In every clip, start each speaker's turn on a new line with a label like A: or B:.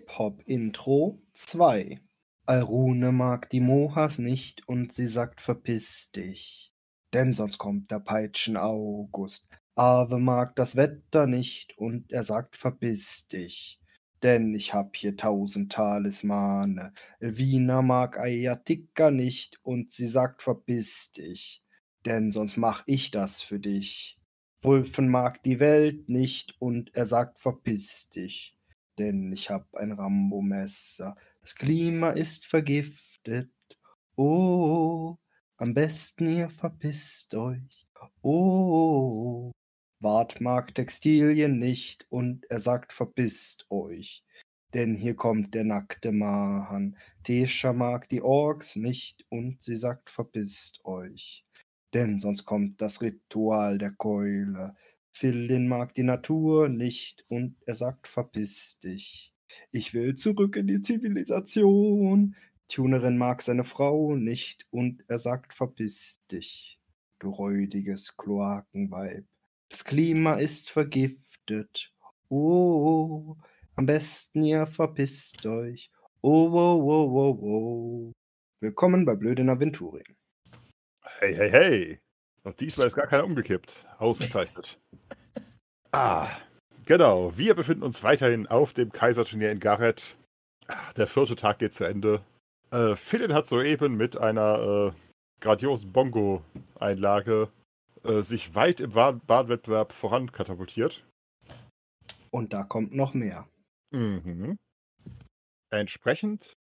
A: Hip-Hop-Intro 2. Alrune mag die Mohas nicht und sie sagt verpiss dich. Denn sonst kommt der Peitschen-August. Ave mag das Wetter nicht und er sagt verpiss dich. Denn ich hab hier tausend Talismane. Elvina mag Ayatika nicht und sie sagt verpiss dich. Denn sonst mach ich das für dich. Wulfen mag die Welt nicht und er sagt verpiss dich, denn ich hab ein Rambo-Messer. Das Klima ist vergiftet. Oh, am besten ihr verpisst euch. Oh, Bart mag Textilien nicht und er sagt verpisst euch. Denn hier kommt der nackte Mahan. Tesha mag die Orks nicht und sie sagt verpisst euch denn sonst kommt das Ritual der Keule. Philin mag die Natur nicht und er sagt verpiss dich. Ich will zurück in die Zivilisation. Tunerin mag seine Frau nicht und er sagt verpiss dich. Du räudiges Kloakenweib. Das Klima ist vergiftet. Oh, am besten ihr verpisst euch. Oh, oh, oh, oh, oh. Willkommen bei Blödener Venturing.
B: Hey, hey, hey. Und diesmal ist gar keiner umgekippt. Ausgezeichnet. ah, genau. Wir befinden uns weiterhin auf dem Kaiserturnier in Garrett. Ah, Der vierte Tag geht zu Ende. Äh, Philin hat soeben mit einer äh, grandiosen Bongo-Einlage äh, sich weit im Wa- Bahnwettbewerb voran katapultiert.
A: Und da kommt noch mehr.
B: Mhm. Entsprechend,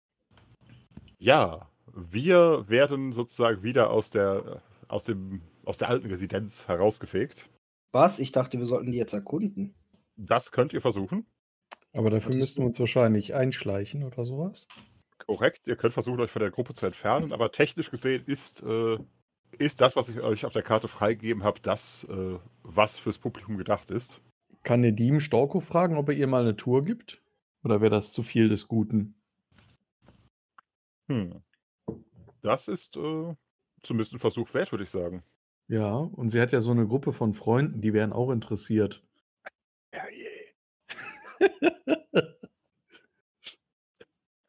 B: ja, wir werden sozusagen wieder aus der, aus dem, aus der alten Residenz herausgefegt.
A: Was? Ich dachte, wir sollten die jetzt erkunden.
B: Das könnt ihr versuchen.
C: Aber dafür
A: Das ist
C: müssten wir uns wahrscheinlich einschleichen oder sowas.
B: Korrekt, ihr könnt versuchen, euch von der Gruppe zu entfernen, aber technisch gesehen ist, äh, ist das, was ich euch auf der Karte freigegeben habe, das, äh, was fürs Publikum gedacht ist.
C: Kann Nedim Storko fragen, ob er ihr mal eine Tour gibt? Oder wäre das zu viel des Guten?
B: Hm. Das ist äh, zumindest ein Versuch wert, würde ich sagen.
C: Ja, und sie hat ja so eine Gruppe von Freunden, die wären auch interessiert.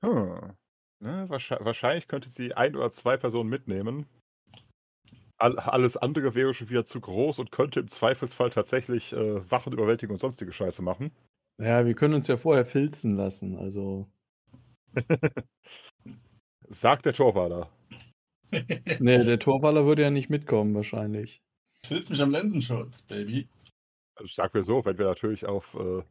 B: Hm. Ne, wahrscheinlich, wahrscheinlich könnte sie ein oder zwei Personen mitnehmen. All, alles andere wäre schon wieder zu groß und könnte im Zweifelsfall tatsächlich äh, Wachen überwältigen und sonstige Scheiße machen.
C: Ja, wir können uns ja vorher filzen lassen, also.
B: Sagt der Torwaller.
C: Nee, der Torwaller würde ja nicht mitkommen, wahrscheinlich.
D: Schützt mich am Lensenschutz, Baby.
B: Also sagen wir so, wenn wir natürlich auf, äh,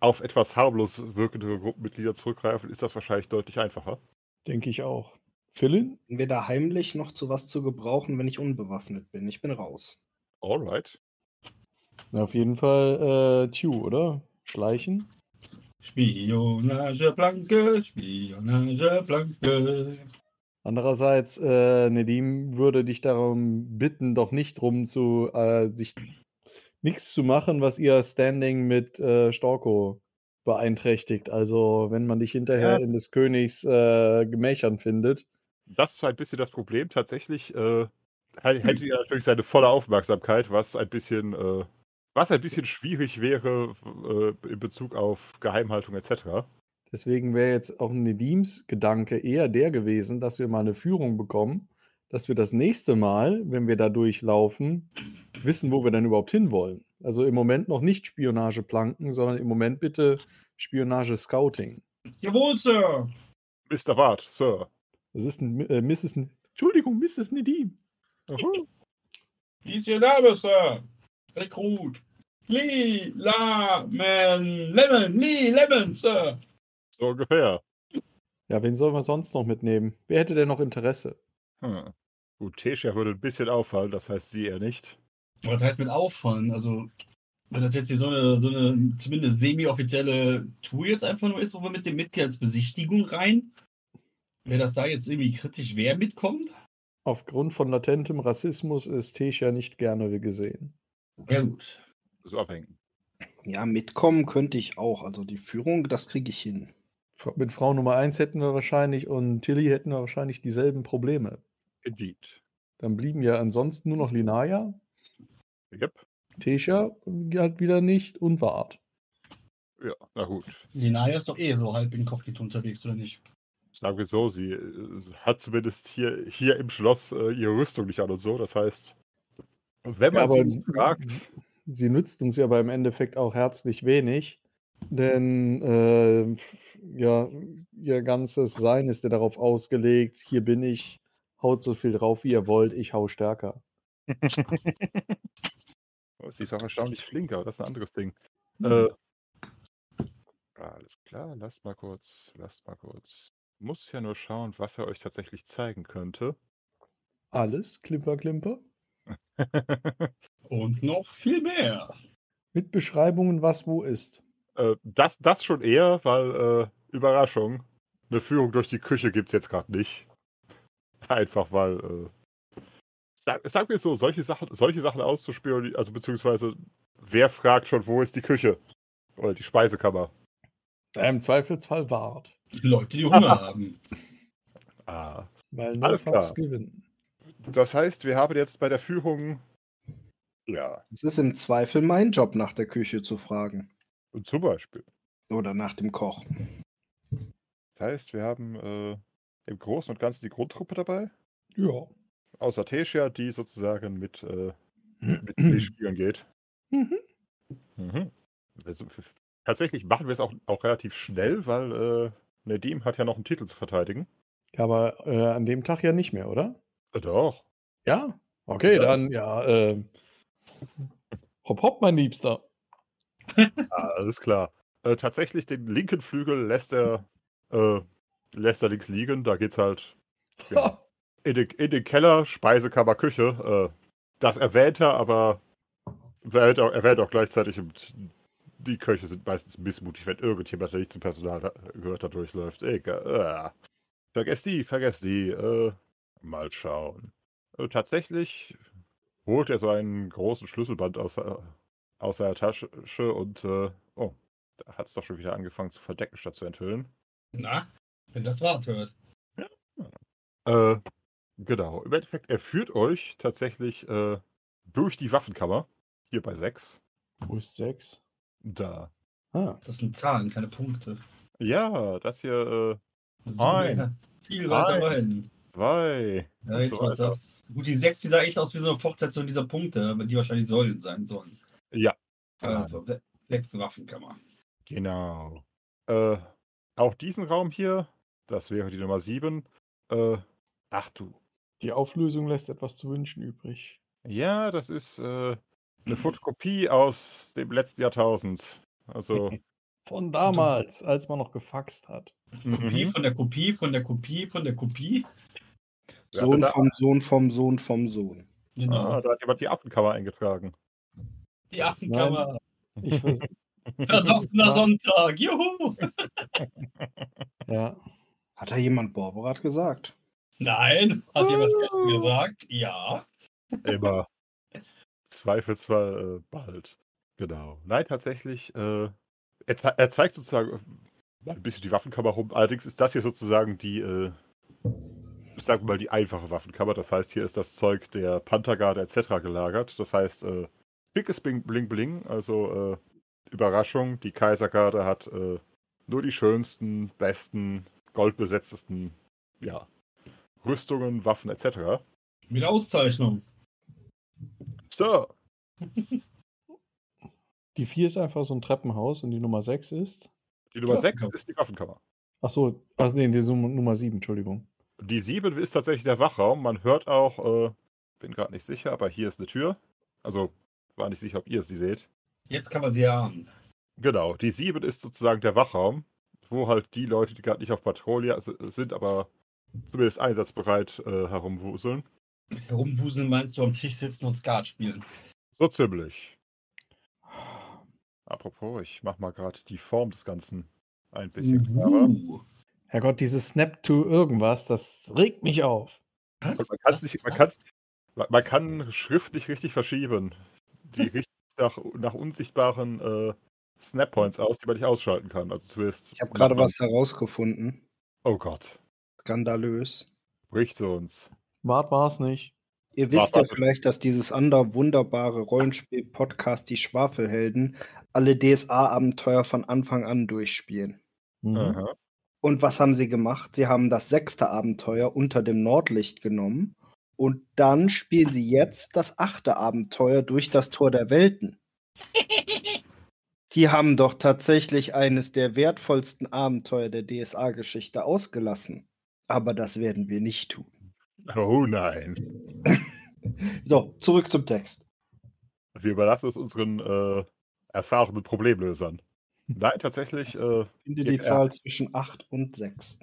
B: auf etwas harmlos wirkende Gruppenmitglieder zurückgreifen, ist das wahrscheinlich deutlich einfacher.
C: Denke ich auch. Philin?
A: Sind wir da heimlich noch zu was zu gebrauchen, wenn ich unbewaffnet bin? Ich bin raus.
B: Alright.
C: Na, auf jeden Fall äh, Tew, oder? Schleichen?
D: Spionageplanke, Spionageplanke.
C: Andererseits, äh, Nedim würde dich darum bitten, doch nicht drum zu, äh, sich nichts zu machen, was ihr Standing mit äh, Storko beeinträchtigt. Also, wenn man dich
B: Ja.
C: hinterher in des Königs äh, Gemächern findet.
B: Das ist so ein bisschen das Problem. Tatsächlich äh, hä- hätte
C: Hm.
B: er natürlich seine volle Aufmerksamkeit, was ein bisschen, äh, was ein bisschen schwierig wäre äh, in Bezug auf Geheimhaltung etc.
C: Deswegen wäre jetzt auch Nedims Gedanke eher der gewesen, dass wir mal eine Führung bekommen, dass wir das nächste Mal, wenn wir da durchlaufen, wissen, wo wir dann überhaupt hinwollen. Also im Moment noch nicht Spionageplanken, sondern im Moment bitte Spionage-Scouting.
D: Jawohl, Sir.
B: Mr. Ward, Sir.
C: Das ist ein, äh, Mrs. N- Entschuldigung, Mrs. Nedim.
D: Wie ist Ihr Name, Sir? Rekrut. Lee, La, Man, Lemon, Lee, Lemon, Sir.
B: So ungefähr.
C: Ja, wen sollen wir sonst noch mitnehmen? Wer hätte denn noch Interesse?
B: Hm. Gut, Tesha würde ein bisschen auffallen, das heißt sie eher nicht.
D: Aber das heißt mit auffallen, also wenn das jetzt hier so eine, so eine zumindest semi-offizielle Tour jetzt einfach nur ist, wo wir mit dem Mitglied als Besichtigung rein, wäre das da jetzt irgendwie kritisch, wer mitkommt?
C: Aufgrund von latentem Rassismus ist Tesha nicht gerne gesehen.
D: Ja gut.
B: So abhängen.
A: Ja, mitkommen könnte ich auch. Also die Führung, das kriege ich hin.
C: Fra- Mit Frau Nummer 1 hätten wir wahrscheinlich und Tilly hätten wir wahrscheinlich dieselben Probleme.
B: Indeed.
C: Dann blieben ja ansonsten nur noch Linaya, äh,
B: Yep.
C: Tesha halt wieder nicht und Wart.
B: Ja, na gut.
D: Linaya ist doch eh so halb inkognito unterwegs, oder nicht?
B: Sagen wir so, sie äh, hat zumindest hier, hier im Schloss äh, ihre Rüstung nicht an und so. Das heißt, wenn
C: Ja,
B: man
C: aber-
B: sie nicht fragt,
C: sie nützt uns ja aber im Endeffekt auch herzlich wenig, denn äh, ja, ihr ganzes Sein ist ja darauf ausgelegt, hier bin ich, haut so viel drauf, wie ihr wollt, ich hau stärker.
B: Oh, Sie ist auch erstaunlich flink, aber das ist ein anderes Ding. Äh, alles klar, lasst mal kurz, lasst mal kurz. Muss ja nur schauen, was er euch tatsächlich zeigen könnte.
C: Alles, klimper, klimper,
B: Äh,
D: Und noch viel mehr.
C: mit Beschreibungen, was wo ist.
B: äh, das, das schon eher, weil, äh, Überraschung, eine Führung durch die Küche gibt es jetzt gerade nicht. Einfach weil, äh, sag, sag mir so, solche Sachen, solche Sachen auszuspielen, also beziehungsweise, wer fragt schon, wo ist die Küche? Oder die Speisekammer?
C: Ja, Äh, Im Zweifelsfall wart,
D: Leute, die Hunger haben.
B: Ah.
C: weil
B: Alles
C: notfalls
B: klar.
C: gewinnen.
B: Das heißt, wir haben jetzt bei der Führung. Ja,
A: Es ist im Zweifel mein Job, nach der Küche zu fragen.
B: zum Beispiel.
A: Oder nach dem Koch.
B: Das heißt, wir haben äh, im Großen und Ganzen die Grundtruppe dabei,
C: Ja.
B: außer Tessia, die sozusagen mit, äh, mit den Spielern geht.
C: Mhm.
B: Mhm. Also, f- tatsächlich machen wir es auch, auch relativ schnell, weil äh, Nedim hat ja noch einen Titel zu verteidigen.
C: Ja, aber äh, an dem Tag ja nicht mehr, oder?
B: Äh, doch.
C: Ja. Okay,
B: Ja.
C: dann ja. Äh, hopp, hopp, mein Liebster.
B: Ah, alles klar. Äh, tatsächlich den linken Flügel lässt er, äh, lässt er links liegen. Da geht's halt Ja. in den, in den Keller, Speisekammer, Küche. Äh, das erwähnt er, aber erwähnt auch, erwähnt auch gleichzeitig, und die Köche sind meistens missmutig, wenn irgendjemand, der nicht zum Personal da, gehört, da durchläuft. Egal. Äh, vergesst die, vergesst die. Äh, mal schauen. Äh, tatsächlich holt er so einen großen Schlüsselband aus, äh, aus seiner Tasche und, äh, oh, da hat es doch schon wieder angefangen zu verdecken, statt zu enthüllen.
D: Na, wenn das wahr wird.
B: Äh, genau. Im Endeffekt, er führt euch tatsächlich äh, durch die Waffenkammer. Hier bei 6.
C: Wo ist sechs?
B: Da.
C: Ah.
D: Das sind Zahlen, keine Punkte.
B: Ja, das hier äh,
D: So,
B: Nein.
D: ja, Viel weiter
B: Nein.
D: rein.
B: 2.
D: Ja,
B: Und
D: jetzt
B: so
D: mal
B: weiter.
D: das. Gut, die 6, die sah echt aus wie so eine Fortsetzung dieser Punkte, die wahrscheinlich sollen sein sollen.
B: Ja.
D: Also, we- sechs Waffenkammer.
B: genau. Äh, auch diesen Raum hier, das wäre die Nummer 7. Äh, ach du.
C: Die Auflösung lässt etwas zu wünschen übrig.
B: Ja, das ist äh,
D: Mhm.
B: eine Fotokopie aus dem letzten Jahrtausend. Also.
C: Von damals, als man noch gefaxt hat.
D: Kopie
B: mhm.
D: von der Kopie, von der Kopie, von der Kopie.
B: Wer hat
A: Sohn
B: denn da-
A: vom Sohn vom Sohn vom Sohn.
D: Genau.
B: Ah, da hat jemand die Affenkammer eingetragen.
D: Die Affenkammer.
C: Ich vers-
D: Versoffener
C: Ja.
D: Sonntag. Juhu.
C: ja.
A: Hat da jemand Borberat gesagt?
D: Nein, hat jemand gesagt? Ja.
B: Immer. Zweifelsfall äh, bald. Genau. Nein, tatsächlich, äh, er, zei- er zeigt sozusagen äh, ein bisschen die Waffenkammer rum. Allerdings ist das hier sozusagen die, äh, sagen wir mal, die einfache Waffenkammer. Das heißt, hier ist das Zeug der Panthergarde etc. gelagert. Das heißt, äh, dickes Bling Bling Bling. Also, äh, Überraschung, die Kaisergarde hat äh, nur die schönsten, besten, goldbesetztesten, ja, Rüstungen, Waffen etc.
D: Mit Auszeichnung.
B: Sir,
C: Die 4 ist einfach so ein Treppenhaus und die Nummer 6 ist.
B: Die Nummer 6
D: Waffenkammer.
B: ist die Waffenkammer.
C: Achso, ach ah, nee, die Summe- Nummer 7, Entschuldigung.
B: Die 7 ist tatsächlich der Wachraum. Man hört auch, äh, bin gerade nicht sicher, aber hier ist eine Tür. Also war nicht sicher, ob ihr sie seht.
D: Jetzt kann man sie haben.
B: Genau, die 7 ist sozusagen der Wachraum, wo halt die Leute, die gerade nicht auf Patrouille s- sind, aber zumindest einsatzbereit äh, herumwuseln.
D: Herumwuseln meinst du am Tisch sitzen und Skat spielen.
B: So ziemlich. Apropos, ich mach mal gerade die Form des Ganzen ein
D: Mhm.
B: bisschen klarer.
D: Uhu.
C: Herrgott, dieses Snap to irgendwas, das regt mich auf.
D: Was?
B: Und man kann's nicht- man kann's- Man- Man kann schriftlich richtig verschieben. Die richten nach, nach unsichtbaren äh, Snap-Points aus, die man nicht ausschalten kann. Also zumindest.
A: Ich habe gerade was herausgefunden.
B: Oh Gott,
A: Skandalös.
B: bricht sie uns.
C: Wart war's nicht.
A: Ihr wisst ja
B: warte.
A: vielleicht, dass dieses andere wunderbare Rollenspiel-Podcast, die Schwafelhelden, alle DSA-Abenteuer von Anfang an durchspielen.
C: Mhm.
B: Aha.
A: Und was haben sie gemacht? Sie haben das sechste Abenteuer unter dem Nordlicht genommen und dann spielen sie jetzt das achte Abenteuer durch das Tor der Welten. Die haben doch tatsächlich eines der wertvollsten Abenteuer der DSA-Geschichte ausgelassen. Aber das werden wir nicht tun.
B: Oh nein.
A: So, zurück zum Text.
B: Wir überlassen es unseren äh, erfahrenen Problemlösern. Nein, tatsächlich. Äh,
A: Finde
B: Ja,
A: die
B: ja.
A: Zahl zwischen 8 und 6.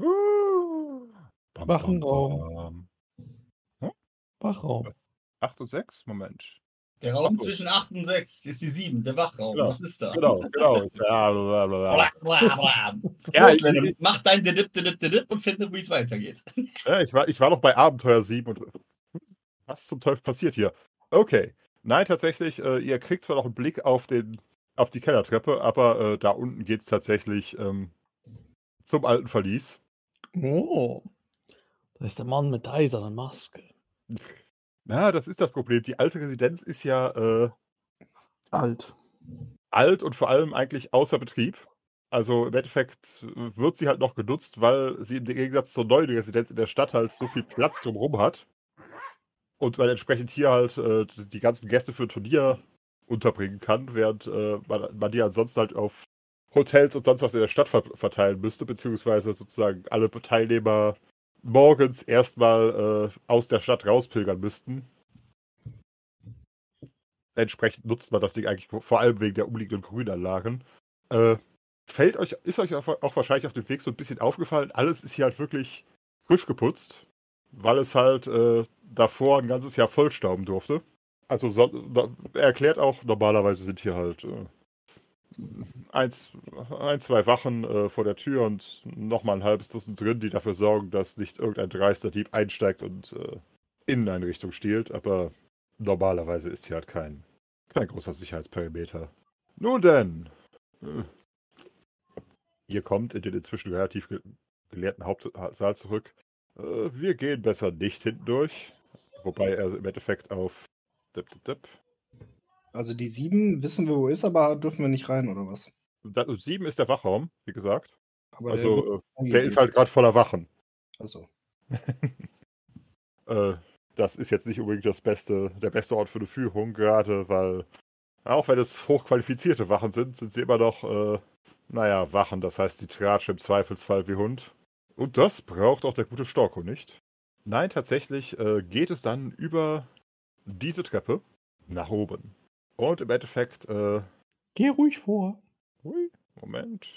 B: uh, bam, bam,
C: Wachenraum.
B: bam.
C: Wachraum.
B: 8 und 6? Moment.
D: Der Raum
B: Ach so.
D: zwischen 8 und 6 ist die 7, der Wachraum.
B: Genau,
D: Was ist da?
B: Genau, genau. Ja, bla, bla, bla.
D: Bla, bla, bla.
B: Ja,
D: Los,
B: ich-
D: Venom, mach dein Didip, Didip, Didip und finde, wie es weitergeht.
B: Ja, ich war, ich war noch bei Abenteuer 7 und was zum Teufel passiert hier? Okay. Nein, tatsächlich, äh, ihr kriegt zwar noch einen Blick auf, den, auf die Kellertreppe, aber äh, da unten geht es tatsächlich ähm, zum alten Verlies.
C: Oh. Da ist der Mann mit der eisernen Maske.
B: Na, das ist das Problem. Die alte Residenz ist ja äh,
C: Alt.
B: alt und vor allem eigentlich außer Betrieb. Also im Endeffekt äh, wird sie halt noch genutzt, weil sie im Gegensatz zur neuen Residenz in der Stadt halt so viel Platz drumherum hat. Und man entsprechend hier halt äh, die ganzen Gäste für ein Turnier unterbringen kann, während äh, man, man die ansonsten halt auf Hotels und sonst was in der Stadt ver verteilen müsste, beziehungsweise sozusagen alle Teilnehmer morgens erstmal äh, aus der Stadt rauspilgern müssten entsprechend nutzt man das Ding eigentlich vor- vor allem wegen der umliegenden Grünanlagen. Äh, fällt euch, ist euch auch auch wahrscheinlich auf dem Weg so ein bisschen aufgefallen, alles ist hier halt wirklich frisch geputzt, weil es halt äh, davor ein ganzes Jahr vollstauben durfte. Also so, da, er erklärt auch, normalerweise sind hier halt äh, eins, ein, zwei Wachen äh, vor der Tür und nochmal ein halbes Dutzend drin, die dafür sorgen, dass nicht irgendein dreister Dieb einsteigt und äh, Inneneinrichtung stiehlt, aber normalerweise ist hier halt kein kein großer Sicherheitsperimeter. Nun denn. Äh, Ihr kommt in den inzwischen relativ ge geleerten Hauptsaal zurück. Äh, Wir gehen besser nicht hindurch. Wobei er im Endeffekt auf. Dip, dip, dip.
A: Also die 7 wissen wir, wo ist, aber dürfen wir nicht rein, oder was?
B: Da- Sieben ist der Wachraum, wie gesagt.
A: Aber wird
B: Also äh, der
A: angegeben.
B: ist halt gerade voller Wachen.
A: Also,
B: Äh, Das ist jetzt nicht unbedingt das beste, der beste Ort für eine Führung, gerade weil, auch wenn es hochqualifizierte Wachen sind, sind sie immer noch, äh, naja, Wachen, das heißt, die tratschen im Zweifelsfall wie Hund. Und das braucht auch der gute Storko nicht. Nein, tatsächlich äh, geht es dann über diese Treppe nach oben. Und im Endeffekt, äh,
C: Geh ruhig vor.
B: hui, Moment.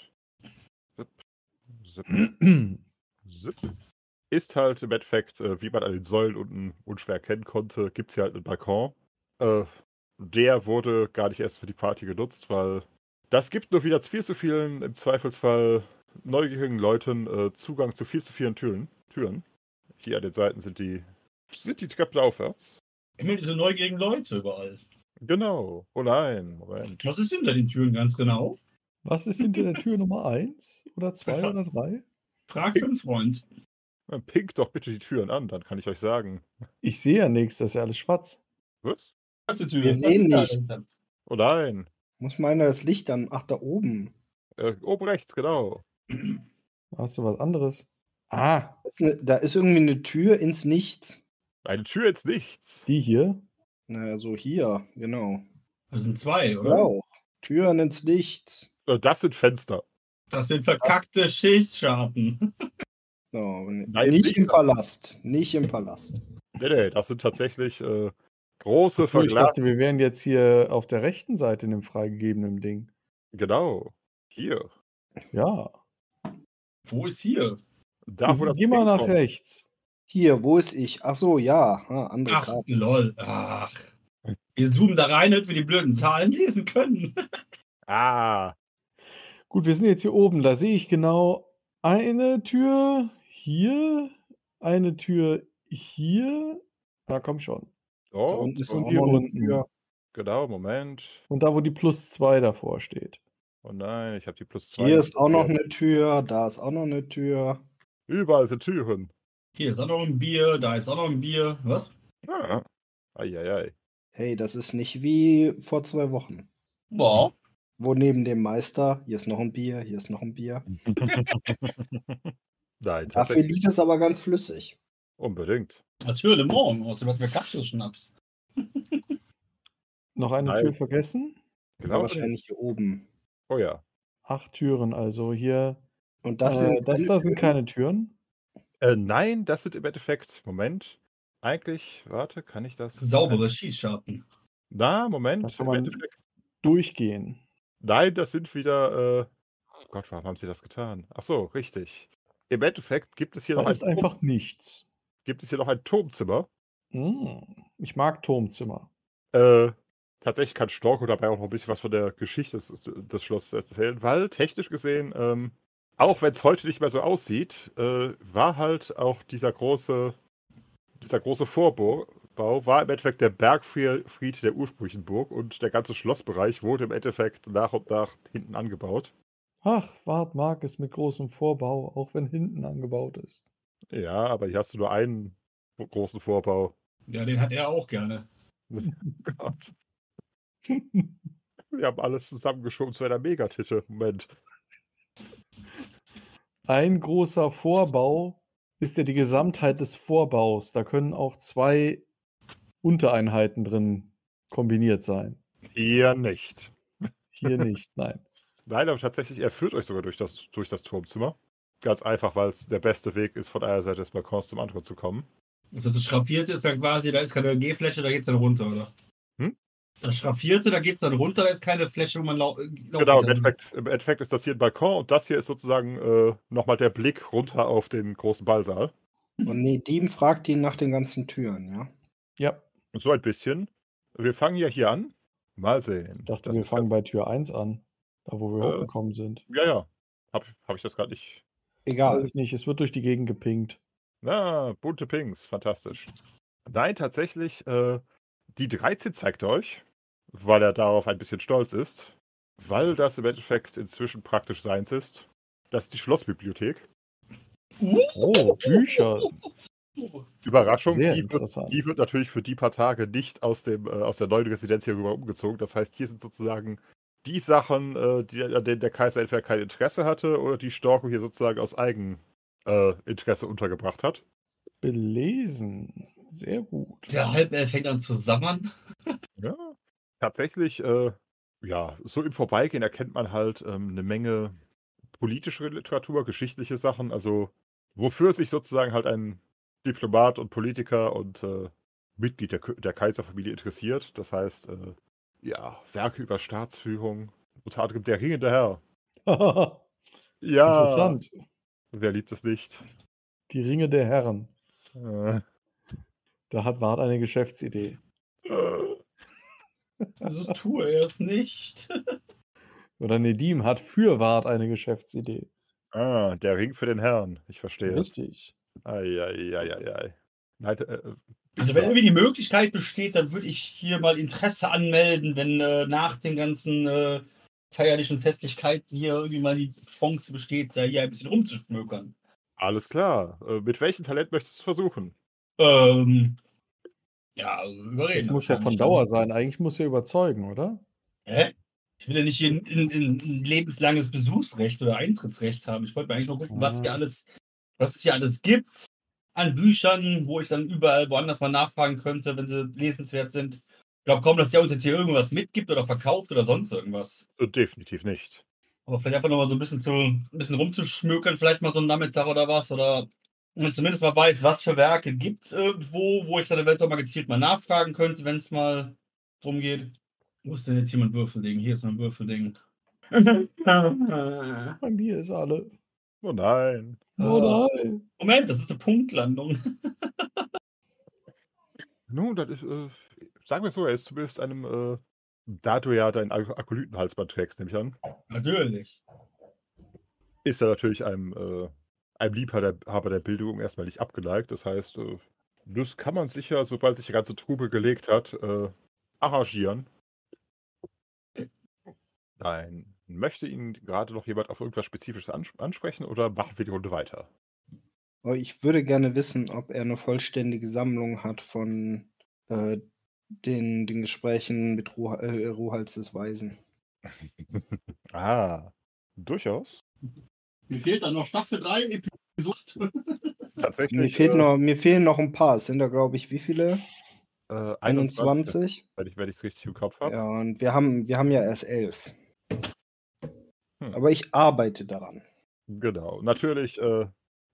B: Zip, zip, Zip. Ist halt im Endeffekt, äh, wie man an den Säulen unten unschwer erkennen konnte, gibt es hier halt einen Balkon. Äh, der wurde gar nicht erst für die Party genutzt, weil das gibt nur wieder viel zu vielen, im Zweifelsfall neugierigen Leuten äh, Zugang zu viel zu vielen Türen. Türen. Hier an den Seiten sind die, sind die Treppen aufwärts.
D: Immer diese neugierigen Leute überall.
B: Genau. Oh nein, Moment.
D: Was ist hinter den Türen ganz genau?
C: Was ist hinter der Tür Nummer 1 oder 2 oder 3?
D: Frag für einen Freund.
B: Dann Pinkt doch bitte die Türen an, dann kann ich euch sagen.
C: Ich sehe ja nichts, das ist ja alles schwarz.
B: Was?
D: Ganze Tür.
A: Wir
D: Was
A: sehen
D: ist da
A: nicht.
D: denn?
B: Oh nein.
A: muss mal einer das Licht an? Ach, da oben.
B: Äh, oben rechts, genau.
C: Hast du was anderes? Ah,
A: Da ist, eine, da ist irgendwie eine Tür ins Nichts.
B: Eine Tür ins Nichts.
C: die hier.
A: Naja, so also hier, genau.
D: Das sind zwei, oder?
A: Genau. Türen ins Licht.
B: Äh, Das sind Fenster.
D: Das sind verkackte Schichtschaden.
A: So, wenn-
B: Nein,
A: nicht
B: nicht.
A: im Palast. Nicht im Palast.
B: Nee, nee, das sind tatsächlich äh, große
C: Ach so, ich dachte,
B: Verglas.
C: wir wären jetzt hier auf der rechten Seite in dem freigegebenen Ding.
B: Genau. Hier.
C: Ja.
D: Wo ist hier?
B: Da, wo das
C: Geh mal
B: Ding
C: nach
B: kommt.
C: rechts.
A: Hier, wo ist ich? Ach so, ja. Ah, andere
D: Ach,
A: Karte.
D: lol. Ach. Wir zoomen da rein, damit wir die blöden Zahlen lesen können.
B: Ah,
C: Gut, wir sind jetzt hier oben. Da sehe ich genau eine Tür hier, eine Tür hier. Da komm schon.
A: Da
B: oh,
A: unten ist
C: und
A: auch
C: hier
A: noch eine
C: unten.
A: Tür.
B: genau, Moment.
C: Und da, wo die plus 2 davor steht.
B: Oh nein, ich habe die plus zwei.
A: Hier ist auch noch
B: aktiviert.
A: eine Tür. Da ist auch noch eine Tür.
B: Überall sind Türen.
D: Hier ist auch noch ein Bier, da ist auch noch ein Bier. Was?
B: Ah. Eieiei.
A: Hey, das ist nicht wie vor zwei Wochen,
D: Boah.
A: wo neben dem Meister, hier ist noch ein Bier, hier ist noch ein Bier.
B: Nein,
A: Dafür
B: tatsächlich.
A: lief es aber ganz flüssig.
B: Unbedingt.
D: Natürlich, morgen. Oh, Außerdem hatten wir Kaktus-Schnaps.
C: Noch eine
B: Nein.
C: Tür vergessen?
A: Genau. Wahrscheinlich hier oben.
B: Oh ja.
C: Acht Türen, also hier.
A: Und das,
C: äh,
A: sind
C: das
A: keine
C: da sind
A: Türen.
C: keine Türen.
B: Äh, nein, das sind im Endeffekt. Moment. Eigentlich, warte, kann ich das?
D: Saubere Schießscharten.
B: Na,
C: Da
B: Moment.
C: kann
B: Im
C: man-
B: Endeffekt.
C: Durchgehen.
B: Nein, das sind wieder. Äh... Oh Gott, warum haben sie das getan? Ach so, richtig. Im Endeffekt gibt es hier
C: Da
B: noch ein,
C: ist
B: Turm,
C: einfach nichts.
B: gibt es hier noch ein Turmzimmer.
C: Mm, Ich mag Turmzimmer.
B: Äh, tatsächlich kann Storko dabei auch noch ein bisschen was von der Geschichte des, des Schlosses erzählen, weil technisch gesehen, ähm, auch wenn es heute nicht mehr so aussieht, äh, war halt auch dieser große, dieser große Vorbau, war im Endeffekt der Bergfried der ursprünglichen Burg und der ganze Schlossbereich wurde im Endeffekt nach und nach hinten angebaut.
C: Ach, Wart mag es mit großem Vorbau, auch wenn hinten angebaut ist.
B: Ja, aber hier hast du nur einen großen Vorbau.
D: Ja, den hat er auch gerne.
B: Gott. Wir haben alles zusammengeschoben zu einer Megatische. Moment.
C: Ein großer Vorbau ist ja die Gesamtheit des Vorbaus. Da können auch zwei Untereinheiten drin kombiniert sein.
B: Eher nicht.
C: Hier nicht, nein.
B: Nein, aber tatsächlich, er führt euch sogar durch das, durch das Turmzimmer. Ganz einfach, weil es der beste Weg ist, von einer Seite des Balkons zum anderen zu kommen.
D: Ist das so schraffiert ist, dann quasi, da ist keine G-Fläche, da geht's dann runter, oder?
B: Hm?
D: Das Schraffierte, da geht's dann runter, da ist keine Fläche, wo man lau äh, laufen
B: genau, im
D: kann.
B: Endeffekt, im Endeffekt ist das hier ein Balkon und das hier ist sozusagen äh, nochmal der Blick runter auf den großen Ballsaal.
A: Und Nedim fragt ihn nach den ganzen Türen, ja?
C: Ja,
B: Und so ein bisschen. Wir fangen ja hier an. Mal sehen.
C: ich dachte,
B: Das
C: wir
B: ist
C: fangen
B: ganz-
C: bei Tür 1 an, da wo wir
B: Äh,
C: hochgekommen sind.
B: Ja, ja. Habe hab ich das gerade nicht.
A: Egal.
C: Weiß ich nicht, es wird durch die Gegend gepinkt.
B: Na, bunte Pings, fantastisch. Nein, tatsächlich, äh, die 13 zeigt er euch, weil er darauf ein bisschen stolz ist, weil das im Endeffekt inzwischen praktisch seins ist. Das ist die Schlossbibliothek.
C: Oh, Bücher.
D: Uh!
B: Überraschung,
C: Sehr
B: die wird,
C: interessant.
B: die wird natürlich für die paar Tage nicht aus, dem, äh, aus der neuen Residenz hier rüber umgezogen. Das heißt, hier sind sozusagen die Sachen, äh, die, an denen der Kaiser entweder kein Interesse hatte oder die Storko hier sozusagen aus Eigeninteresse äh, Interesse untergebracht hat.
C: Belesen. Sehr gut.
D: Der Halbelf fängt an zu sammern.
B: Ja, tatsächlich, äh, ja, so im Vorbeigehen erkennt man halt ähm, eine Menge politische Literatur, geschichtliche Sachen, also wofür sich sozusagen halt ein Diplomat und Politiker und äh, Mitglied der, Kö- der Kaiserfamilie interessiert. Das heißt, äh, ja, Werke über Staatsführung, unter anderem der ringende Herr. Ja,
C: Interessant.
B: wer liebt es nicht?
C: Die Ringe der Herren.
B: Äh,
C: Da hat Wart eine Geschäftsidee.
B: äh,
D: So tue Also, er es nicht.
C: Oder Nedim hat für Wart eine Geschäftsidee.
B: ah, der Ring für den Herrn, ich verstehe.
C: Richtig.
B: Eieieiei. Nein, äh,
D: Also wenn irgendwie die Möglichkeit besteht, dann würde ich hier mal Interesse anmelden, wenn äh, nach den ganzen äh, feierlichen Festlichkeiten hier irgendwie mal die Chance besteht, da hier ein bisschen rumzuschmökern.
B: Alles klar. Äh, Mit welchem Talent möchtest du es versuchen?
D: Ähm, ja, also, überreden.
C: Das muss ja von
D: wahrscheinlich.
C: Dauer sein. Eigentlich muss er überzeugen, oder?
D: Hä? Ich will ja nicht hier ein, ein, ein ein lebenslanges Besuchsrecht oder Eintrittsrecht haben. Ich wollte mir eigentlich nur gucken, was hier
C: Ah.
D: alles, was es hier alles gibt an Büchern, wo ich dann überall woanders mal nachfragen könnte, wenn sie lesenswert sind. Ich glaube kaum, dass der uns jetzt hier irgendwas mitgibt oder verkauft oder sonst irgendwas.
B: Äh, Definitiv nicht.
D: Aber vielleicht einfach nochmal so ein bisschen zu, ein bisschen rumzuschmökern, vielleicht mal so einen Nachmittag oder was. Oder wenn ich zumindest mal weiß, was für Werke gibt es irgendwo, wo ich dann eventuell mal gezielt mal nachfragen könnte, wenn es mal drum geht. Wo ist denn jetzt hier mein Würfelding? Hier ist mein Würfelding. Moment,
C: Mein Bier ist alle.
B: Oh nein.
C: Oh
D: Ah.
C: nein.
D: das ist eine Punktlandung.
B: Nun, das ist, äh, sagen wir es so, er ist zumindest einem, äh, da du ja deinen Ak- Akolytenhalsband trägst, nehme ich an,
D: Natürlich.
B: ist er natürlich einem, äh, einem Liebhaber der, Haber der Bildung erstmal nicht abgeneigt. Das heißt, äh, das kann man sicher, sobald sich der ganze Trubel gelegt hat, äh, arrangieren. Nein. Möchte Ihnen gerade noch jemand auf irgendwas Spezifisches ans- ansprechen oder machen wir die Runde weiter?
A: Aber ich würde gerne wissen, ob er eine vollständige Sammlung hat von äh, den, den Gesprächen mit Ruh äh, Ruhals des Weisen.
B: Ah, durchaus.
D: Mir fehlt dann noch Staffel 3, Episode.
B: Tatsächlich.
A: Mir, fehlt noch, mir fehlen noch ein paar. Es sind da, glaube ich, wie viele?
B: äh, äh, 21.
A: 21?
B: Wenn ich es richtig im Kopf habe.
A: Ja, und wir haben, wir haben ja erst elf.
B: Hm.
A: Aber ich arbeite daran.
B: Genau. Natürlich, äh,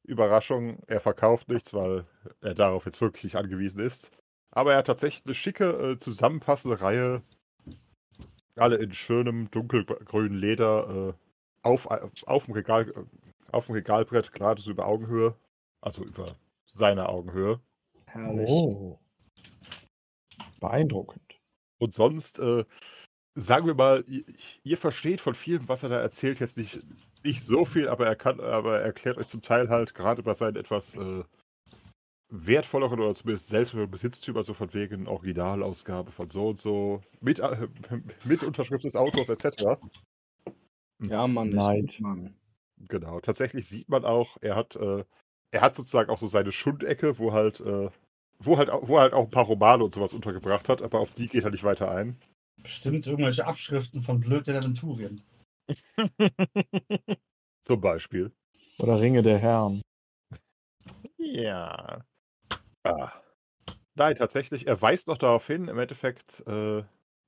B: Überraschung, er verkauft nichts, weil er darauf jetzt wirklich nicht angewiesen ist. Aber er hat tatsächlich eine schicke, äh, zusammenpassende Reihe. Alle in schönem, dunkelgrünen Leder äh, auf, auf, dem Regal, äh, auf dem Regalbrett, gerade so über Augenhöhe. Also über seine Augenhöhe.
A: Herrlich.
C: Oh. Beeindruckend.
B: Und sonst, äh, sagen wir mal, ihr, ihr versteht von vielem, was er da erzählt, jetzt nicht, nicht so viel, aber er kann, aber er erklärt euch zum Teil halt gerade über seinen etwas äh, wertvolleren oder zumindest selteneren Besitztümer, so von wegen Originalausgabe von so und so, mit, äh, mit Unterschrift des Autors etc.
A: Ja, Mann, ist
C: Neid.
A: gut, Mann.
B: Genau, tatsächlich sieht man auch, er hat, äh, er hat sozusagen auch so seine Schundecke, wo halt, äh, wo halt, au- wo er halt auch ein paar Romane und sowas untergebracht hat, aber auf die geht er nicht weiter ein.
D: Bestimmt irgendwelche Abschriften von Blöd der Aventurien.
B: Zum Beispiel.
C: Oder Ringe der Herren.
B: Ja. Ah. Nein, tatsächlich, er weist noch darauf hin, im Endeffekt äh,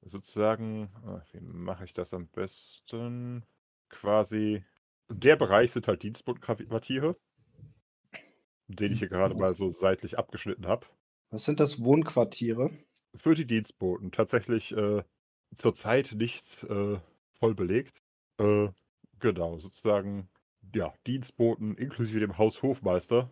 B: sozusagen, ah, wie mache ich das am besten? Quasi, der Bereich sind halt Dienstbundquartiere, den
A: Mhm.
B: ich hier gerade mal so seitlich abgeschnitten habe.
A: Was sind das Wohnquartiere?
B: Für die Dienstboten tatsächlich äh, zurzeit nicht äh, voll belegt. Äh, genau, sozusagen, ja, Dienstboten inklusive dem Haushofmeister.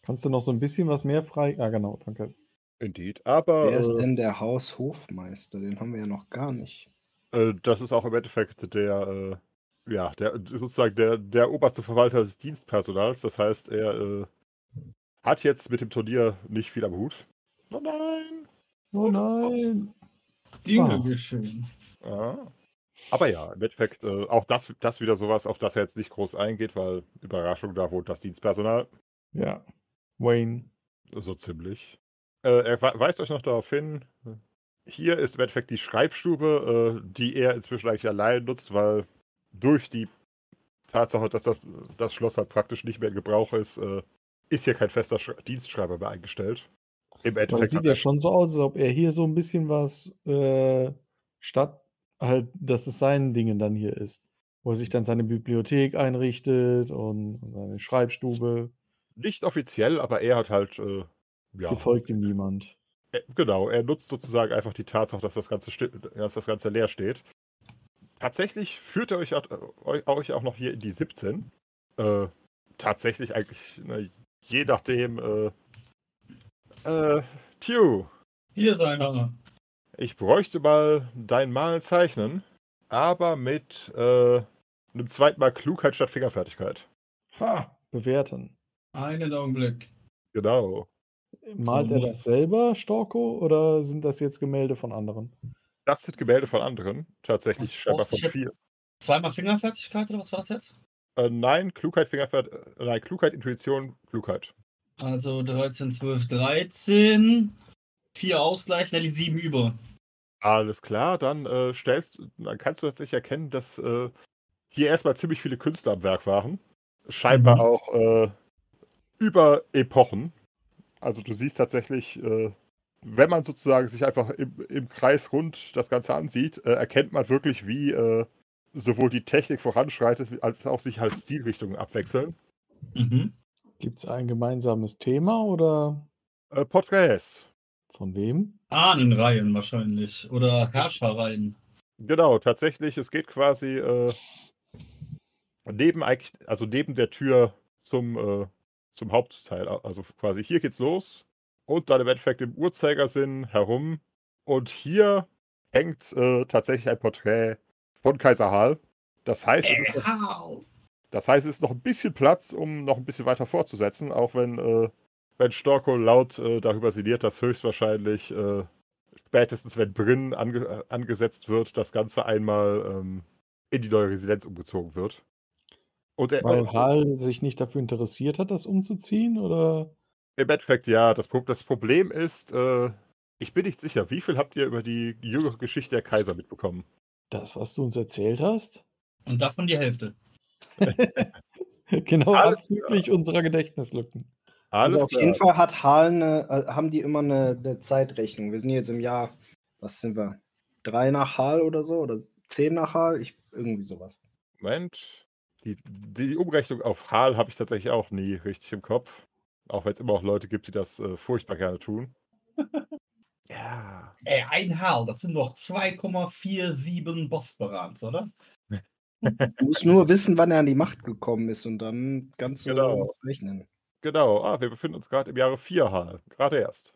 C: Kannst du noch so ein bisschen was mehr frei? Ah, genau, danke.
B: Indeed. Aber
A: Wer ist
B: äh,
A: denn der Haushofmeister? Den haben wir ja noch gar nicht.
B: Äh, das ist auch im Endeffekt der, äh, ja, der sozusagen der, der oberste Verwalter des Dienstpersonals. Das heißt, er äh, hat jetzt mit dem Turnier nicht viel am Hut. Oh nein!
C: Oh nein.
D: Dinge
C: Ah.
D: geschehen.
B: Ja. Aber ja, im Endeffekt äh, auch das, das wieder sowas, auf das er jetzt nicht groß eingeht, weil Überraschung, da wohnt das Dienstpersonal.
C: Ja. Wayne.
B: So ziemlich. Äh, er wei- weist euch noch darauf hin, hier ist im Endeffekt die Schreibstube, äh, die er inzwischen eigentlich allein nutzt, weil durch die Tatsache, dass das, das Schloss halt praktisch nicht mehr in Gebrauch ist, äh, ist hier kein fester Sch Dienstschreiber mehr eingestellt. Im
C: Aber es
B: Endeffekt
C: sieht
B: hat
C: ja
B: er,
C: schon so aus, als ob er hier so ein bisschen was äh, statt halt, dass es sein Dingen dann hier ist. Wo er sich dann seine Bibliothek einrichtet und seine Schreibstube.
B: nicht offiziell, aber er hat halt, äh, ja,
C: Gefolgt ihm niemand.
B: Äh, Genau, er nutzt sozusagen einfach die Tatsache, dass das Ganze, sti- dass das Ganze leer steht. Tatsächlich führt er euch, auch- euch euch auch noch hier in die 17. Äh, tatsächlich eigentlich, ne, je nachdem. Äh, äh, Tju,
D: Hier ist einer.
B: ich bräuchte mal dein Malen zeichnen, aber mit äh, einem zweiten Mal Klugheit statt Fingerfertigkeit.
C: Ha! Bewerten.
D: Einen Augenblick.
B: Genau.
C: Malt er
D: So.
C: das selber, Storko, oder sind das jetzt Gemälde von anderen?
B: Das sind Gemälde von anderen. Tatsächlich
D: Ach,
B: scheinbar
D: auch
B: von
D: Chef-
B: vier.
D: Zweimal Fingerfertigkeit oder was war das jetzt?
B: Äh, nein, Klugheit, Fingerfertigkeit. Nein, Klugheit, Intuition, Klugheit.
D: Also 13, 12, 13. Vier Ausgleich, Nelly sieben über.
B: Alles klar, dann äh, stellst, dann kannst du tatsächlich erkennen, dass äh, hier erstmal ziemlich viele Künstler am Werk waren. Scheinbar
D: Mhm.
B: auch äh, über Epochen. Also du siehst tatsächlich, äh, wenn man sozusagen sich einfach im, im Kreis rund das Ganze ansieht, äh, erkennt man wirklich, wie äh, sowohl die Technik voranschreitet, wie- als auch sich halt Stilrichtungen abwechseln.
D: Mhm.
C: Gibt es ein gemeinsames Thema oder
B: Äh, Porträts.
C: von wem?
D: Ahnenreihen wahrscheinlich. Oder Herrscherreihen.
B: Genau, tatsächlich, es geht quasi äh, neben eigentlich, also neben der Tür zum, äh, zum Hauptteil. a- Also quasi hier geht's los und dann im Endeffekt im Uhrzeigersinn herum. Und hier hängt äh, tatsächlich ein Porträt von Kaiser Harl. Das heißt, es
D: Äh.
B: ist,
D: Wow.
B: das heißt, es ist noch ein bisschen Platz, um noch ein bisschen weiter fortzusetzen, auch wenn, äh, wenn Storko laut äh, darüber sinniert, dass höchstwahrscheinlich äh, spätestens, wenn Brinn ange äh, angesetzt wird, das Ganze einmal ähm, in die neue Residenz umgezogen wird. Und er,
C: Weil
A: halt?
C: Hal sich nicht dafür interessiert hat, das umzuziehen? Oder?
B: Im Endeffekt, ja. Das, Pro- das Problem ist, äh, ich bin nicht sicher, wie viel habt ihr über die jüngere Geschichte der Kaiser mitbekommen?
C: Das, was du uns erzählt hast?
D: Und davon die Hälfte.
C: Genau,
B: Alles
C: abzüglich unserer Gedächtnislücken.
B: Alles
A: Also auf
B: klar.
A: jeden Fall hat Hal eine, äh, haben die immer eine, eine Zeitrechnung. Wir sind jetzt im Jahr, was sind wir? Drei nach Hal oder so? Oder zehn nach Hal? Ich, irgendwie sowas.
B: Moment. Die, die Umrechnung auf Hal habe ich tatsächlich auch nie richtig im Kopf. Auch wenn es immer auch Leute gibt, die das äh, furchtbar gerne tun. ja.
D: Ey, ein Haar, das sind doch 2,47 Bosporans, oder?
A: Du musst nur wissen, wann er an die Macht gekommen ist und dann ganz so
B: Genau.
A: das rechnen.
B: Genau. Ah, wir befinden uns gerade im Jahre 4 Hal. Gerade erst.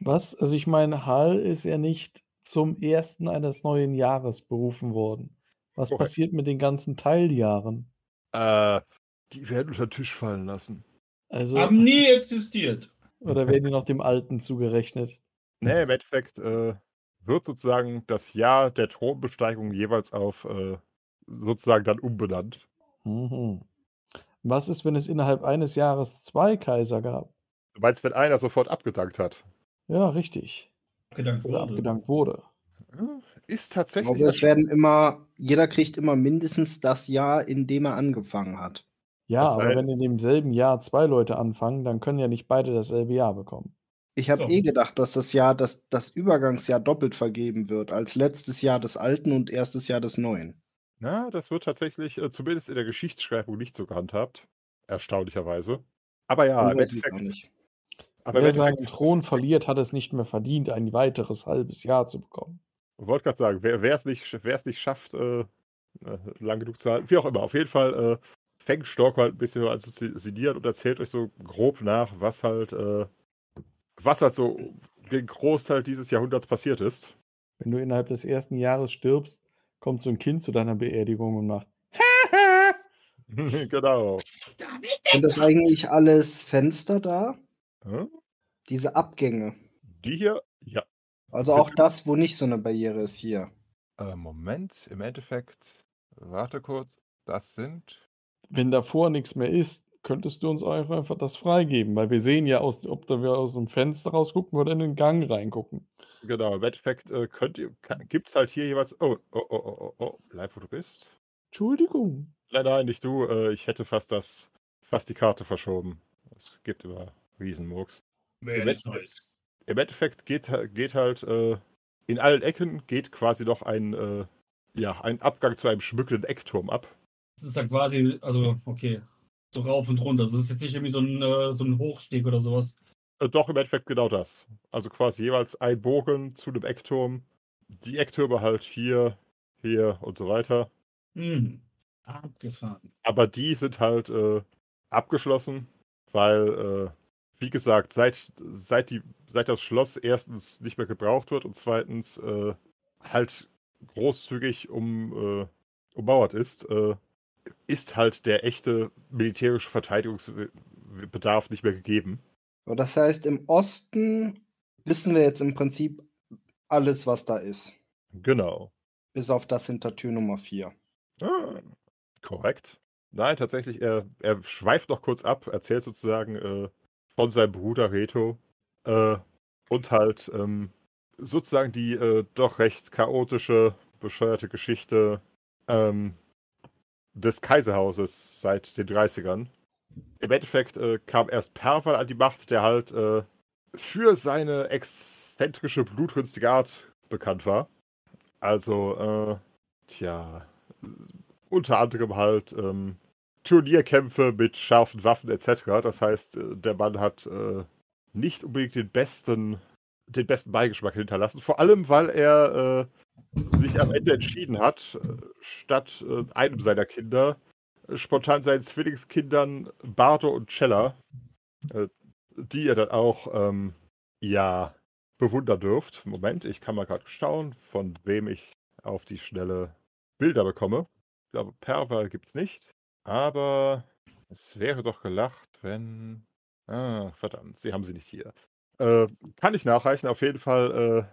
C: Was? Also ich meine, Hal ist ja nicht zum ersten eines neuen Jahres berufen worden. Was
B: Korrekt.
C: passiert mit den ganzen Teiljahren?
B: Äh, die werden unter den Tisch fallen lassen.
C: Also,
D: Haben nie existiert.
C: oder werden die noch dem Alten zugerechnet?
B: Nee, im Endeffekt äh, wird sozusagen das Jahr der Thronbesteigung jeweils auf äh, sozusagen dann umbenannt.
C: Mhm. Was ist, wenn es innerhalb eines Jahres zwei Kaiser gab?
B: Du meinst, wenn einer sofort abgedankt hat?
C: Ja, richtig.
D: Gedanken
C: Oder
D: wurde.
C: abgedankt wurde.
B: Hm, Ist
A: Ich
B: tatsächlich.
A: glaube, es werden immer, jeder kriegt immer mindestens das Jahr, in dem er angefangen hat.
C: Ja,
B: Das
C: aber
B: sei-
C: wenn in demselben Jahr zwei Leute anfangen, dann können ja nicht beide dasselbe Jahr bekommen.
A: Ich habe
D: Doch.
A: eh gedacht, dass das Jahr, dass das Übergangsjahr doppelt vergeben wird, als letztes Jahr des Alten und erstes Jahr des Neuen.
B: Na, das wird tatsächlich äh, zumindest in der Geschichtsschreibung nicht so gehandhabt. Erstaunlicherweise. Aber ja,
A: Ah,
B: im
A: weiß ich auch
B: Endeffekt,
A: nicht.
B: aber im
C: Wer
B: Endeffekt,
C: seinen Thron verliert, hat es nicht mehr verdient, ein weiteres halbes Jahr zu bekommen.
B: ich wollte gerade sagen, wer wer es nicht, sch- wer es nicht schafft, äh, äh, lang genug zu halten, wie auch immer, auf jeden Fall äh, fängt Stork halt ein bisschen an zu se- sedieren und erzählt euch so grob nach, was halt, äh, was halt so den Großteil dieses Jahrhunderts passiert ist.
C: Wenn du innerhalb des ersten Jahres stirbst, kommt so ein Kind zu deiner Beerdigung und macht.
B: genau.
A: Sind das eigentlich alles Fenster da?
B: Hm?
A: Diese Abgänge.
B: Die hier, ja,
A: Also auch das, wo nicht so eine Barriere ist hier.
B: Äh, Moment, im Endeffekt, warte kurz, das sind.
C: Wenn davor nichts mehr ist, könntest du uns auch einfach das freigeben, weil wir sehen ja, aus, ob da wir aus dem Fenster rausgucken oder in den Gang reingucken.
B: Genau, im Endeffekt äh, könnt ihr, gibt es halt hier jeweils. Oh, oh, oh, oh, oh, oh, bleib wo du bist.
C: Entschuldigung.
B: Nein, nein, nicht du. Äh, ich hätte fast das, fast die Karte verschoben. Es gibt immer Riesenmurks.
D: Wer
B: Moment.
D: nichts Neues.
B: Im Endeffekt geht, ha- geht halt äh, in allen Ecken geht quasi noch ein, äh, ja, ein Abgang zu einem schmückenden Eckturm ab.
D: Das ist ja quasi, also, okay, so rauf und runter. Das ist jetzt nicht irgendwie so ein, äh, so ein Hochsteg oder sowas.
B: Äh, Doch, im Endeffekt genau das. Also quasi jeweils ein Bogen zu einem Eckturm. Die Ecktürme halt hier, hier und so weiter.
D: Hm. Abgefahren.
B: Aber die sind halt äh, abgeschlossen, weil, äh, wie gesagt, seit, seit, die, seit das Schloss erstens nicht mehr gebraucht wird und zweitens äh, halt großzügig um, äh, ummauert ist, äh, ist halt der echte militärische Verteidigungsbedarf nicht mehr gegeben.
A: Aber das heißt, im Osten wissen wir jetzt im Prinzip alles, was da ist.
B: Genau.
A: Bis auf das hinter Tür Nummer 4.
B: Ah, korrekt. Nein, tatsächlich, er, er schweift noch kurz ab, erzählt sozusagen äh, von seinem Bruder Reto äh, und halt ähm, sozusagen die äh, doch recht chaotische, bescheuerte Geschichte ähm, des Kaiserhauses seit den 30ern. Im Endeffekt äh, kam erst Perval an die Macht, der halt äh, für seine exzentrische, blutrünstige Art bekannt war. Also, äh, tja, unter anderem halt ähm, Turnierkämpfe mit scharfen Waffen etc. Das heißt, äh, der Mann hat äh, nicht unbedingt den besten, den besten Beigeschmack hinterlassen. Vor allem, weil er äh, sich am Ende entschieden hat, äh, statt äh, einem seiner Kinder äh, spontan seinen Zwillingskindern Bardo und Cella, äh, die ihr dann auch ähm, ja bewundern dürft. Moment, ich kann mal gerade schauen, von wem ich auf die schnelle Bilder bekomme. Ich glaube, Perval gibt es nicht. Aber es wäre doch gelacht, wenn. Ah, verdammt, sie haben sie nicht hier. Äh, kann ich nachreichen, auf jeden Fall. Äh,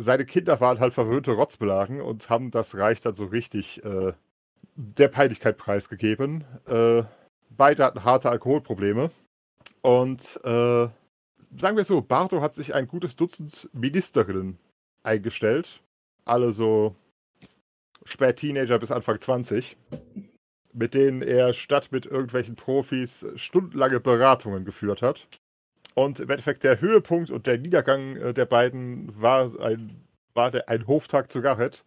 B: seine Kinder waren halt verwöhnte Rotzbelagen und haben das Reich dann so richtig äh, der Peinlichkeit preisgegeben. Äh, beide hatten harte Alkoholprobleme. Und äh, sagen wir es so, Bardo hat sich ein gutes Dutzend Ministerinnen eingestellt. Alle so spät Teenager bis Anfang 20. Mit denen er statt mit irgendwelchen Profis stundenlange Beratungen geführt hat. Und im Endeffekt der Höhepunkt und der Niedergang äh, der beiden war ein, war der, ein Hoftag zu Garrett,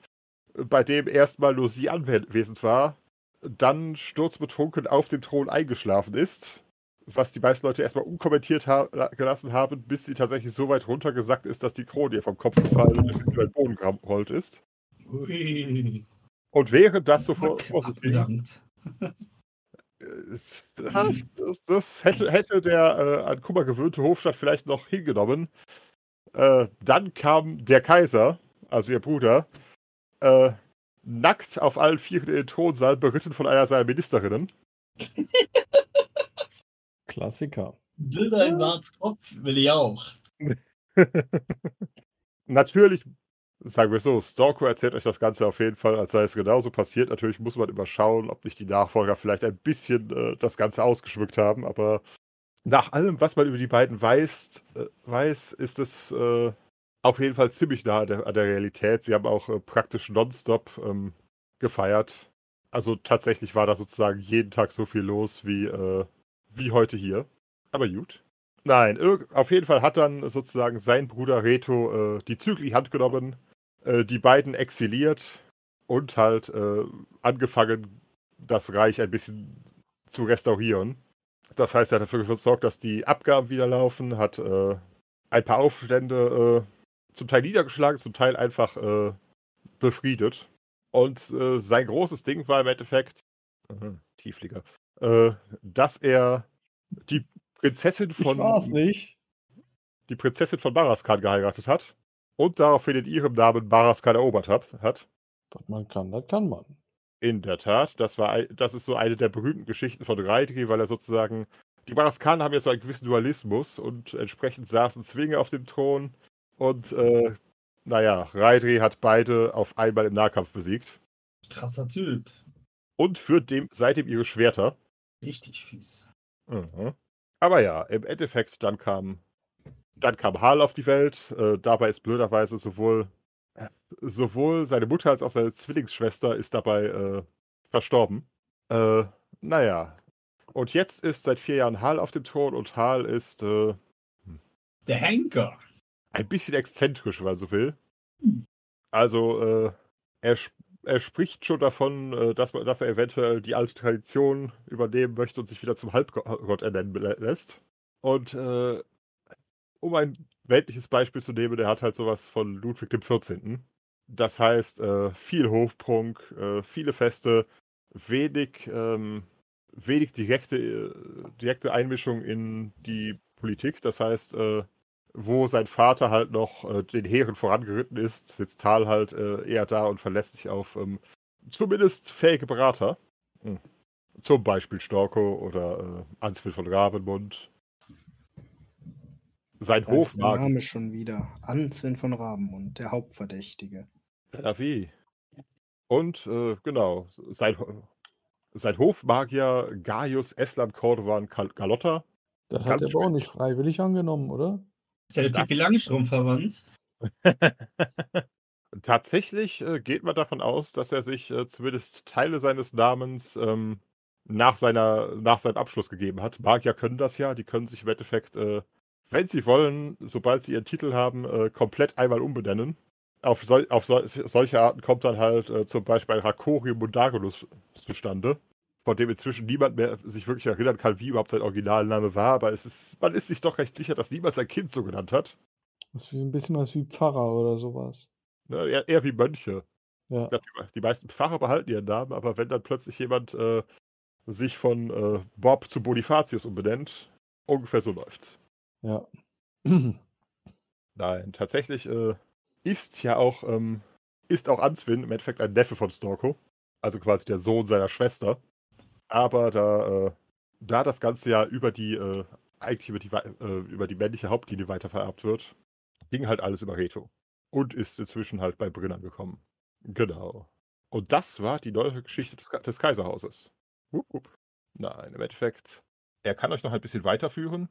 B: bei dem erstmal nur sie anwesend war, dann sturzbetrunken auf dem Thron eingeschlafen ist, was die meisten Leute erstmal unkommentiert ha gelassen haben, bis sie tatsächlich so weit runtergesackt ist, dass die Krone ihr vom Kopf gefallen und über den Boden gerollt ist.
D: Ui.
B: Und während das so vor,
D: Fuck,
B: vor sich ging,
D: abgedankt.
B: Es- Das, das hätte, hätte der äh, an Kummer gewöhnte Hofstadt vielleicht noch hingenommen. Äh, dann kam der Kaiser, also ihr Bruder, äh, nackt auf allen Vieren in den Thronsaal, beritten von einer seiner Ministerinnen.
C: Klassiker.
D: Bilder in Barts Kopf will ich auch.
B: Natürlich, sagen wir so, Stalker erzählt euch das Ganze auf jeden Fall, als sei es genauso passiert. Natürlich muss man immer schauen, ob nicht die Nachfolger vielleicht ein bisschen äh, das Ganze ausgeschmückt haben, aber nach allem, was man über die beiden weiß, äh, weiß ist es äh, auf jeden Fall ziemlich nah an der, an der Realität. Sie haben auch äh, praktisch nonstop ähm, gefeiert. Also tatsächlich war da sozusagen jeden Tag so viel los wie, äh, wie heute hier. Aber gut. Nein, irg- auf jeden Fall hat dann sozusagen sein Bruder Reto äh, die Zügel in die Hand genommen, äh, die beiden exiliert und halt äh, angefangen, das Reich ein bisschen zu restaurieren. Das heißt, er hat dafür gesorgt, dass die Abgaben wieder laufen, hat äh, ein paar Aufstände äh, zum Teil niedergeschlagen, zum Teil einfach äh, befriedet. Und äh, sein großes Ding war im Endeffekt, mhm, Tieflinger, äh, dass er die Prinzessin
C: Ich
B: von
C: war's nicht.
B: die Prinzessin von Baraskan geheiratet hat und daraufhin in ihrem Namen Baraskan erobert hat. hat.
C: Was man kann, das kann man.
B: In der Tat, das, war, ein- das ist so eine der berühmten Geschichten von Reitri, weil er sozusagen. Die Baraskaner haben ja so einen gewissen Dualismus und entsprechend saßen Zwinge auf dem Thron. Und, äh, naja, Reitri hat beide auf einmal im Nahkampf besiegt
D: Krasser Typ.
B: und führt dem, seitdem ihre Schwerter.
D: Richtig fies.
B: Mhm. Aber ja, im Endeffekt, dann kam, dann kam Hal auf die Welt. Äh, dabei ist blöderweise sowohl, äh, sowohl seine Mutter als auch seine Zwillingsschwester ist dabei äh, verstorben. Äh, naja. Und jetzt ist seit vier Jahren Hal auf dem Thron und Hal ist äh,
D: Der Henker.
B: ein bisschen exzentrisch, wenn man so will.
D: Hm.
B: Also, äh, er, sp- er spricht schon davon, äh, dass, man, dass er eventuell die alte Tradition übernehmen möchte und sich wieder zum Halbgott ernennen lä- lässt. Und äh, um ein weltliches Beispiel zu nehmen, der hat halt sowas von Ludwig dem 14. Das heißt, äh, viel Hofprunk, äh, viele Feste, wenig, ähm, wenig direkte, äh, direkte Einmischung in die Politik. Das heißt, äh, wo sein Vater halt noch äh, den Heeren vorangeritten ist, sitzt Tal halt äh, eher da und verlässt sich auf ähm, zumindest fähige Berater. Hm. Zum Beispiel Storko oder äh, Ansfeld von Rabenmund. Sein
A: Da ist Der
B: Hofmagen.
A: Name schon wieder. Anzwin von Rabenmund, der Hauptverdächtige.
B: Ravi. Und äh, genau, sein, Ho- sein Hofmagier Gaius Eslan Cordovan Kal- Galotta.
C: Das
B: Ganz
C: hat er aber auch nicht freiwillig angenommen, oder?
D: Ist der mit Pippi Langstrumpf verwandt?
B: Tatsächlich äh, geht man davon aus, dass er sich äh, zumindest Teile seines Namens ähm, nach, seiner, nach seinem Abschluss gegeben hat. Magier können das ja, die können sich im Endeffekt, äh, wenn sie wollen, sobald sie ihren Titel haben, äh, komplett einmal umbenennen. Auf, sol auf sol solche Arten kommt dann halt äh, zum Beispiel ein Rakorium Mundagulus zustande, von dem inzwischen niemand mehr sich wirklich erinnern kann, wie überhaupt sein Originalname war, aber es ist, man ist sich doch recht sicher, dass niemals sein Kind so genannt hat.
C: Das ist wie- ein bisschen was wie Pfarrer oder sowas.
B: Ne? Eher, eher wie Mönche.
C: Ja.
B: Ja, die- die meisten Pfarrer behalten ihren Namen, aber wenn dann plötzlich jemand äh, sich von äh, Bob zu Bonifatius umbenennt, ungefähr so läuft's.
C: ja.
B: Nein, tatsächlich äh, ist ja auch, ähm, ist auch Answin im Endeffekt ein Neffe von Storko, also quasi der Sohn seiner Schwester. Aber da, äh, da das Ganze ja über die, äh, eigentlich über die, wei- äh, über die männliche Hauptlinie weitervererbt wird, ging halt alles über Reto. Und ist inzwischen halt bei Brinn angekommen. Genau. Und das war die neue Geschichte des, Ka- des Kaiserhauses. Wupp, wupp. Nein, im Endeffekt, er kann euch noch ein bisschen weiterführen.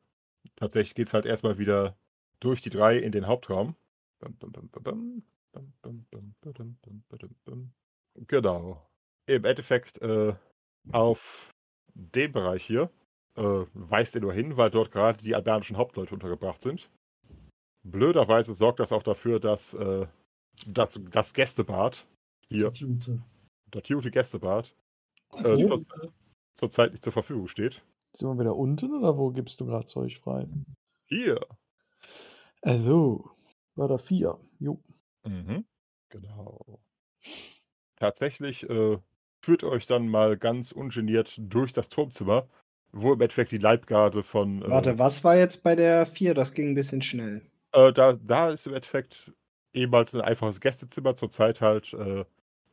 B: Tatsächlich geht es halt erstmal wieder durch die drei in den Hauptraum. Bum, bum, bum, bum, bum. Bum, bum, bum, badum, bum, badum, bum. Genau. Im Endeffekt äh, auf den Bereich hier äh, weist er nur hin, weil dort gerade die albanischen Hauptleute untergebracht sind. Blöderweise sorgt das auch dafür, dass äh, das, das Gästebad hier
D: Jute.
B: der Duty Gästebad
D: Ach,
B: das
D: Jute.
B: zurzeit nicht zur Verfügung steht.
C: Sind wir wieder unten oder wo gibst du gerade Zeug frei?
B: Hier.
C: Also, war da vier. Jo.
B: Genau. Tatsächlich äh, führt euch dann mal ganz ungeniert durch das Turmzimmer, wo im Endeffekt die Leibgarde von. Äh,
A: Warte, was war jetzt bei der 4? Das ging ein bisschen schnell.
B: Äh, da, da ist im Endeffekt ehemals ein einfaches Gästezimmer, zurzeit halt äh,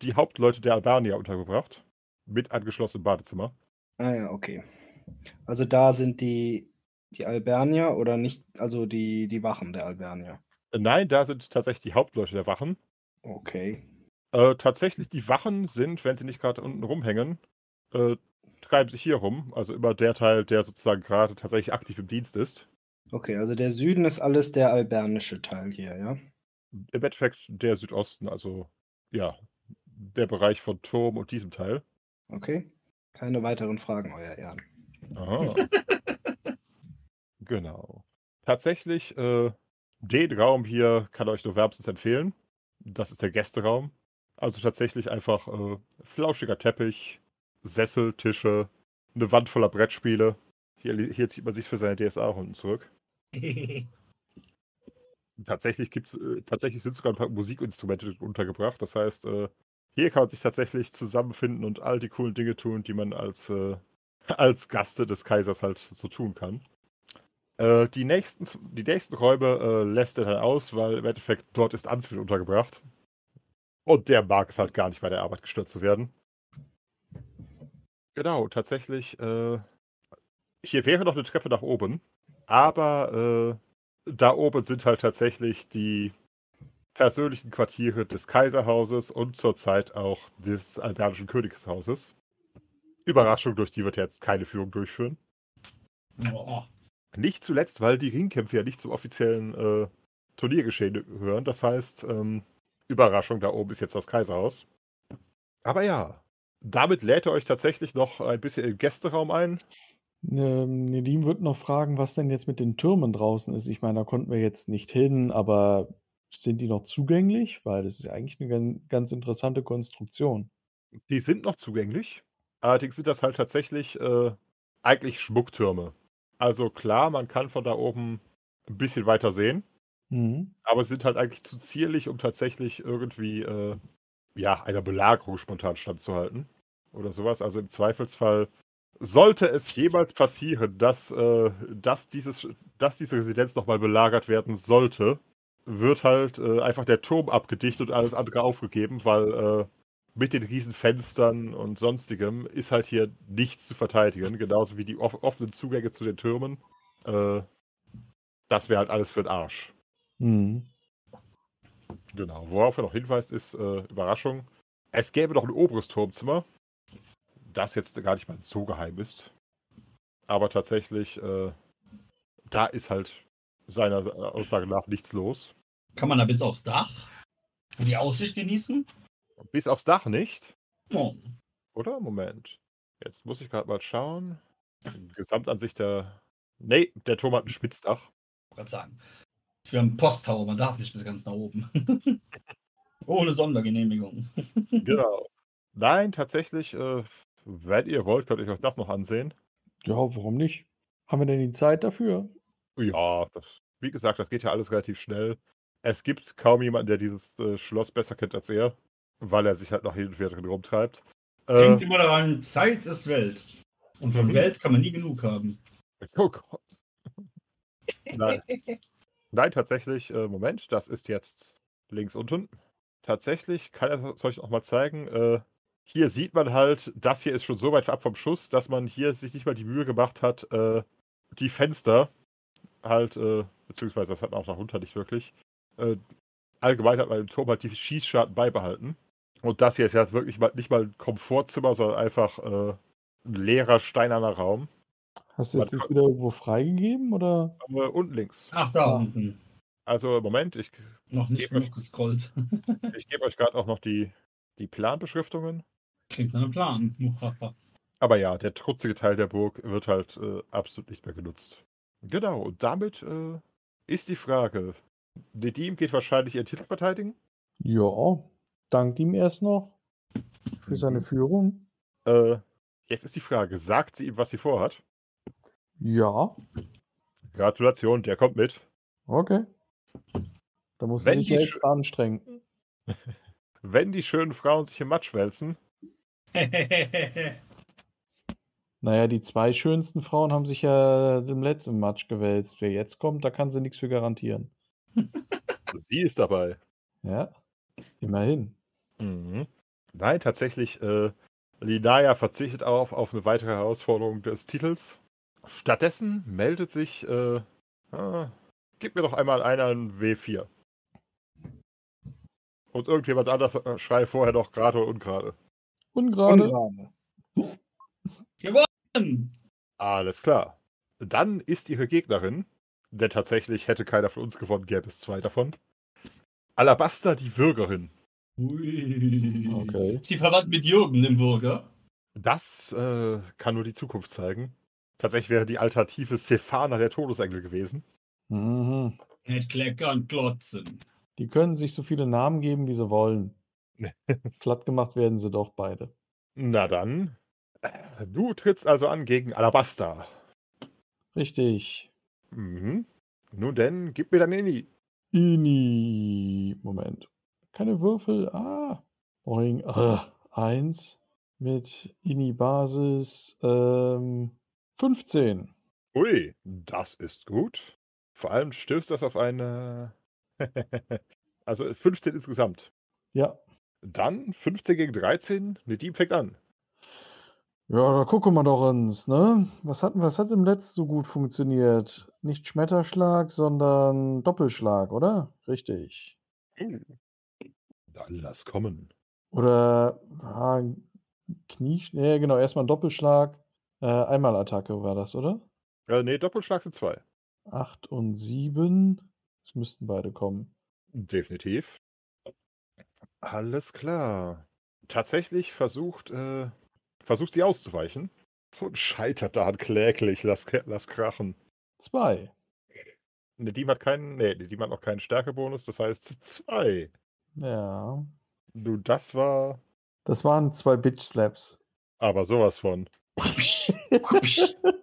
B: die Hauptleute der Albanier untergebracht, mit angeschlossenem Badezimmer.
A: Ah ja, okay. Also da sind die, die Albernier oder nicht, also die, die Wachen der Albernier.
B: Äh, nein, da sind tatsächlich die Hauptleute der Wachen.
A: Okay.
B: Äh, tatsächlich, die Wachen sind, wenn sie nicht gerade unten rumhängen, äh, treiben sich hier rum. Also immer der Teil, der sozusagen gerade tatsächlich aktiv im Dienst ist.
A: Okay, also der Süden ist alles der albernische Teil hier, ja?
B: Im Endeffekt der Südosten, also ja, der Bereich von Turm und diesem Teil.
A: Okay. Keine weiteren Fragen, Euer Ehren.
B: Aha. Ah. genau. Tatsächlich, äh, den Raum hier kann euch nur wärmstens empfehlen. Das ist der Gästeraum. Also tatsächlich einfach äh, flauschiger Teppich, Sessel, Tische, eine Wand voller Brettspiele. Hier, li- hier zieht man sich für seine DSA-Runden zurück. Tatsächlich gibt's, äh, tatsächlich sind sogar ein paar Musikinstrumente untergebracht. Das heißt, äh, hier kann man sich tatsächlich zusammenfinden und all die coolen Dinge tun, die man als äh, als Gaste des Kaisers halt so tun kann. Äh, die, nächsten, die nächsten Räume äh, lässt er dann aus, weil im Endeffekt dort ist Ansfield untergebracht. Und der mag es halt gar nicht, bei der Arbeit gestört zu werden. Genau, tatsächlich. Äh, hier wäre noch eine Treppe nach oben, aber äh, da oben sind halt tatsächlich die persönlichen Quartiere des Kaiserhauses und zurzeit auch des albanischen Königshauses. Überraschung, durch die wird jetzt keine Führung durchführen.
D: Oh,
B: Nicht zuletzt, weil die Ringkämpfe ja nicht zum offiziellen äh, Turniergeschehen gehören. Das heißt, ähm, Überraschung, da oben ist jetzt das Kaiserhaus. Aber ja, damit lädt er euch tatsächlich noch ein bisschen in den Gästeraum ein.
C: Ähm, Nedim wird noch fragen, was denn jetzt mit den Türmen draußen ist. Ich meine, da konnten wir jetzt nicht hin, aber sind die noch zugänglich? Weil das ist ja eigentlich eine gan- ganz interessante Konstruktion.
B: Die sind noch zugänglich. Allerdings sind das halt tatsächlich äh, eigentlich Schmucktürme. Also klar, man kann von da oben ein bisschen weiter sehen.
C: Mhm.
B: aber sie sind halt eigentlich zu zierlich, um tatsächlich irgendwie äh, ja, einer Belagerung spontan standzuhalten oder sowas. Also im Zweifelsfall sollte es jemals passieren, dass, äh, dass, dieses, dass diese Residenz nochmal belagert werden sollte, wird halt äh, einfach der Turm abgedichtet und alles andere aufgegeben, weil äh, mit den riesen Fenstern und sonstigem ist halt hier nichts zu verteidigen, genauso wie die off offenen Zugänge zu den Türmen. Äh, das wäre halt alles für den Arsch.
C: Mhm.
B: Genau, worauf er noch hinweist, ist äh, Überraschung. Es gäbe noch ein oberes Turmzimmer, das jetzt gar nicht mal so geheim ist. Aber tatsächlich, äh, da ist halt seiner Aussage nach nichts los.
D: Kann man da bis aufs Dach und die Aussicht genießen?
B: Bis aufs Dach nicht,
D: Oh,
B: oder? Moment. Jetzt muss ich gerade mal schauen. Gesamtansicht der. Nee, der Turm hat ein Spitzdach.
D: Gott sagen. Das ist wie ein Posttower, man darf nicht bis ganz nach oben. Ohne Sondergenehmigung.
B: Genau. Nein, tatsächlich, äh, wenn ihr wollt, könnt ihr euch das noch ansehen.
C: Ja, warum nicht? Haben wir denn die Zeit dafür?
B: Ja, das, wie gesagt, das geht ja alles relativ schnell. Es gibt kaum jemanden, der dieses äh, Schloss besser kennt als er, weil er sich halt nach hin und wieder drin rumtreibt.
D: Denkt
B: Äh, Mhm.
D: immer daran, Zeit ist Welt. Und von Welt kann man nie genug haben.
B: oh Gott. Nein. Nein, tatsächlich, äh, Moment, das ist jetzt links unten. Tatsächlich kann er es euch noch mal zeigen. Äh, hier sieht man halt, das hier ist schon so weit ab vom Schuss, dass man hier sich nicht mal die Mühe gemacht hat, äh, die Fenster halt, äh, beziehungsweise das hat man auch darunter nicht wirklich. Äh, allgemein hat man im Turm halt die Schießscharten beibehalten. Und das hier ist jetzt wirklich mal, nicht mal ein Komfortzimmer, sondern einfach äh, ein leerer steinerner Raum.
C: Hast du
B: Warte,
C: jetzt das wieder irgendwo freigegeben oder?
B: Äh, Und links.
D: Ach, da
C: Ah.
D: unten.
B: Also Moment, ich,
D: Noch nicht
B: Eben.
D: genug gescrollt.
B: ich gebe euch gerade auch noch die, die Planbeschriftungen.
D: Klingt nach einem Plan. Muhaha.
B: Aber ja, der trutzige Teil der Burg wird halt äh, absolut nicht mehr genutzt. Genau, und damit äh, ist die Frage. Nedim geht wahrscheinlich ihren Titel verteidigen.
C: Ja, dankt ihm erst noch für seine Führung.
B: Äh, jetzt ist die Frage, sagt sie ihm, was sie vorhat?
C: Ja,
B: Gratulation, der kommt mit.
C: okay. Da muss er
B: Wenn
C: sich
B: die
C: ja
B: Sch-
C: extra anstrengen.
B: Wenn die schönen Frauen sich im Matsch wälzen,
C: Naja, die zwei schönsten Frauen haben sich ja im letzten Match gewälzt. Wer jetzt kommt, da kann sie nichts für garantieren.
B: sie ist dabei.
C: Ja, immerhin.
B: Mhm. Nein, tatsächlich, äh, Linaya verzichtet auf, auf eine weitere Herausforderung des Titels. Stattdessen meldet sich, äh, ah, gib mir doch einmal einer ein W4. Und irgendjemand anders äh, schreit vorher noch gerade und ungerade.
C: Ungerade.
A: Ungerade.
D: Mann,
B: Alles klar. Dann ist ihre Gegnerin, denn tatsächlich hätte keiner von uns gewonnen, gäbe es zwei davon. Alabaster, die Würgerin.
D: Ui.
C: Okay.
D: Ist die verwandt mit Jürgen, dem Burger?
B: Das äh, kann nur die Zukunft zeigen. Tatsächlich wäre die Alternative Sefana der Todesengel gewesen.
C: Mhm.
D: Nicht kleckern, klotzen.
C: Die können sich so viele Namen geben, wie sie wollen. Platt gemacht werden sie doch beide.
B: Na dann. Du trittst also an gegen Alabaster.
C: Richtig.
B: Mhm. Nun denn, gib mir deine Ini.
C: Ini. Moment. Keine Würfel. Ah. Boing. Ah. Eins. Mit Ini-Basis. Ähm, 15.
B: Ui, das ist gut. Vor allem stößt das auf eine. also 15 insgesamt.
C: Ja.
B: Dann 15 gegen 13. Nedim fängt an.
C: Ja, da gucken wir doch ins, ne? Was hat, was hat im letzten so gut funktioniert? Nicht Schmetterschlag, sondern Doppelschlag, oder? Richtig.
B: Dann lass kommen.
C: Oder ah, Knie. Ja, genau, erstmal Doppelschlag. Äh, einmal Attacke war das, oder?
B: Äh, nee, Doppelschlag sind zwei.
C: 8 und 7. Es müssten beide kommen.
B: Definitiv. Alles klar. Tatsächlich versucht, äh, versucht sie auszuweichen und scheitert daran kläglich. Lass, lass krachen.
C: 2.
B: Nedim hat keinen, nee, Nedim hat noch keinen Stärkebonus, das heißt zwei.
C: Ja.
B: Du, das war
C: Das waren zwei Bitch Slaps.
B: aber sowas von.
D: Kupsch.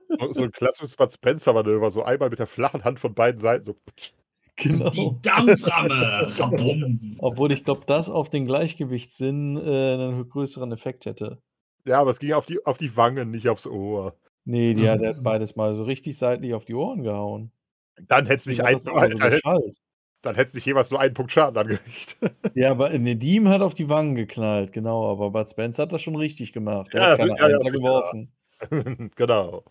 B: So so ein klassisches Bud Spencer-Manöver, so einmal mit der flachen Hand von beiden Seiten, so
A: Genau.
D: Die Dampframme. Rabum.
C: Genau. Obwohl ich glaube, das auf den Gleichgewichtssinn äh, einen größeren Effekt hätte.
B: Ja, aber es ging auf die, auf die Wangen, nicht aufs Ohr.
C: Nee, die hat, der hat
D: Mhm.
C: beides mal so richtig seitlich auf die Ohren gehauen.
B: Dann hätte es nicht,
C: Deswegen hat
B: ein,
C: das immer so
B: dann hätt's-
C: geschallt.
B: dann hätt's nicht jeweils nur einen Punkt Schaden angerichtet.
C: Ja, aber Nedim hat auf die Wangen geknallt, genau. Aber Bud Spence hat das schon richtig gemacht. Der
B: Ja,
C: hat
B: das-
C: keine
B: ja, ja,
C: Einser
B: sicher.
C: geworfen.
B: genau.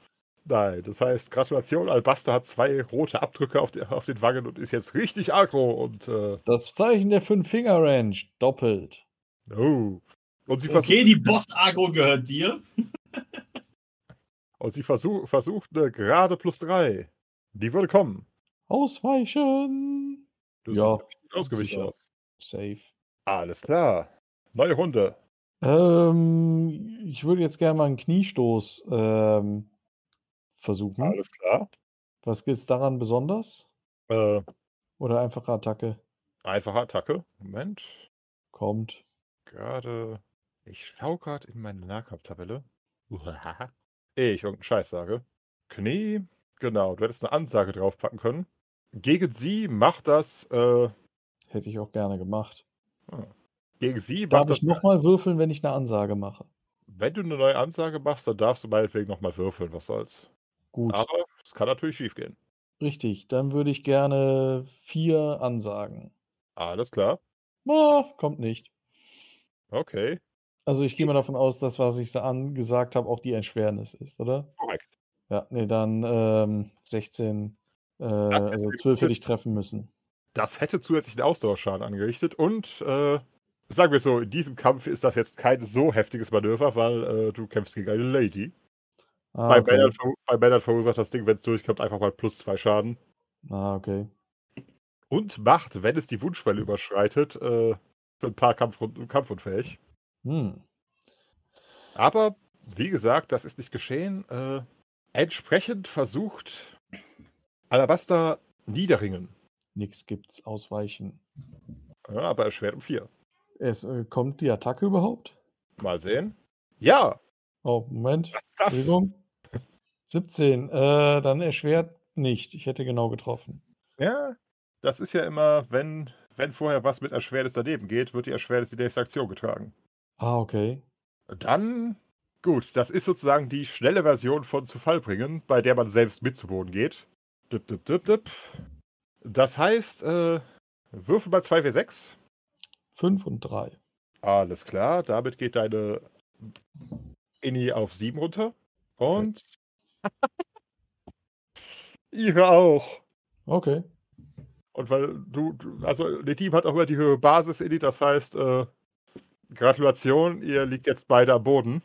B: Nein, das heißt, Gratulation, Albaster hat zwei rote Abdrücke auf, der, auf den Wangen und ist jetzt richtig aggro und äh,
C: Das Zeichen der Fünf-Finger-Range, doppelt.
B: oh. Und sie versucht,
D: Okay, die Boss-Agro gehört dir.
B: und sie versuch, versucht eine gerade plus drei. Die würde kommen.
C: Ausweichen.
B: Du
C: Ja,
B: siehst ziemlich gut ausgewichen
C: sicher.
B: aus.
C: Safe.
B: Alles klar. Neue Runde.
C: Ähm, ich würde jetzt gerne mal einen Kniestoß ähm, versuchen.
B: Alles klar.
C: Was ist daran besonders?
B: Äh,
C: Oder einfache Attacke?
B: einfache Attacke. Moment.
C: Kommt.
B: Gerade. Ich schaue gerade in meine Nahkampftabelle. Ehe ich irgendeinen Scheiß sage. Knie. Genau, du hättest eine Ansage draufpacken können. Gegen sie macht das. Äh,
C: Hätte ich auch gerne gemacht.
B: gegen sie macht
C: Darf
B: das.
C: ich nochmal würfeln, wenn ich eine Ansage mache?
B: Wenn du eine neue Ansage machst, dann darfst du meinetwegen nochmal würfeln. Was soll's.
C: Gut,
B: Aber es kann natürlich schief gehen.
C: richtig. Dann würde ich gerne vier Ansagen.
B: Alles klar.
C: Ah, kommt nicht.
B: Okay.
C: Also ich gehe mal davon aus, dass was ich so angesagt habe, auch die Erschwernis ist, oder?
B: Korrekt.
C: Ja, nee, dann ähm, 16, äh,
B: hätte
C: also
B: ich
C: 12 hätte ich
B: gewusst.
C: treffen müssen.
B: Das hätte zusätzlichen Ausdauerschaden angerichtet und äh, sagen wir so, in diesem Kampf ist das jetzt kein so heftiges Manöver, weil äh, du kämpfst gegen eine Lady.
C: Ah,
B: Bei,
C: okay.
B: Bernard, ver- bei Bernard verursacht das Ding, wenn es durchkommt, einfach mal plus zwei Schaden.
C: Ah, okay.
B: Und macht, wenn es die Wunschschwelle überschreitet, äh, für ein paar Kampfrunden kampfunfähig.
C: Hm.
B: Aber, wie gesagt, das ist nicht geschehen. Äh, entsprechend versucht Alabaster niederringen.
C: Nix gibt's ausweichen.
B: Ja, aber erschwert um vier.
C: Es äh, kommt die Attacke überhaupt?
B: Mal sehen. Ja,
C: Oh, Moment.
B: was ist das?
C: Entschuldigung. 17. Äh, dann erschwert nicht. Ich hätte genau getroffen.
B: Ja, das ist ja immer, wenn, wenn vorher was mit Erschwertes daneben geht, wird die Erschwertes die nächste Aktion getragen.
C: Ah, okay.
B: Dann, gut, das ist sozusagen die schnelle Version von zu Fall bringen, bei der man selbst mit zu Boden geht. Dip, dip, dip, dip. Das heißt, äh, würfel mal 2W6.
C: 5 und 3.
B: Alles klar, damit geht deine Inni auf 7 runter. Und ihre auch.
C: Okay.
B: Und weil du, du also Nedim hat auch immer die höhere Basis, Edi, das heißt, äh, Gratulation, ihr liegt jetzt beide am Boden.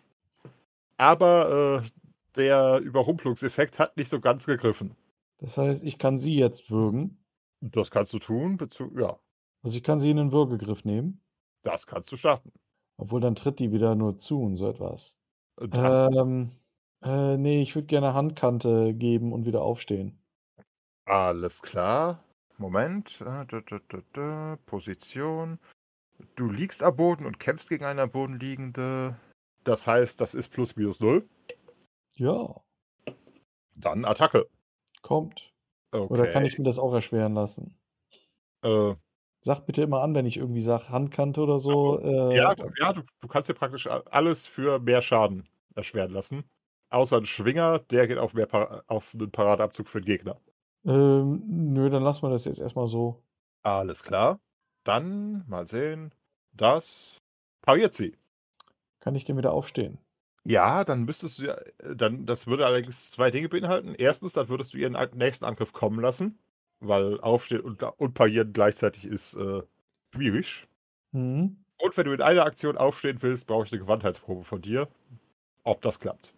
B: Aber äh, der Überrumpelungseffekt hat nicht so ganz gegriffen.
C: Das heißt, ich kann sie jetzt würgen.
B: Das kannst du tun, bezu ja,
C: Also ich kann sie in den Würgegriff nehmen.
B: das kannst du starten.
C: Obwohl, dann tritt die wieder nur zu und so etwas.
B: Das,
C: Ähm, äh, nee, ich würde gerne Handkante geben und wieder aufstehen.
B: Alles klar. Moment. Äh, da, da, da, da. Position. Du liegst am Boden und kämpfst gegen eine am Boden liegende. Das heißt, das ist plus minus null.
C: Ja,
B: Dann Attacke.
C: kommt.
B: Okay.
C: Oder kann ich mir das auch erschweren lassen?
B: äh,
C: Sag bitte immer an, wenn ich irgendwie sage, Handkante oder so. Äh,
B: Ja, du- ja du, du kannst dir praktisch a- alles für mehr Schaden erschweren lassen. Außer ein Schwinger, der geht auf, mehr Par auf einen Paradeabzug für den Gegner.
C: Ähm, nö, dann lassen wir das jetzt erstmal so.
B: Alles klar. Dann mal sehen. Das pariert sie.
C: Kann ich denn wieder aufstehen?
B: Ja, dann müsstest du ja, äh, dann, das würde allerdings zwei Dinge beinhalten. Erstens, dann würdest du ihren an- nächsten Angriff kommen lassen, weil Aufstehen und, und Parieren gleichzeitig ist äh, schwierig.
C: Hm?
B: Und wenn du in einer Aktion aufstehen willst, brauche ich eine Gewandheitsprobe von dir, ob das klappt.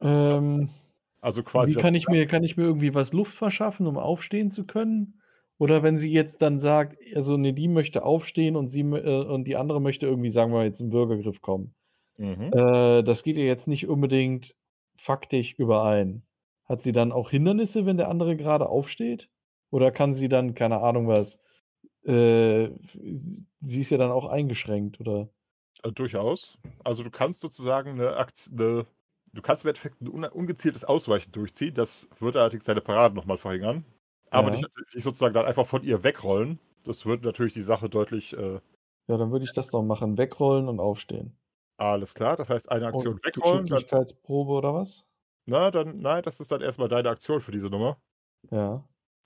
C: Ähm,
B: Also quasi.
C: wie
B: das-
C: kann ich, mir, kann ich mir irgendwie was Luft verschaffen, um aufstehen zu können? Oder wenn sie jetzt dann sagt, also nee, die möchte aufstehen und, sie, mö- äh, und die andere möchte irgendwie, sagen wir jetzt, im Bürgergriff kommen.
B: Mhm.
C: Äh, das geht ihr jetzt nicht unbedingt faktisch überein. Hat sie dann auch Hindernisse, wenn der andere gerade aufsteht? Oder kann sie dann, keine Ahnung was, äh, sie ist ja dann auch eingeschränkt, oder?
B: Äh, durchaus. Also du kannst sozusagen eine Aktion, eine, du kannst im Endeffekt ein un- ungezieltes Ausweichen durchziehen. Das würde allerdings deine Parade nochmal verringern. Aber
C: Ja.
B: dich, dich sozusagen dann einfach von ihr wegrollen. Das würde natürlich die Sache deutlich äh,
C: Ja, dann würde ich das doch machen. Wegrollen und aufstehen.
B: alles klar. Das heißt, eine Aktion
C: Und
B: wegrollen. Dann,
C: Geschicklichkeitsprobe oder was?
B: na, dann, nein, das ist dann erstmal deine Aktion für diese Nummer.
C: Ja.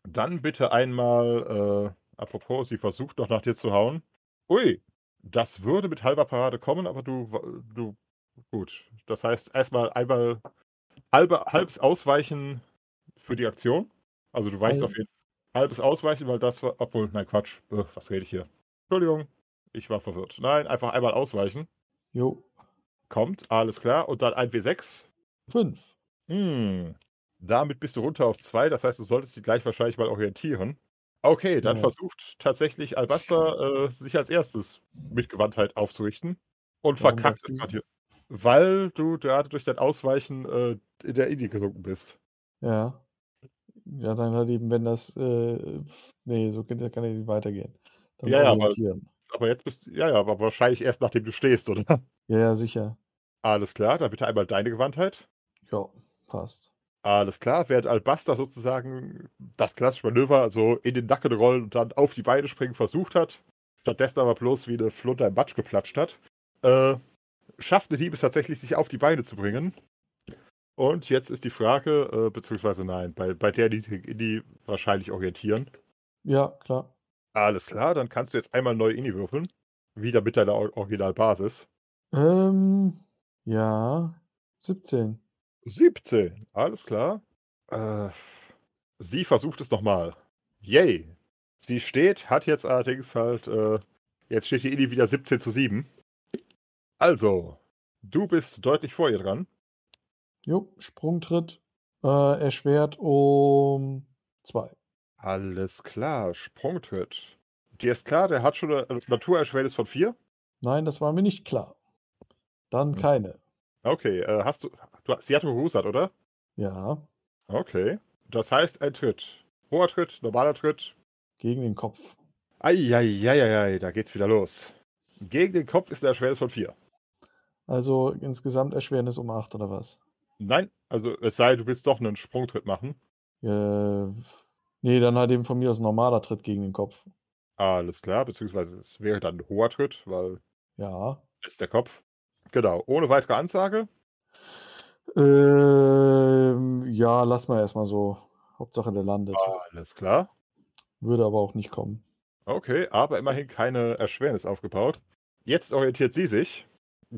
B: Dann bitte einmal, äh, apropos, sie versucht noch nach dir zu hauen. Ui, das würde mit halber Parade kommen, aber du, wa- du, gut. Das heißt, erstmal einmal halbe, halbes Ausweichen für die Aktion. Also du weichst
C: Halb-
B: auf jeden Fall. Halbes Ausweichen, weil das war, obwohl, nein, Quatsch. Äh, was rede ich hier? Entschuldigung, ich war verwirrt. Nein, einfach einmal ausweichen.
C: Jo.
B: Kommt, alles klar. Und dann ein W6.
C: Fünf.
B: Hm. Damit bist du runter auf zwei, das heißt, du solltest dich gleich wahrscheinlich mal orientieren. Okay, dann
C: Ja.
B: versucht tatsächlich Albaster äh, sich als erstes mit Gewandtheit aufzurichten und
C: Warum
B: verkackt
C: das
B: es
C: nicht?
B: gerade hier. Weil du gerade durch dein Ausweichen äh, in der Indie gesunken bist.
C: Ja. Ja, dann halt eben, wenn das. Äh, nee, so kann, kann ja nicht weitergehen. Dann
B: Ja, ja, aber-
C: orientieren.
B: Aber jetzt bist du, ja, ja, aber wahrscheinlich erst nachdem du stehst, oder?
C: Ja, ja, sicher.
B: Alles klar, dann bitte einmal deine Gewandtheit.
C: Ja, passt.
B: Alles klar, während Albaster sozusagen das klassische Manöver, also in den Nacken rollen und dann auf die Beine springen, versucht hat, stattdessen aber bloß wie eine Flunter im Matsch geplatscht hat, äh, schafft Nedim es tatsächlich, sich auf die Beine zu bringen. Und jetzt ist die Frage, äh, beziehungsweise nein, bei, bei der die, die wahrscheinlich orientieren.
C: Ja, klar.
B: Alles klar, dann kannst du jetzt einmal neu Inni würfeln. Wieder mit deiner Or- Originalbasis.
C: Ähm, ja. 17.
B: 17, alles klar. Äh, sie versucht es nochmal. Yay. Sie steht, hat jetzt allerdings halt äh, Jetzt steht hier Eli wieder 17 zu 7. Also, du bist deutlich vor ihr dran.
C: Jo, Sprungtritt äh, erschwert um zwei.
B: Alles klar, Sprungtritt. Dir ist klar, der hat schon eine Naturerschwernis von 4.
C: Nein, das war mir nicht klar. Dann
E: Hm.
C: keine.
B: Okay, äh, hast du, du. Sie hat Rusat, oder?
C: Ja,
B: Okay. Das heißt ein Tritt. Hoher Tritt, normaler Tritt.
C: gegen den Kopf.
B: Eieieiei, da geht's wieder los. Gegen den Kopf ist eine Erschwernis von 4.
C: Also insgesamt Erschwernis um acht oder was?
B: Nein, also es sei, du willst doch einen Sprungtritt machen.
C: Äh, nee, dann halt eben von mir aus ein normaler Tritt gegen den Kopf.
B: Alles klar, beziehungsweise es wäre dann ein hoher Tritt, weil
C: Ja.
B: es ist der Kopf. Genau, ohne weitere Ansage.
C: Ähm, ja, lass mal erstmal so. Hauptsache der landet.
B: Alles klar.
C: Würde aber auch nicht kommen.
B: Okay, aber immerhin keine Erschwernis aufgebaut. Jetzt orientiert sie sich.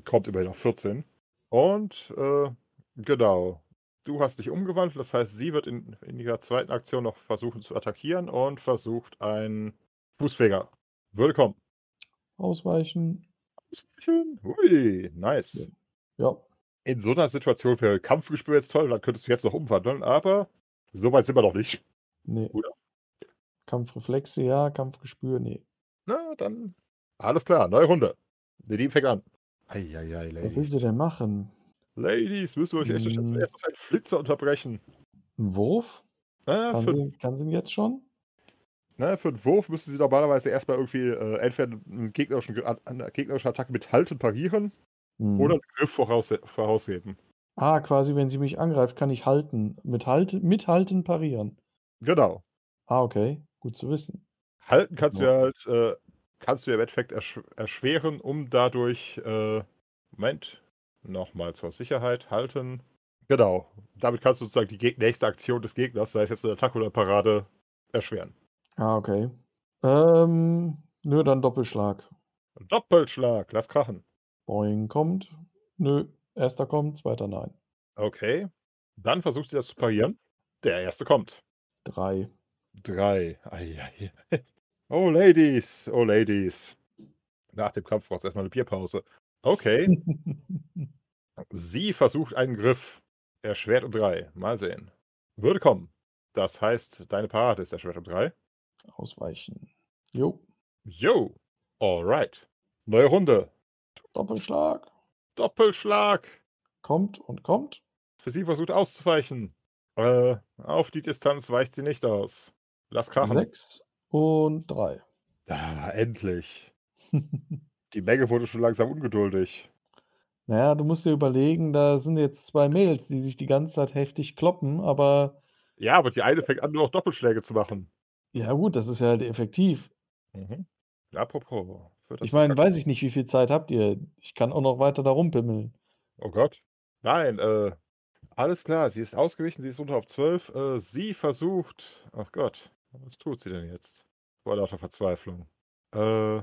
B: Kommt immerhin auf 14. Und, äh, genau. Du hast dich umgewandelt, das heißt, sie wird in, in ihrer zweiten Aktion noch versuchen zu attackieren und versucht ein Fußfeger. Würde kommen.
C: Ausweichen.
B: Hui, nice.
C: Ja. Ja.
B: In so einer Situation wäre Kampfgespür jetzt toll, dann könntest du jetzt noch umwandeln, aber so weit sind wir noch nicht.
C: Nee.
B: Oder?
C: Kampfreflexe, ja. Kampfgespür, nee.
B: Na, dann. Alles klar, neue Runde. Nedim fängt an. Eieiei,
C: Was will
B: Ladies. Hm.
C: sie denn machen?
B: Ladies, müssen wir euch echt
C: Mm.
B: erst auf einen Flitzer unterbrechen.
C: Ein Wurf?
B: Na,
C: Kann
B: für,
C: sie, kann sie ihn jetzt schon?
B: na, für einen Wurf müssen sie normalerweise erstmal irgendwie äh, entweder einen gegnerischen, Ge- an- eine gegnerische Attacke mit Halten parieren
C: Hm.
B: oder einen Griff voraus, vorausheben.
C: Ah, quasi, wenn sie mich angreift, kann ich halten. Mit halten, mithalten parieren.
B: Genau.
C: Ah, okay. Gut zu wissen.
B: Halten kannst du
C: Ja.
B: ja halt, äh, kannst du ja im Endeffekt ersch erschweren, um dadurch, äh, Moment, nochmal zur Sicherheit, halten. Genau. Damit kannst du sozusagen die Geg- nächste Aktion des Gegners, sei es jetzt eine Attacke oder eine Parade, erschweren.
C: Ah, okay. Ähm, nö, dann Doppelschlag.
B: Doppelschlag, lass krachen.
C: Boing kommt. Nö, erster kommt, zweiter nein.
B: Okay. Dann versucht sie das zu parieren. Der erste kommt.
C: Drei.
B: Drei. Ei, ei, ei. Oh, Ladies. Oh, Ladies. Nach dem Kampf braucht es erstmal eine Bierpause. Okay. Sie versucht einen Griff. Erschwert um drei. Mal sehen. Würde kommen. Das heißt, deine Parade ist erschwert um drei.
C: Ausweichen. Jo,
B: Yo. Alright. Neue Runde.
C: Doppelschlag.
B: Doppelschlag.
C: Kommt und kommt.
B: Für sie versucht auszuweichen. Äh, auf die Distanz weicht sie nicht aus. Lass krachen.
C: Sechs und drei.
B: Ah, endlich. Die Menge wurde schon langsam ungeduldig.
C: Naja, du musst dir überlegen, da sind jetzt zwei Mädels, die sich die ganze Zeit heftig kloppen, aber
B: Ja, aber die eine fängt an, nur noch Doppelschläge zu machen.
C: ja gut, das ist ja halt effektiv.
B: Mhm. Apropos. für das
C: Ich meine,
B: Verkacken-
C: weiß ich nicht, wie viel Zeit habt ihr. Ich kann auch noch weiter da rumpimmeln.
B: Oh Gott. Nein, äh, alles klar, sie ist ausgewichen, sie ist runter auf 12. Äh, sie versucht. Ach Gott, was tut sie denn jetzt? Vor lauter Verzweiflung. Äh.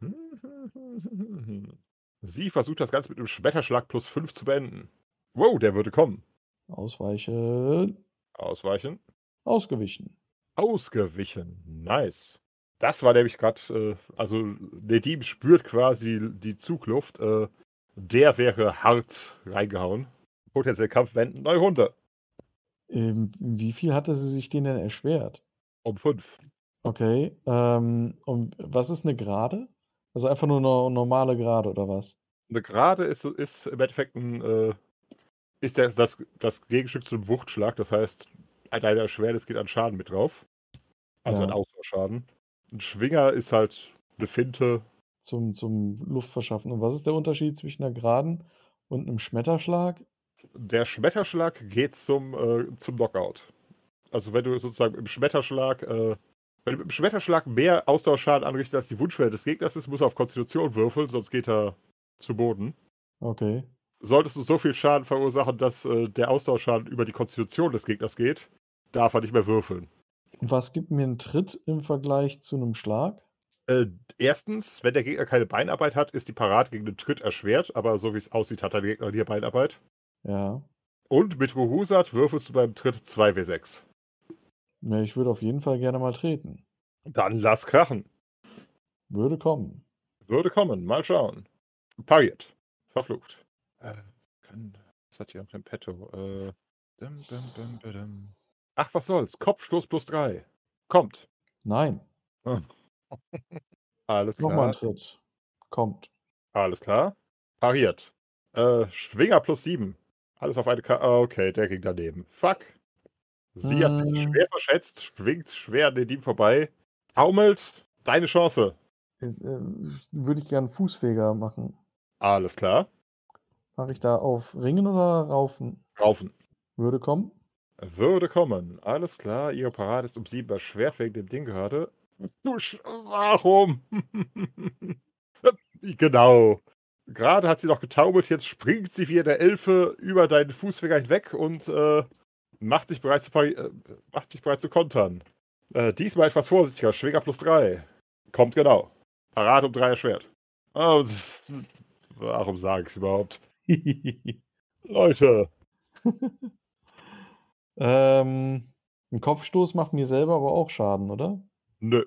B: Sie versucht das Ganze mit einem Schmetterschlag plus 5 zu beenden. Wow, der würde kommen.
C: Ausweichen.
B: Ausweichen.
C: Ausgewichen.
B: Ausgewichen. Nice. Das war nämlich gerade, äh, also Nedim spürt quasi die Zugluft. Äh, der wäre hart reingehauen. Potenziell Kampf wenden, neue Runde.
C: Ähm, wie viel hatte sie sich den denn erschwert?
B: Um fünf.
C: Okay. Ähm, und was ist eine Gerade? Also einfach nur eine normale Gerade oder was?
B: Eine Gerade ist, ist im Endeffekt ein, äh, ist das, das, das Gegenstück zum Wuchtschlag. Das heißt, deine Erschwernis geht an Schaden mit drauf. Also
C: Ja.
B: an Ausweichschaden. Ein Schwinger ist halt eine Finte.
C: Zum, zum Luftverschaffen. Und was ist der Unterschied zwischen einer Geraden und einem Schmetterschlag?
B: Der Schmetterschlag geht zum, äh, zum Knockout. Also wenn du sozusagen im Schmetterschlag, äh, wenn du mit dem Schmetterschlag mehr Ausdauerschaden anrichtest als die Wunschwelle des Gegners ist, muss er auf Konstitution würfeln, sonst geht er zu Boden.
C: Okay.
B: solltest du so viel Schaden verursachen, dass äh, der Ausdauerschaden über die Konstitution des Gegners geht, darf er nicht mehr würfeln.
C: Und was gibt mir ein Tritt im Vergleich zu einem Schlag?
B: Äh, erstens, wenn der Gegner keine Beinarbeit hat, ist die Parade gegen den Tritt erschwert, aber so wie es aussieht, hat der Gegner hier Beinarbeit.
C: Ja.
B: Und mit Ruhusat würfelst du beim Tritt 2w6.
C: Ja, ich würde auf jeden Fall gerne mal treten.
B: Dann lass krachen.
C: Würde kommen.
B: Würde kommen, mal schauen. Pariert. Verflucht. Äh, kann, was hat hier auf dem Petto? Äh, dum, dum, dum, dum, dum. Ach, was soll's? Kopfstoß plus drei. Kommt.
C: Nein.
B: Alles klar.
C: Nochmal ein Tritt. Kommt.
B: Alles klar. Pariert. Äh, Schwinger plus sieben. Alles auf eine Karte. Okay, der ging daneben. Fuck. Sie hat sich
C: Mm.
B: schwer verschätzt, schwingt schwer an den Dieb vorbei. Taumelt. Deine Chance.
C: Ist, äh, Würde ich gerne Fußfeger machen.
B: Alles klar.
C: Mache ich da auf Ringen oder Raufen?
B: Raufen.
C: Würde kommen.
B: Würde kommen. Alles klar. Ihre Parade ist um sieben erschwert wegen dem Ding gerade. Du Sch Warum? genau. Gerade hat sie noch getaumelt, jetzt springt sie wie der Elfe über deinen Fußfinger hinweg und äh, macht, sich bereit zu pari- äh, macht sich bereit zu kontern. Äh, diesmal etwas vorsichtiger, Schwinger plus drei. Kommt genau. Parade um drei erschwert. Oh, es ist- warum sage ich es überhaupt? Leute,
C: ähm, ein Kopfstoß macht mir selber aber auch Schaden, oder?
B: nö.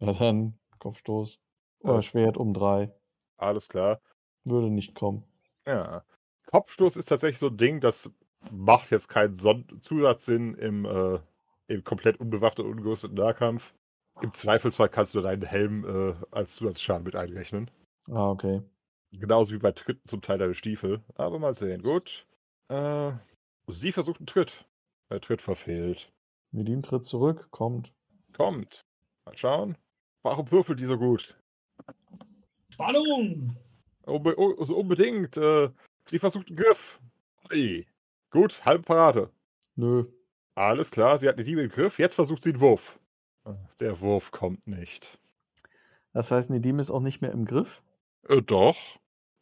C: Na dann, Kopfstoß. Oder
B: Ja.
C: Schwert um drei.
B: Alles klar.
C: Würde nicht kommen.
B: Ja. Kopfstoß ist tatsächlich so ein Ding, das macht jetzt keinen Son Zusatzsinn im, äh, im komplett unbewaffneten, ungerüsteten Nahkampf. Im Zweifelsfall kannst du deinen Helm äh, als Zusatzschaden mit einrechnen.
C: Ah, okay.
B: Genauso wie bei Tritten zum Teil deine Stiefel. Aber mal sehen. Gut. Äh, sie versucht einen Tritt. Der Tritt verfehlt.
C: Mit ihm tritt zurück, kommt.
B: Kommt. Mal schauen. Warum würfelt die so gut?
D: Spannung!
B: Unbe un- so unbedingt. Äh, sie versucht einen Griff. Ui. Gut, halbe Parade.
C: Nö.
B: Alles klar, sie hat eine Diebe im Griff. Jetzt versucht sie einen Wurf. Ach, Der Wurf kommt nicht.
C: Das heißt, Nedim ist auch nicht mehr im Griff.
B: Äh, doch.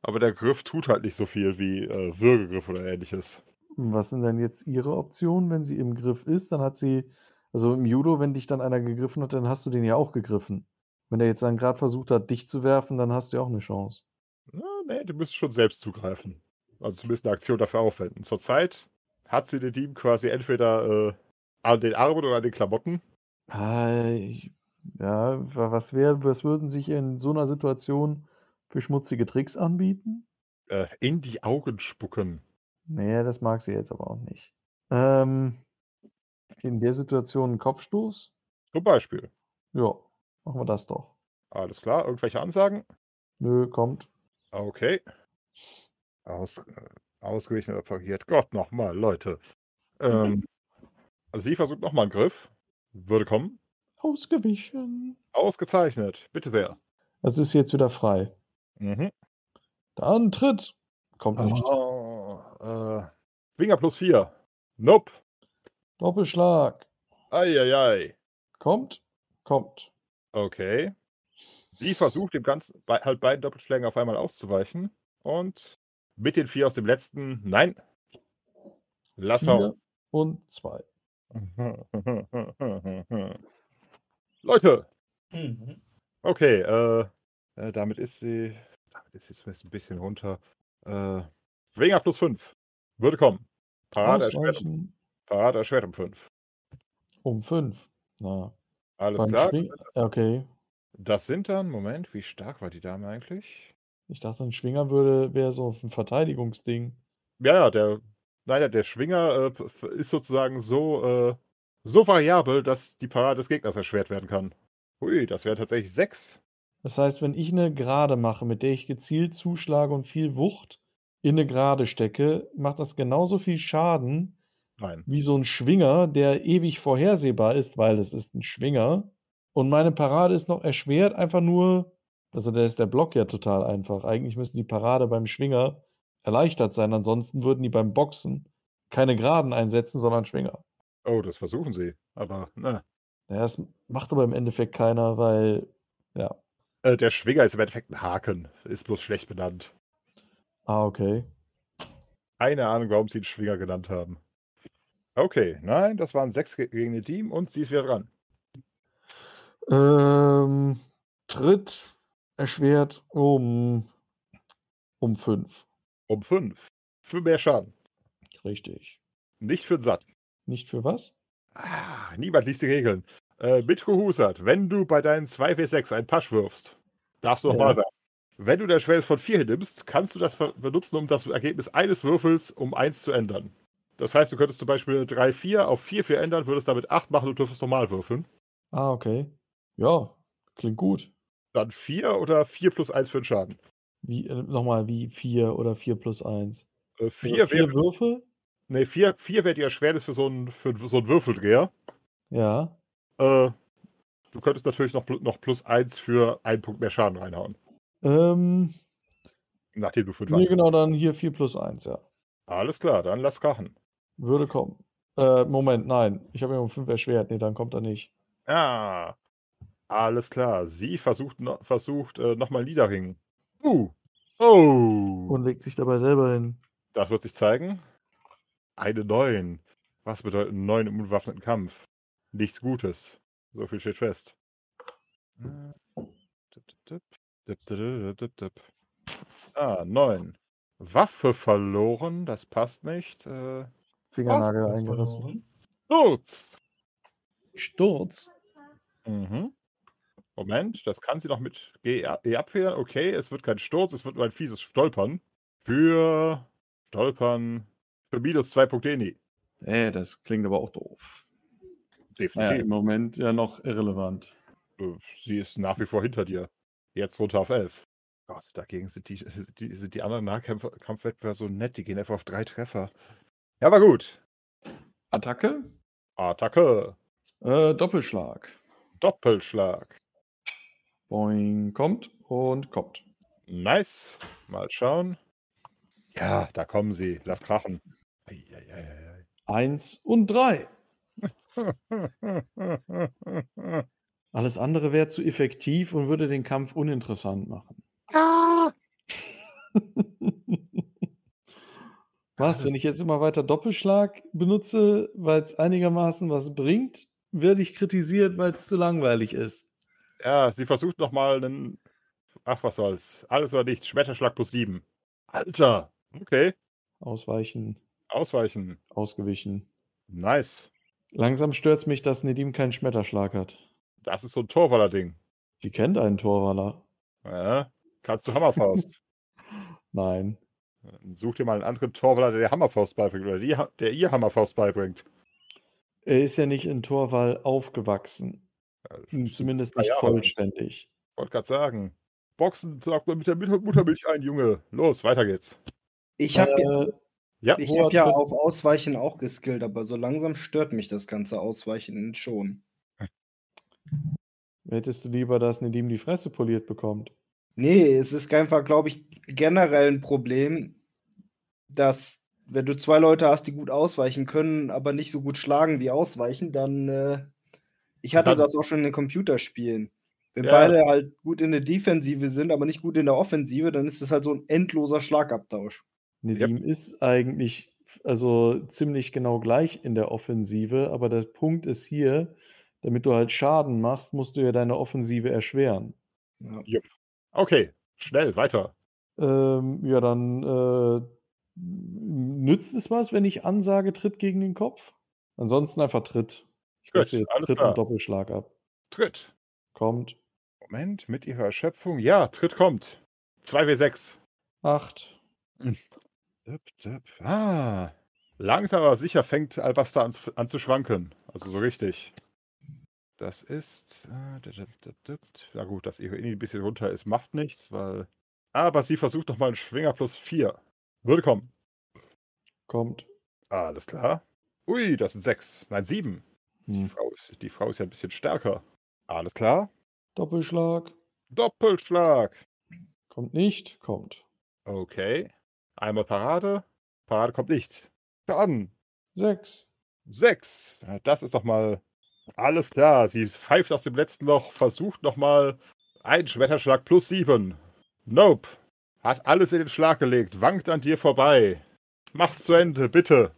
B: Aber der Griff tut halt nicht so viel wie äh, Würgegriff oder ähnliches.
C: Was sind denn jetzt ihre Optionen, wenn sie im Griff ist? Dann hat sie, also im Judo, wenn dich dann einer gegriffen hat, dann hast du den ja auch gegriffen. Wenn er jetzt dann gerade versucht hat, dich zu werfen, dann hast du ja auch eine Chance.
B: Na, nee, du müsstest schon selbst zugreifen. Also zumindest eine Aktion dafür aufwenden. Zurzeit hat sie den Dieben quasi entweder äh, an den Armen oder an den Klamotten.
C: Ah, ich, ja, wa- was wäre, was würden sich in so einer Situation für schmutzige Tricks anbieten?
B: Äh, in die Augen spucken.
C: Nee, das mag sie jetzt aber auch nicht. Ähm, in der Situation ein Kopfstoß?
B: Zum Beispiel.
C: Ja, machen wir das doch.
B: Alles klar, irgendwelche Ansagen?
C: Nö, kommt.
B: Okay. Aus, äh, ausgewichen oder pariert. Gott, nochmal, Leute. Ähm, also sie versucht nochmal einen Griff. Würde kommen.
C: Ausgewichen.
B: Ausgezeichnet. Bitte sehr.
C: Das ist jetzt wieder frei.
B: Mhm.
C: Dann tritt. Kommt nicht.
B: Oh, äh, Finger plus 4. Nope.
C: Doppelschlag.
B: Eieiei.
C: Kommt. Kommt.
B: Okay. Sie versucht dem Ganzen bei, halt beiden Doppelschlägen auf einmal auszuweichen. Und mit den vier aus dem letzten. Nein. Lass hauen.
C: Vier Und zwei.
B: Leute,
D: Mhm.
B: okay, äh, äh, damit ist sie, damit ist sie zumindest ein bisschen runter. Äh, Schwinger plus 5. Würde kommen. Parade erschwert, um,
C: Ausweichen.
B: Parade erschwert um 5.
C: Um fünf. Na,
B: Alles
C: beim
B: klar.
C: Schwing- Okay.
B: Das sind dann, Moment, wie stark war die Dame eigentlich?
C: Ich dachte, ein Schwinger würde wäre so ein Verteidigungsding.
B: Ja, ja, der, leider, der Schwinger äh, f- ist sozusagen so, äh, so variabel, dass die Parade des Gegners erschwert werden kann. Hui, das wäre tatsächlich 6.
C: Das heißt, wenn ich eine Gerade mache, mit der ich gezielt zuschlage und viel Wucht in eine Gerade stecke, macht das genauso viel Schaden
B: Nein.
C: wie so ein Schwinger, der ewig vorhersehbar ist, weil es ist ein Schwinger. Und meine Parade ist noch erschwert, einfach nur, also da ist der Block ja total einfach. Eigentlich müsste die Parade beim Schwinger erleichtert sein, ansonsten würden die beim Boxen keine Geraden einsetzen, sondern Schwinger.
B: Oh, das versuchen sie. Aber, ne. na.
C: Ja, das macht aber im Endeffekt keiner, weil, ja,
B: Äh, der Schwinger ist im Endeffekt ein Haken, ist bloß schlecht benannt.
C: ah, okay.
B: Keine Ahnung, warum sie den Schwinger genannt haben. Okay, nein, das waren sechs ge- gegen den Team und sie ist wieder dran.
C: Ähm, Tritt erschwert um, um fünf.
B: Um fünf. Für mehr Schaden.
C: Richtig.
B: Nicht für den Satt.
C: Nicht für was?
B: Ah, niemand liest die Regeln. Äh, Mitko Husat, wenn du bei deinen 2W6 einen Pasch wirfst, darfst du
C: Ja.
B: nochmal werfen. Wenn du der Schweres von 4 nimmst, kannst du das ver- benutzen, um das Ergebnis eines Würfels um 1 zu ändern. Das heißt, du könntest zum Beispiel 3, 4 auf 4, 4 ändern, würdest damit 8 machen und dürftest normal würfeln.
C: Ah, okay. Ja, klingt gut.
B: Dann 4 oder 4 plus 1 für den Schaden.
C: Wie, äh, nochmal, wie 4 oder 4 plus 1.
B: Äh,
C: Also
B: 4
C: vier
B: wäre
C: Würfe?
B: nee, vier, vier wär die Erschwernis für so einen, für so einen Würfeldreher.
C: Ja.
B: Äh, du könntest natürlich noch, pl- noch plus 1 für einen Punkt mehr Schaden reinhauen,
C: Ähm,
B: nachdem du 5
C: nee, genau, dann hier 4 plus 1, ja.
B: Alles klar, dann lass krachen.
C: Würde kommen. Äh, Moment, nein. Ich habe ja um 5 erschwert. Nee, dann kommt er nicht.
B: Ah, alles klar. Sie versucht, no, versucht äh, nochmal Niederringen. Uh. Oh.
C: Und legt sich dabei selber hin.
B: das wird sich zeigen. Eine 9. Was bedeutet 9 im unbewaffneten Kampf? Nichts Gutes. So viel steht fest. Ah, 9. Waffe verloren, das passt nicht. Äh,
C: Fingernagel
B: das
C: eingerissen.
D: Verloren.
B: Sturz.
C: Sturz?
B: Mhm. Moment, das kann sie noch mit G a- E abfedern. Okay, es wird kein Sturz, es wird nur ein fieses Stolpern. Für Stolpern für minus 2 Punkte. Nee,
E: Ey, das klingt aber auch doof. Naja,
B: definitiv.
E: im Moment Ah, ja noch irrelevant.
B: Äh, Sie ist nach wie vor hinter dir. Jetzt runter auf 11. Gott, dagegen sind die, sind die, sind die anderen Nahkämpfer- Kampfwettbewerber so nett, die gehen einfach auf drei Treffer. Ja, aber gut.
E: Attacke?
B: Attacke.
E: Äh, Doppelschlag.
B: Doppelschlag.
E: Boing, kommt und kommt.
B: Nice. Mal schauen. Ja, da kommen sie. Lass krachen. Eieieiei.
E: Eins und drei. Alles andere wäre zu effektiv und würde den Kampf uninteressant machen.
C: Was, wenn ich jetzt immer weiter Doppelschlag benutze, weil es einigermaßen was bringt, werde ich kritisiert, weil es zu langweilig ist.
B: Ja, sie versucht nochmal einen. Ach, was soll's. Alles oder nichts. Schmetterschlag plus sieben. Alter. Okay.
C: Ausweichen,
B: Ausweichen.
C: ausgewichen.
B: Nice.
C: Langsam stört es mich, dass Nedim keinen Schmetterschlag hat.
B: Das ist so ein Torwaller-Ding.
C: Sie kennt einen Torwaller.
B: Ja. Kannst du Hammerfaust.
C: Nein.
B: Dann Such dir mal einen anderen Torwaller, der dir Hammerfaust beibringt oder die, Ha- der ihr Hammerfaust beibringt.
C: Er ist ja nicht in Torwall aufgewachsen. Hm, Zumindest
B: drei
C: nicht
B: Jahre alt.
C: vollständig.
B: Wollte gerade sagen. Boxen sagt man mit der Mut- Muttermilch ein, Junge. Los, weiter geht's.
A: Ich habe ja,
C: äh,
B: Ja,
A: ich
C: hoher
A: hab ja
C: Tritt.
A: auf Ausweichen auch geskillt, aber so langsam stört mich das ganze Ausweichen schon.
C: hättest du lieber, dass Nedim die Fresse poliert bekommt?
A: Nee, es ist einfach, glaube ich, generell ein Problem, dass wenn du zwei Leute hast, die gut ausweichen können, aber nicht so gut schlagen wie ausweichen, dann äh, ich hatte
B: Dann-
A: das auch schon in den Computerspielen. Wenn
B: Ja.
A: beide halt gut in der Defensive sind, aber nicht gut in der Offensive, dann ist das halt so ein endloser Schlagabtausch.
C: Nedim ist eigentlich f- also ziemlich genau gleich in der Offensive, aber der Punkt ist hier, damit du halt Schaden machst, musst du ja deine Offensive erschweren.
A: Ja.
B: Okay, schnell, weiter.
C: Ähm, ja, dann äh, nützt es was, wenn ich ansage, Tritt gegen den Kopf? Ansonsten einfach Tritt. Ich
B: Gut,
C: kürze jetzt
B: alles
C: Tritt
B: klar.
C: und Doppelschlag ab.
B: Tritt.
C: Kommt
B: Moment, mit ihrer Erschöpfung. Ja, Tritt kommt. 2W6.
C: 8.
B: Dip, dip. Ah. Langsam aber sicher fängt äh, Albaster an, zu- an zu schwanken. Also so richtig. Das ist. äh, dip, dip, dip, dip. Na gut, dass ihre Inni ein bisschen runter ist, macht nichts, weil. Aber sie versucht nochmal einen Schwinger plus 4. Würde kommen.
C: Kommt.
B: Alles klar. Ui, das sind 6. Nein, 7. Die
C: Hm.
B: Frau, ist, die Frau ist ja ein bisschen stärker. Alles klar.
C: Doppelschlag.
B: Doppelschlag.
C: Kommt nicht. Kommt.
B: Okay. Einmal Parade. Parade kommt nicht. Schaden.
C: 6.
B: Sechs. Ja, Das ist doch mal alles klar. Sie pfeift aus dem letzten Loch, versucht nochmal einen Schmetterschlag plus sieben. Nope. Hat alles in den Schlag gelegt, wankt an dir vorbei. Mach's zu Ende, bitte.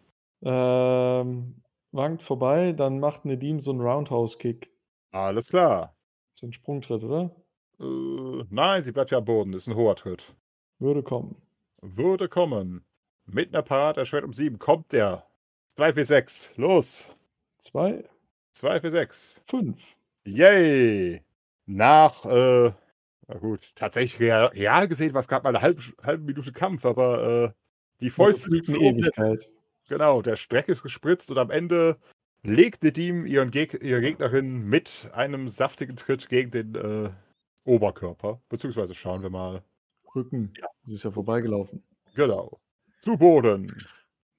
C: Ähm, wankt vorbei, dann macht Nedim so einen Roundhouse-Kick.
B: Alles klar.
C: Ist ein Sprungtritt, oder?
B: Äh, nein, sie bleibt ja am Boden, ist ein hoher Tritt.
C: Würde kommen.
B: Würde kommen. Mit einer Parade erschwert um sieben. Kommt der. 2 für 6. Los.
C: 2,
B: 2 für 6.
C: 5.
B: Yay! Nach äh, Na gut, tatsächlich real, real gesehen war es gerade mal eine halbe, halbe Minute Kampf, aber äh, die Fäuste liefen oben.
C: Ewigkeit.
B: Genau, der Streck ist gespritzt und am Ende legt Nedim ihren Geg ihre Gegnerin mit einem saftigen Tritt gegen den äh, Oberkörper. Beziehungsweise schauen wir mal.
C: Rücken.
B: Ja.
C: Sie ist ja vorbeigelaufen.
B: Genau. Zu Boden.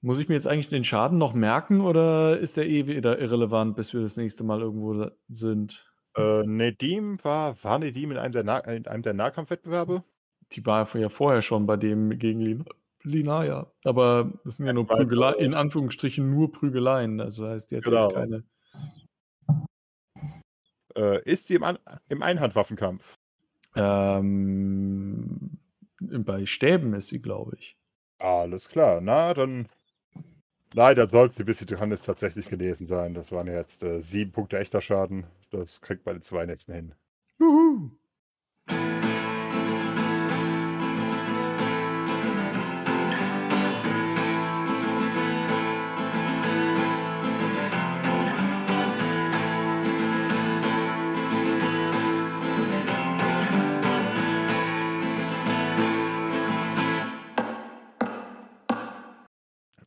C: Muss ich mir jetzt eigentlich den Schaden noch merken oder ist der eh wieder irrelevant, bis wir das nächste Mal irgendwo da- sind?
B: Äh, Nedim war, war Nedim in einem der, Na in einem der Nahkampfwettbewerbe?
C: Die war ja vorher schon bei dem gegen Lin Linaya. Aber das sind ja nur
B: Ja, weil-
C: Prügeleien, in Anführungsstrichen nur Prügeleien. Also heißt, die hat
B: Genau.
C: jetzt keine.
B: Äh, ist sie im, An im Einhandwaffenkampf?
C: Ähm, bei Stäben ist sie, glaube ich.
B: Alles klar, na dann. Leider sollte sie, bis sie dran ist, tatsächlich gelesen sein. Das waren jetzt äh, sieben Punkte echter Schaden. Das kriegt man in zwei Nächten hin.
C: Juhu.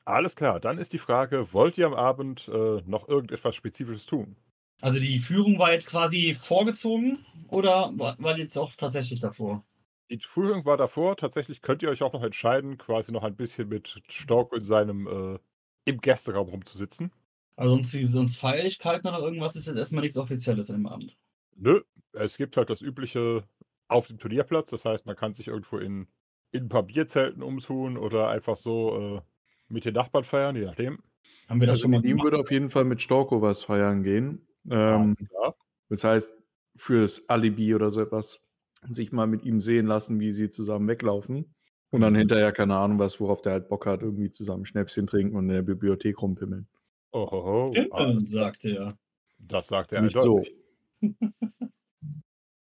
B: Alles klar, dann ist die Frage, wollt ihr am Abend äh, noch irgendetwas Spezifisches tun?
D: Also die Führung war jetzt quasi vorgezogen oder war, war die jetzt auch tatsächlich davor?
B: Die Frühling war davor. Tatsächlich könnt ihr euch auch noch entscheiden, quasi noch ein bisschen mit Stork in seinem äh, im Gästeraum rumzusitzen.
D: Also sonst, sonst Feierlichkeiten oder irgendwas ist jetzt erstmal nichts Offizielles an dem Abend.
B: Nö, es gibt halt das übliche auf dem Turnierplatz. Das heißt, man kann sich irgendwo in, in ein paar Bierzelten umtun oder einfach so äh, mit den Nachbarn feiern, je nachdem.
D: Haben wir das
C: Also
D: schon mal
C: mit ihm
D: gemacht?
C: würde auf jeden Fall mit Storko was feiern gehen. Ähm,
B: ja.
C: Das heißt, fürs Alibi oder so etwas sich mal mit ihm sehen lassen, wie sie zusammen weglaufen. Und dann hinterher, keine Ahnung, was, worauf der halt Bock hat, irgendwie zusammen Schnäpschen trinken und in der Bibliothek rumpimmeln.
B: Ohoho,
D: Pimpeln, sagte er.
B: das sagt er
C: Nicht so.
B: So.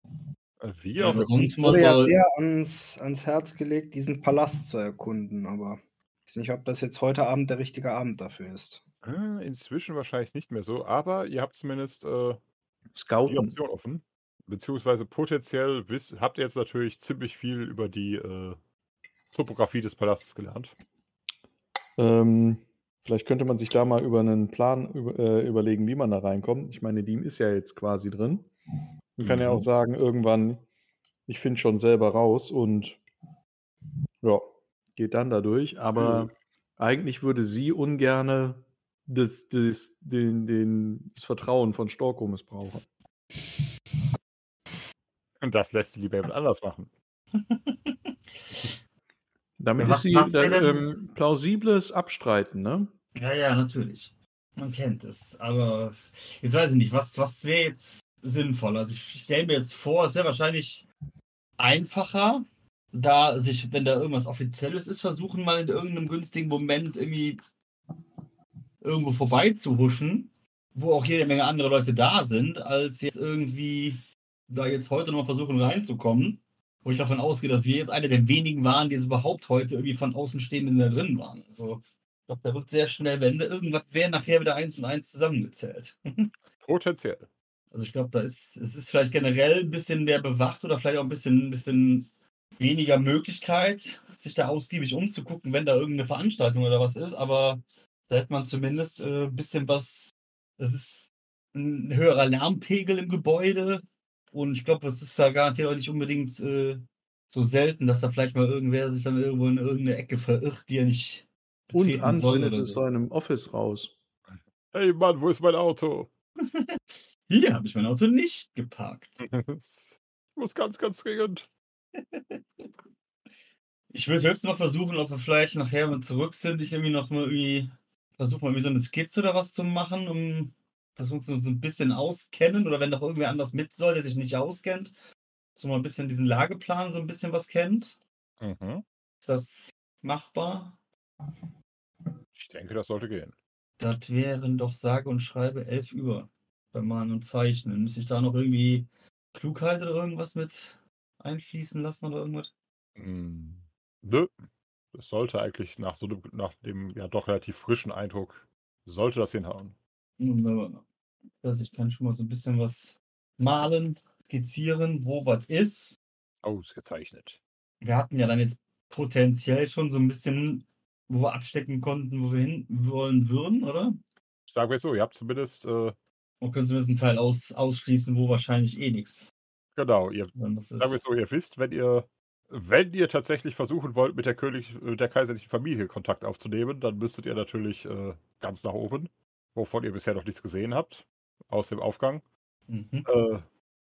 D: Ja,
B: Wir
D: aber Also sonst mal,
A: Wurde ja
D: mal
A: sehr ans, ans Herz gelegt, diesen Palast zu erkunden, aber ich weiß nicht, ob das jetzt heute Abend der richtige Abend dafür ist.
B: äh, inzwischen wahrscheinlich nicht mehr so, aber ihr habt zumindest äh, die
C: Scouten.
B: Option offen. Beziehungsweise potenziell wisst, habt ihr jetzt natürlich ziemlich viel über die äh, Topografie des Palastes gelernt.
C: Ähm, vielleicht könnte man sich da mal über einen Plan über, äh, überlegen, wie man da reinkommt. Ich meine, Diem ist ja jetzt quasi drin. Man kann ja
B: Mhm.
C: auch sagen, irgendwann, ich finde schon selber raus und ja, geht dann da durch. Aber
B: Mhm.
C: eigentlich würde sie ungerne das, das, den, den, das Vertrauen von Storko missbrauchen.
B: Und das lässt sie lieber jemand anders machen.
C: Damit
D: Ja,
C: ist
D: was-
C: sie
D: was
C: da,
D: wäre denn-
C: ähm, plausibles Abstreiten, ne?
D: Ja, ja, natürlich. Man kennt es. Aber jetzt weiß ich nicht, was, was wäre jetzt sinnvoll? Also ich stelle mir jetzt vor, es wäre wahrscheinlich einfacher, da sich, wenn da irgendwas Offizielles ist, versuchen mal in irgendeinem günstigen Moment irgendwie irgendwo vorbeizuhuschen, wo auch jede Menge andere Leute da sind, als jetzt irgendwie da jetzt heute nochmal versuchen reinzukommen. Wo ich davon ausgehe, dass wir jetzt eine der wenigen waren, die jetzt überhaupt heute irgendwie von Außenstehenden da drin waren. Also ich glaube, da wird sehr schnell, wenn wir irgendwas wäre, nachher wieder eins und eins zusammengezählt.
B: Potenziell.
D: Also ich glaube, da ist, es ist vielleicht generell ein bisschen mehr bewacht oder vielleicht auch ein bisschen, ein bisschen weniger Möglichkeit, sich da ausgiebig umzugucken, wenn da irgendeine Veranstaltung oder was ist, aber da hätte man zumindest äh, ein bisschen was, es ist ein höherer Lärmpegel im Gebäude und ich glaube, es ist da garantiert auch nicht unbedingt äh, so selten, dass da vielleicht mal irgendwer sich dann irgendwo in irgendeine Ecke verirrt, die er nicht
C: Und
D: betreten
C: Anton
D: soll
C: ist
D: oder
C: aus seinem Office raus.
B: Hey Mann, wo ist mein Auto?
D: Hier habe ich mein Auto nicht geparkt.
B: Ich muss ganz, ganz dringend.
D: Ich würde höchstens mal versuchen, ob wir vielleicht nachher, wenn wir zurück sind, ich irgendwie noch mal irgendwie versuche mal irgendwie so eine Skizze oder was zu machen, um dass wir uns so ein bisschen auskennen oder wenn noch irgendwer anders mit soll, der sich nicht auskennt, dass man ein bisschen diesen Lageplan so ein bisschen was kennt.
B: Mhm.
D: Ist das machbar?
B: Ich denke, das sollte gehen.
D: Das wären doch sage und schreibe 11 Uhr beim Malen und Zeichnen. Müsste ich da noch irgendwie Klugheit oder irgendwas mit einfließen lassen oder irgendwas?
B: Hm, Nö. Das sollte eigentlich nach so dem, nach dem ja doch relativ frischen Eindruck, sollte das hinhauen.
D: Wunderbar. Also ich kann schon mal so ein bisschen was malen, skizzieren, wo was ist.
B: Oh, Ausgezeichnet.
D: wir hatten ja dann jetzt potenziell schon so ein bisschen, wo wir abstecken konnten, wo wir hin wollen würden, oder?
B: Sagen wir es so, ihr habt zumindest, äh,
D: Man können zumindest einen Teil aus, ausschließen, wo wahrscheinlich eh nichts
B: genau, ihr,
D: Besonderes ist.
B: sagen wir es so, ihr wisst, wenn ihr, wenn ihr tatsächlich versuchen wollt, mit der König, mit der kaiserlichen Familie Kontakt aufzunehmen, dann müsstet ihr natürlich äh, ganz nach oben, wovon ihr bisher noch nichts gesehen habt, aus dem Aufgang.
D: Mhm.
B: Äh,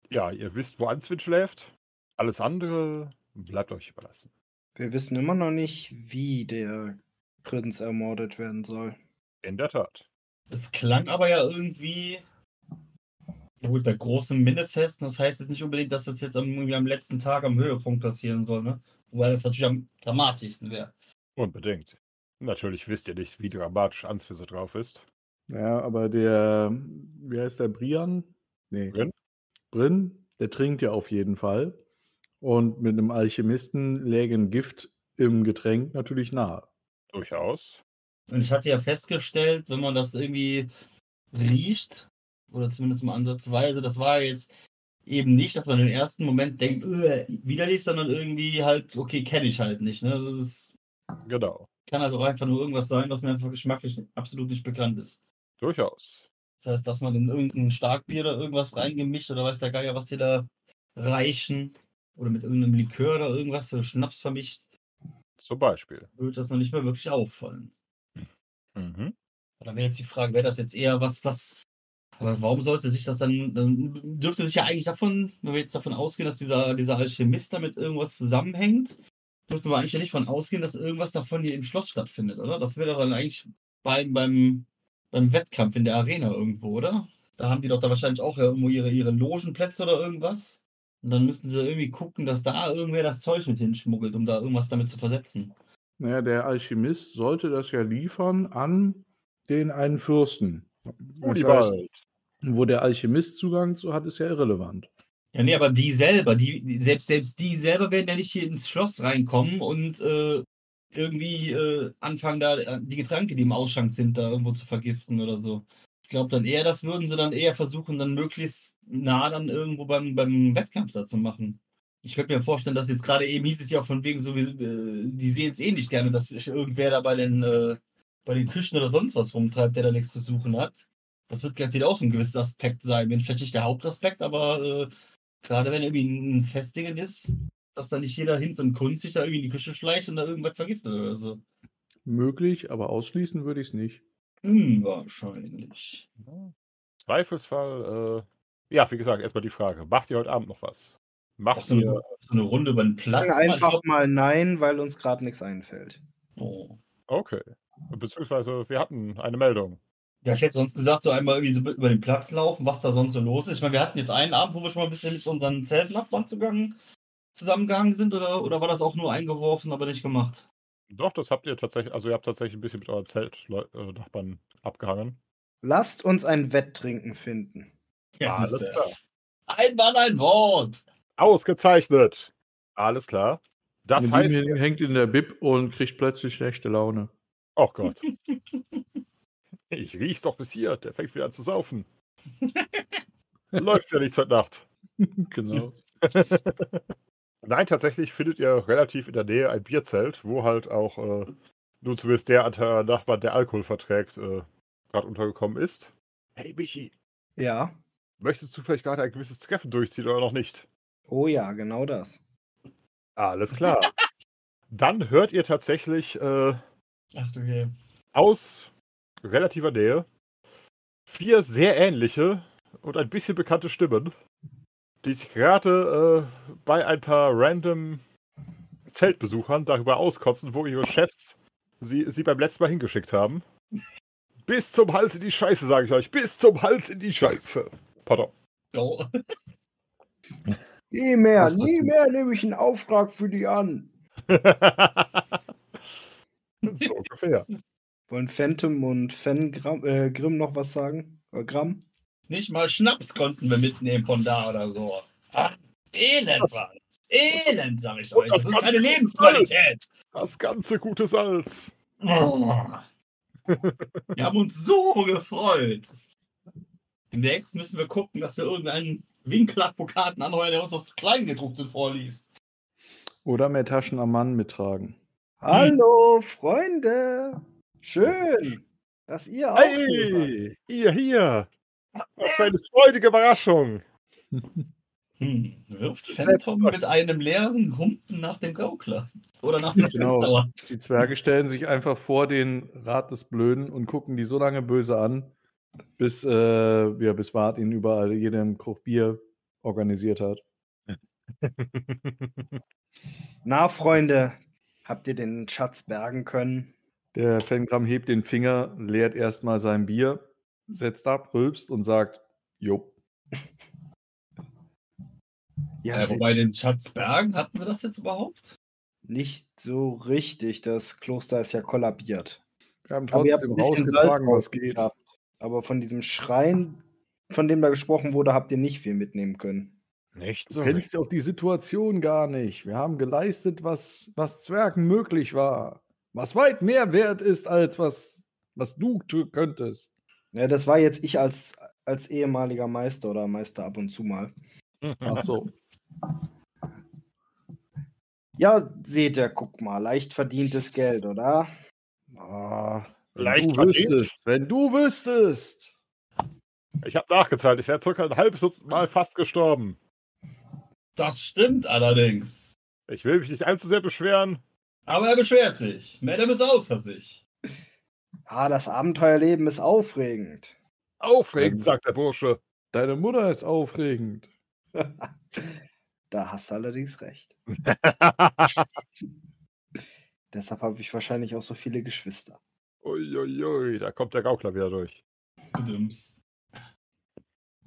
B: ja, ihr wisst, wo Answin schläft. Alles andere bleibt euch überlassen.
A: Wir wissen immer noch nicht, wie der Prinz ermordet werden soll.
B: In der Tat.
D: Es klang aber ja irgendwie ja gut, bei großem Minnefesten. Das heißt jetzt nicht unbedingt, dass das jetzt am, irgendwie am letzten Tag am Höhepunkt passieren soll, ne? Wobei das natürlich am dramatischsten wäre.
B: Unbedingt. Natürlich wisst ihr nicht, wie dramatisch Answin so drauf ist.
C: Ja, aber der, wie heißt der, Brian? Nee.
B: Brynn?
C: Brynn, der trinkt ja auf jeden Fall. Und mit einem Alchemisten lägen Gift im Getränk natürlich nahe.
B: Durchaus.
D: Und ich hatte ja festgestellt, wenn man das irgendwie riecht, oder zumindest mal ansatzweise, das war jetzt eben nicht, dass man im ersten Moment denkt, "Uäh, widerlich, sondern irgendwie halt, okay, kenne ich halt nicht. Ne? Das ist,
B: Genau.
D: kann halt auch einfach nur irgendwas sein, was mir einfach geschmacklich absolut nicht bekannt ist.
B: Durchaus.
D: Das heißt, dass man in irgendein Starkbier oder irgendwas reingemischt oder weiß der Geier, was die da reichen, oder mit irgendeinem Likör oder irgendwas, oder Schnaps vermischt,
B: Zum Beispiel.
D: wird das noch nicht mehr wirklich auffallen.
B: Mhm.
D: Und dann wäre jetzt die Frage, wäre das jetzt eher was, was. Aber warum sollte sich das dann. Dann dürfte sich ja eigentlich davon, wenn wir jetzt davon ausgehen, dass dieser, dieser Alchemist damit irgendwas zusammenhängt, dürfte man eigentlich ja nicht davon ausgehen, dass irgendwas davon hier im Schloss stattfindet, oder? Das wäre doch dann eigentlich beim, beim, beim Wettkampf in der Arena irgendwo, oder? Da haben die doch da wahrscheinlich auch irgendwo ihre, ihre Logenplätze oder irgendwas. Und dann müssten sie irgendwie gucken, dass da irgendwer das Zeug mit hinschmuggelt, um da irgendwas damit zu versetzen.
C: Naja, der Alchemist sollte das ja liefern an den einen Fürsten. Und ich weiß, wo der Alchemist Zugang zu hat, ist ja irrelevant.
D: Ja, nee, aber die selber, die, die- selbst, selbst die selber werden ja nicht hier ins Schloss reinkommen und äh, irgendwie äh, anfangen, da äh, die Getränke, die im Ausschank sind, da irgendwo zu vergiften oder so. Ich glaube dann eher, das würden sie dann eher versuchen, dann möglichst nah dann irgendwo beim, beim Wettkampf da zu machen. Ich könnte mir vorstellen, dass jetzt gerade eben hieß es ja auch von wegen, so, wie, äh, die sehen es eh nicht gerne, dass sich irgendwer da bei den, äh, bei den Küchen oder sonst was rumtreibt, der da nichts zu suchen hat. Das wird gerade wieder auch so ein gewisser Aspekt sein. Wenn vielleicht nicht der Hauptaspekt, aber äh, Gerade wenn irgendwie ein Festdingen ist, dass da nicht jeder hin zum Kunst sich da irgendwie in die Küche schleicht und da irgendwas vergiftet oder so.
C: Möglich, aber ausschließen würde ich es nicht.
D: Hm, Unwahrscheinlich.
B: Zweifelsfall, äh, ja, wie gesagt, erstmal die Frage. Macht ihr heute Abend noch was?
D: Auch
B: Macht
D: so eine,
B: ihr.
D: so eine Runde über den Platz.
A: Sagen einfach mal nein, weil uns gerade nichts einfällt.
D: Oh.
B: Okay. Beziehungsweise, wir hatten eine Meldung.
D: Ja, ich hätte sonst gesagt, so einmal irgendwie so über den Platz laufen, was da sonst so los ist. Ich meine, wir hatten jetzt einen Abend, wo wir schon mal ein bisschen mit unseren Zeltnachbarn zugangen, zusammengegangen sind oder, oder war das auch nur eingeworfen, aber nicht gemacht?
B: Doch, das habt ihr tatsächlich, also ihr habt tatsächlich ein bisschen mit euren Zeltnachbarn abgehangen.
A: Lasst uns ein Wetttrinken finden.
D: Ja,
B: Ah, Alles klar.
D: Ein Mann, ein Wort.
B: Ausgezeichnet. Alles klar. Das
C: Mit
B: heißt,
C: ihm hängt in der Bib und kriegt plötzlich schlechte Laune.
B: oh Gott. ich riech's doch bis hier. Der fängt wieder an zu saufen. Läuft ja nichts heute Nacht.
C: genau.
B: Nein, tatsächlich findet ihr relativ in der Nähe ein Bierzelt, wo halt auch äh, nur zumindest der Anteil Nachbarn, der Alkohol verträgt, äh, gerade untergekommen ist. Hey Michi,
A: Ja.
B: möchtest du vielleicht gerade ein gewisses Treffen durchziehen oder noch nicht?
A: Oh ja, genau das.
B: Alles klar. Dann hört ihr tatsächlich äh,
D: Ach du je.
B: aus relativer Nähe vier sehr ähnliche und ein bisschen bekannte Stimmen, die sich gerade äh, bei ein paar random Zeltbesuchern darüber auskotzen, wo ihre Chefs sie, sie beim letzten Mal hingeschickt haben. Bis zum Hals in die Scheiße, sage ich euch. Bis zum Hals in die Scheiße. Pardon.
D: Oh.
A: Nie mehr,
C: Das
A: nie mehr nehme ich einen Auftrag für die an.
B: so ungefähr.
A: Wollen Phantom und Fengram, äh, Grimm noch was sagen? Äh, Gramm?
D: Nicht mal Schnaps konnten wir mitnehmen von da oder so. Ah, Elend war das. Elend, sag ich euch. Das ist keine Lebensqualität.
B: Das ganze gute Salz.
D: Oh. Wir haben uns so gefreut. Demnächst müssen wir gucken, dass wir irgendeinen Winkel-Advokaten anheuern, der uns das Kleingedruckte vorliest.
C: Oder mehr Taschen am Mann mittragen.
A: Hallo, Freunde! Schön, dass ihr auch hier seid.
B: Hey, ihr hier! Was für eine freudige Überraschung!
D: Hm. Wirft Phantom mit einem leeren Humpen nach dem Gaukler. Oder nach dem
C: Genau.
D: Schildauer.
C: Die Zwerge stellen sich einfach vor den Rat des Blöden und gucken die so lange böse an, bis, äh, ja, bis Wart ihnen überall jedem Krug Bier organisiert hat.
A: Na, Freunde, habt ihr den Schatz bergen können?
C: Der Fengram hebt den Finger, leert erstmal sein Bier, setzt ab, rülpst und sagt, jo.
A: Ja,
D: Ja,
A: se-
D: wobei den Schatzbergen hatten wir das jetzt überhaupt?
A: nicht so richtig. Das Kloster ist ja kollabiert.
C: Wir haben
A: Aber ihr habt
C: trotzdem
A: ein bisschen Salz
C: rausgetragen, was geht.
A: rausgeschafft. Aber von diesem Schrein, von dem da gesprochen wurde, habt ihr nicht viel mitnehmen können.
B: Nicht
C: Du kennst ja auch die Situation gar nicht. Wir haben geleistet, was, was Zwergen möglich war. Was weit mehr wert ist, als was, was du tu- könntest.
A: Ja, das war jetzt ich als, als ehemaliger Meister oder Meister ab und zu mal.
C: Ach so.
A: Ja, seht ihr, guck mal, leicht verdientes Geld, oder?
C: Ah, wenn
B: Leicht
C: du
B: verdient.
C: wüsstest, wenn du wüsstest.
B: Ich habe nachgezahlt. Ich wäre circa ein halbes Dutzend Mal fast gestorben.
D: Das stimmt allerdings.
B: Ich will mich nicht allzu sehr beschweren.
D: Aber er beschwert sich. Madame ist außer sich.
A: Ah, das Abenteuerleben ist aufregend.
B: Aufregend,
C: Ähm.
B: sagt der Bursche.
C: Deine Mutter ist aufregend.
A: Da hast du allerdings recht. Deshalb habe ich wahrscheinlich auch so viele Geschwister.
B: Uiuiui, da kommt der Gaukler wieder durch.
D: Bedimms.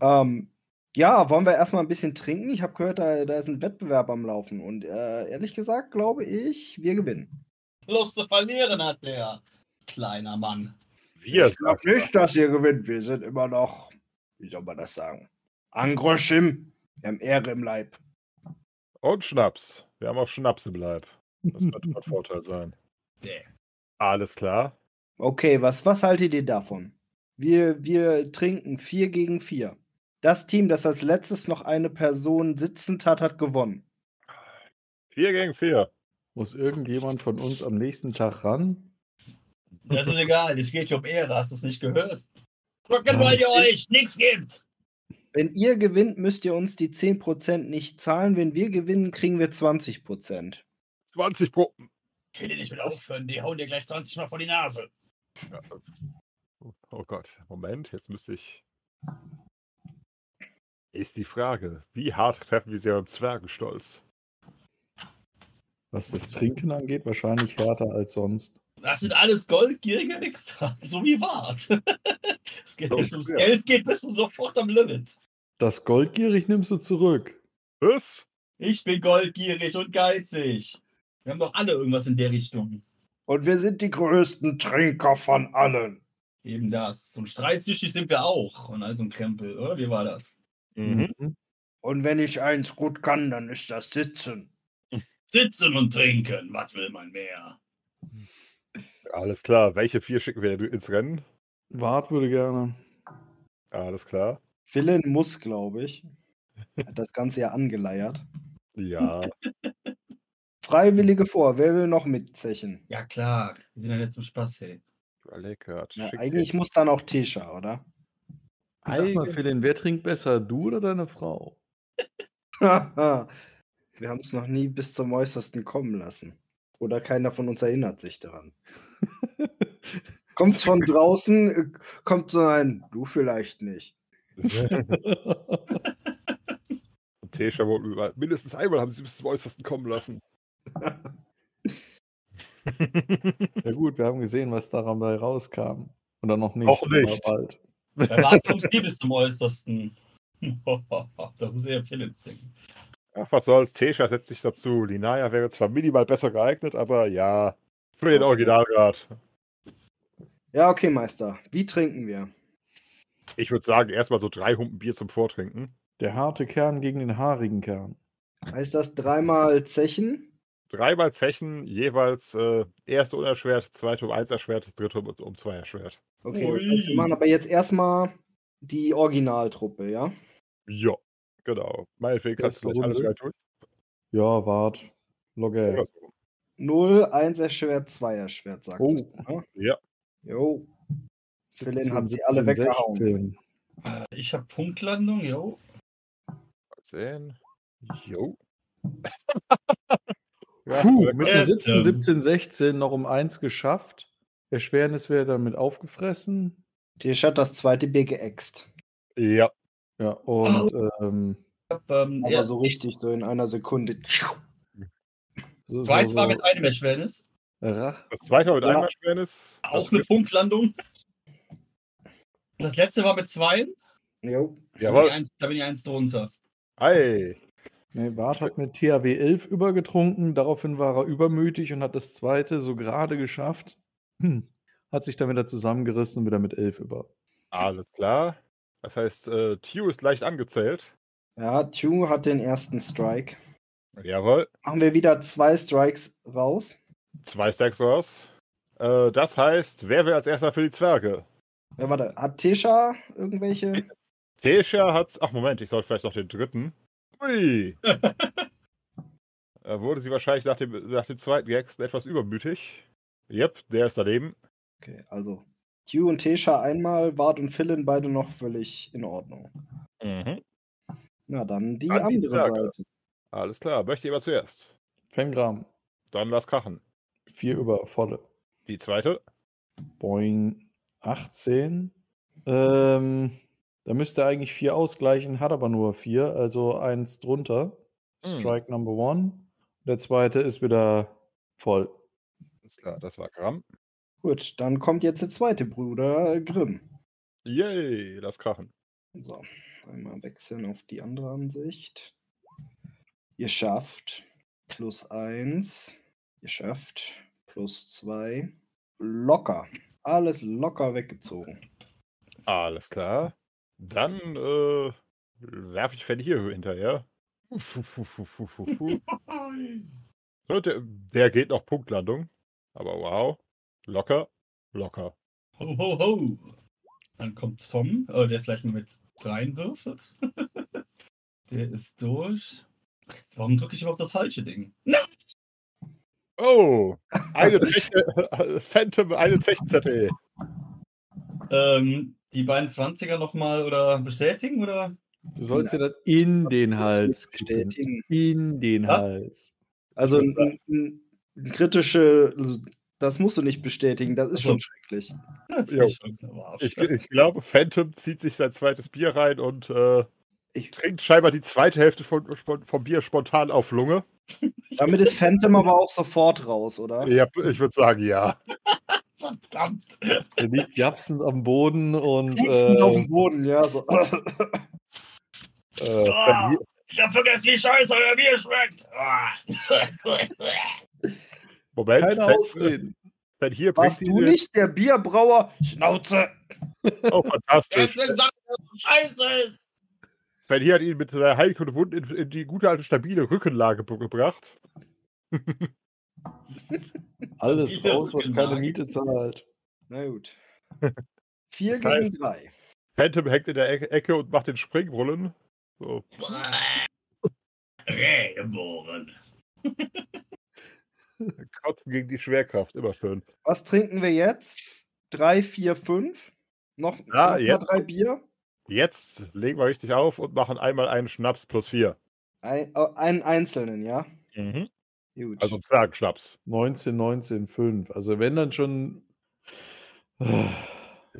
A: Ähm, ja, wollen wir erstmal ein bisschen trinken? Ich habe gehört, da, da ist ein Wettbewerb am Laufen. Und äh, ehrlich gesagt, glaube ich, wir gewinnen.
D: Lust zu verlieren hat der kleiner Mann.
B: Wir,
A: glaub
B: sagt er.
A: dass ihr gewinnt. Wir sind immer noch, wie soll man das sagen? Angroschim. Wir haben Ehre im Leib.
B: Und Schnaps. Wir haben auch Schnaps im Leib. Das könnte ein Vorteil sein.
D: Däh.
B: Alles klar.
A: Okay, was, was haltet ihr davon? Wir, wir trinken 4 gegen 4. Das Team, das als letztes noch eine Person sitzend hat, hat gewonnen.
B: Vier gegen vier.
C: Muss irgendjemand von uns am nächsten Tag ran?
D: Das ist egal, es geht hier um Ehre, hast du es nicht gehört? Drücken wollt ihr euch, nichts gibt's.
A: Wenn ihr gewinnt, müsst ihr uns die 10% nicht zahlen. Wenn wir gewinnen, kriegen wir 20%.
B: 20 pro.
D: Ich will dir nicht mit aufhören, die hauen dir gleich 20 Mal vor die Nase.
B: Oh Gott, Moment, jetzt müsste ich. Ist die Frage, wie hart treffen wir sie beim Zwergenstolz?
C: Was das Trinken angeht, wahrscheinlich härter als sonst.
D: Das sind alles goldgierige Wichser, so wie Wart. Es geht, wenn's ums
B: Ja.
D: Geld geht, bist du sofort am Limit.
C: Das Goldgierig nimmst du zurück.
B: Was?
D: Ich bin goldgierig und geizig. Wir haben doch alle irgendwas in der Richtung.
A: Und wir sind die größten Trinker von allen.
D: Eben das. Und streitsüchtig sind wir auch. Und all so ein Krempel, oder? Wie war das?
C: Mhm.
B: Mhm.
A: Und wenn ich eins gut kann, dann ist das Sitzen.
D: Sitzen und trinken, was will man mehr?
B: Alles klar, welche vier schicken wir ins Rennen?
C: Wart würde gerne.
B: Alles klar.
A: Villain muss, glaube ich. Hat das Ganze ja angeleiert.
B: Ja.
A: Freiwillige vor, wer will noch mitzechen?
D: Ja klar, wir sind ja nicht zum Spaß, hey.
B: Leckert.
A: Na, eigentlich muss dann auch Tisha, oder?
C: Sag mal, Philin, wer trinkt besser, du oder deine Frau?
A: Wir haben es noch nie bis zum Äußersten kommen lassen. Oder keiner von uns erinnert sich daran. Kommt's von draußen, äh, kommt so ein, du vielleicht nicht.
B: Tesha wohl überall- mindestens einmal haben sie bis zum Äußersten kommen lassen.
C: Ja gut, wir haben gesehen, was daran bei rauskam. Oder noch nicht.
B: Noch
C: aber
B: nicht.
C: Bald.
D: Bei Wart kommst du bis zum Äußersten. Das ist eher Philips Ding.
B: Ach, was soll's, Tesha setzt sich dazu. Linaya wäre zwar minimal besser geeignet, aber ja, für den Originalgrad.
A: Ja, okay, Meister. Wie trinken wir?
B: Ich würde sagen, erstmal so drei Humpen Bier zum Vortrinken.
C: Der harte Kern gegen den haarigen Kern.
A: Heißt das dreimal Zechen?
B: Dreimal Zechen, jeweils äh, erste unerschwert, zweite um eins erschwert, dritte um, um zwei erschwert.
A: Okay, das heißt,
D: Ui.
A: wir machen aber jetzt erstmal die Originaltruppe, ja?
B: Ja, genau. Meinetwegen kannst
C: Erste
B: du gleich alles
C: Runde.
B: gleich tun.
C: Ja, wart. Logge.
B: Oder so.
A: 0, 1 Erschwert, 2 Erschwert, sagt
C: Oh.
A: ne?
B: Ja.
A: Jo. Philin hat sie
C: 17,
A: alle weggehauen.
C: 16.
D: Äh, Ich habe Punktlandung, jo.
B: 13. Jo. ja,
C: Puh, mit einer
D: Äh,
C: 17,
D: ähm.
C: 17, 16 noch um 1 geschafft. Erschwernis wäre damit aufgefressen.
A: Tisch hat das zweite Bier geäxt.
B: ja.
C: Ja, und
D: Oh.
C: ähm,
D: Ich hab, ähm,
A: Aber
D: ja,
A: so richtig, so in einer Sekunde.
C: so, so,
D: Zweitens
C: so
D: war mit einem Erschwernis.
C: Rach,
B: Das zweite war mit
A: Ja.
B: einmal Schwernis.
D: Auch
B: Das
D: eine
B: mit-
D: Punktlandung. Und das letzte war mit zwei.
A: Jo.
D: Da bin ich
B: Jawohl.
D: eins, da bin ich eins drunter.
B: Ei.
C: Nee, Bart hat mit THW 11 übergetrunken, daraufhin war er übermütig und hat das zweite so gerade geschafft. Hm. Hat sich dann wieder zusammengerissen und wieder mit 11 über.
B: Alles klar. Das heißt, äh, Tio ist leicht angezählt.
A: Ja, Tune hat den ersten Strike.
B: Jawohl.
A: Machen wir wieder zwei Strikes raus.
B: Zwei Stacks raus. Äh, das heißt, wer will als erster für die Zwerge?
A: Ja, warte, hat Tisha irgendwelche?
B: Tesha hat's. Ach, Moment, ich sollte vielleicht noch den dritten. Ui. da wurde sie wahrscheinlich nach dem, nach dem zweiten Gags etwas übermütig. Yep, der ist daneben.
A: Okay, also Q und Tesha einmal, Bart und Philin beide noch völlig in Ordnung.
B: Mhm.
A: Na dann die
B: An die
A: andere
B: Frage.
A: Seite.
B: Alles klar, möchte jemand zuerst?
C: Fengram,
B: Dann lass krachen.
C: 4 über, volle.
B: Die zweite.
C: Boing, 18. Ähm, da müsste er eigentlich 4 ausgleichen, hat aber nur 4, also 1 drunter.
B: Hm.
C: Strike number 1. Der zweite ist wieder voll.
B: Alles klar, das war Gramm.
A: Gut, dann kommt jetzt der zweite Bruder, Grimm.
B: Yay, lass krachen.
A: So, einmal wechseln auf die andere Ansicht. Ihr schafft plus 1. Ihr schafft plus 2. Locker. Alles locker weggezogen.
B: Alles klar. Dann äh, werfe ich Fälle hier hinterher. Und der, der geht noch Punktlandung. Aber wow. Locker, locker.
D: Ho, ho, ho. Dann kommt Tom, äh, der vielleicht mal mit reinwirft. der ist durch. Jetzt, Warum drücke ich überhaupt das falsche Ding?
B: Oh, eine Zeche, äh, Phantom, eine Zechenzettel.
D: Ähm, die beiden 20er nochmal oder bestätigen oder?
C: Du sollst dir das in den Hals kippen.
A: Bestätigen.
C: In den
D: Was?
C: Hals.
A: Also ein, ein, ein kritische, also das musst du nicht bestätigen, das ist
D: Ach so.
A: schon schrecklich.
D: Das
B: Jo.
D: ist schon am Arsch.
B: Ich, ich glaube, Phantom zieht sich sein zweites Bier rein und äh,
A: Ich-
B: trinkt scheinbar die zweite Hälfte von, von, vom Bier spontan auf Lunge.
A: Damit ist Phantom aber auch sofort raus, oder?
B: Ja, ich würde sagen, ja.
D: Verdammt.
C: Er liegt japsend am Boden und
A: Pustend auf
C: äh,
A: dem Boden, ja. So.
B: Äh,
D: Ah,
B: Verli-
D: ich hab vergessen, wie scheiße euer Bier schmeckt. Ah.
B: Moment,
C: keine
B: Phan-
C: Ausreden.
B: Phan hier
A: Warst
B: bringt
A: du
B: die-
A: nicht der Bierbrauer? Schnauze!
B: Oh, fantastisch.
D: Deswegen sagt ihr, dass es scheiße ist.
B: Phan hier hat ihn mit seiner Heilkunde Wund in, in die gute alte stabile Rückenlage be- gebracht.
C: Alles
D: Ja,
C: raus, was
D: genau.
C: keine Miete zahlt.
A: Na gut. Vier
B: Das
A: gegen
B: heißt-
A: drei.
B: Phantom hängt in der Ecke- Ecke und macht den Springrollen. So.
D: Äh. Regenbogen.
B: Kotzen gegen die Schwerkraft, immer schön.
A: Was trinken wir jetzt? Drei, vier, fünf. Noch,
B: Ah,
A: noch
B: jetzt.
A: mal drei Bier.
B: Jetzt legen wir richtig auf und machen einmal einen Schnaps plus vier.
A: Ein, äh, einen einzelnen, ja? Gut.
B: Also einen Zwergenschnaps.
C: 19, 19, 5. Also wenn dann schon.
A: ist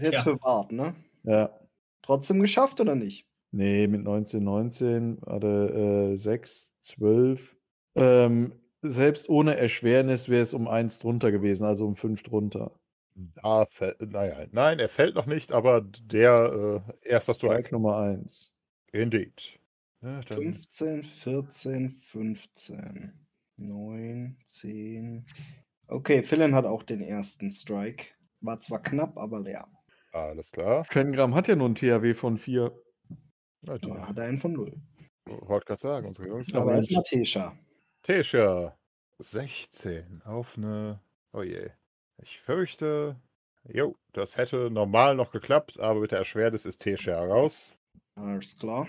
A: jetzt
D: ja.
A: für Bart, ne?
C: Ja.
A: Trotzdem geschafft oder nicht?
C: Nee, mit 19, 19, hatte äh, 6, 12. Ähm, selbst ohne Erschwernis wäre es um 1 drunter gewesen, also um 5 drunter.
B: Da fällt, nein, nein, er fällt noch nicht, aber der äh, erster
C: Strike
B: Strike.
C: Nummer 1.
B: Indeed. Ja, dann
A: 15, 14, 15. 9, 10. Okay, Philin hat auch den ersten Strike. War zwar knapp, aber leer.
B: alles klar.
C: Fengram hat ja nur ein THW von 4.
B: Na, die-
A: Da hat er einen von null.
B: Wollte gerade sagen, unsere Jungs.
C: Ja,
A: Aber er
C: Mensch.
A: ist Matesha.
B: Tesha, 16 auf eine. Oh je. Ich fürchte. Jo, das hätte normal noch geklappt, aber mit der Erschwernis ist Tesha raus.
A: Alles klar.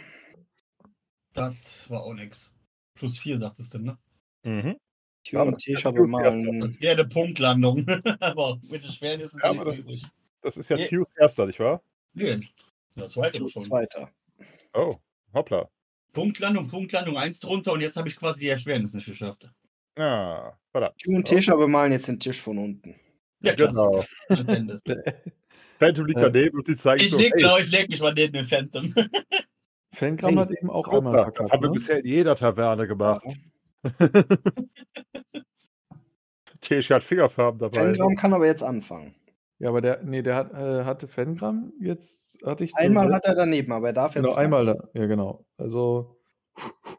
D: Das war auch nix. Plus vier sagtest du, ne?
B: Mhm.
A: Ich will
B: aber
A: einen
B: das
A: Tisch
B: ist
A: aber
B: gut,
A: mal
B: ja.
A: einen,
D: Ja, eine Punktlandung. aber mit den Schweren ist
B: Hm.
D: es
B: Ja,
D: nicht
B: aber
D: so
B: das-
D: übrig.
B: Das ist ja
D: Ja.
B: Thews erster, nicht wahr?
D: Nee, der zweite
A: Tisch
D: schon.
A: weiter.
B: Oh, hoppla.
D: Punktlandung, Punktlandung, eins drunter und jetzt habe ich quasi die Erschwernis nicht geschafft.
B: Ah, verdammt.
A: Ich will einen Tisch aber malen jetzt den Tisch von unten.
D: Ja,
B: Genau.
D: Klassiker.
B: Phantom liegt
C: Ja.
B: daneben und sie zeigen
D: Ich
B: so,
D: leg,
B: ey,
D: glaub, ich leg mich mal neben den Phantom.
C: Fangram
A: Hey,
C: hat eben auch
B: Guck
C: einmal
B: mal, das
C: verkackt.
B: haben wir
C: Ne?
B: bisher in jeder Taverne gemacht. Tisch hat Fingerfarben dabei.
A: Fengram kann aber jetzt anfangen.
C: Ja, aber der, nee, der hat, äh, hatte Fangram jetzt, hatte ich.
A: Einmal
C: zuletzt-
A: hat er daneben, aber er darf jetzt.
C: Mhm. Genau, einmal da. Ja, genau. Also.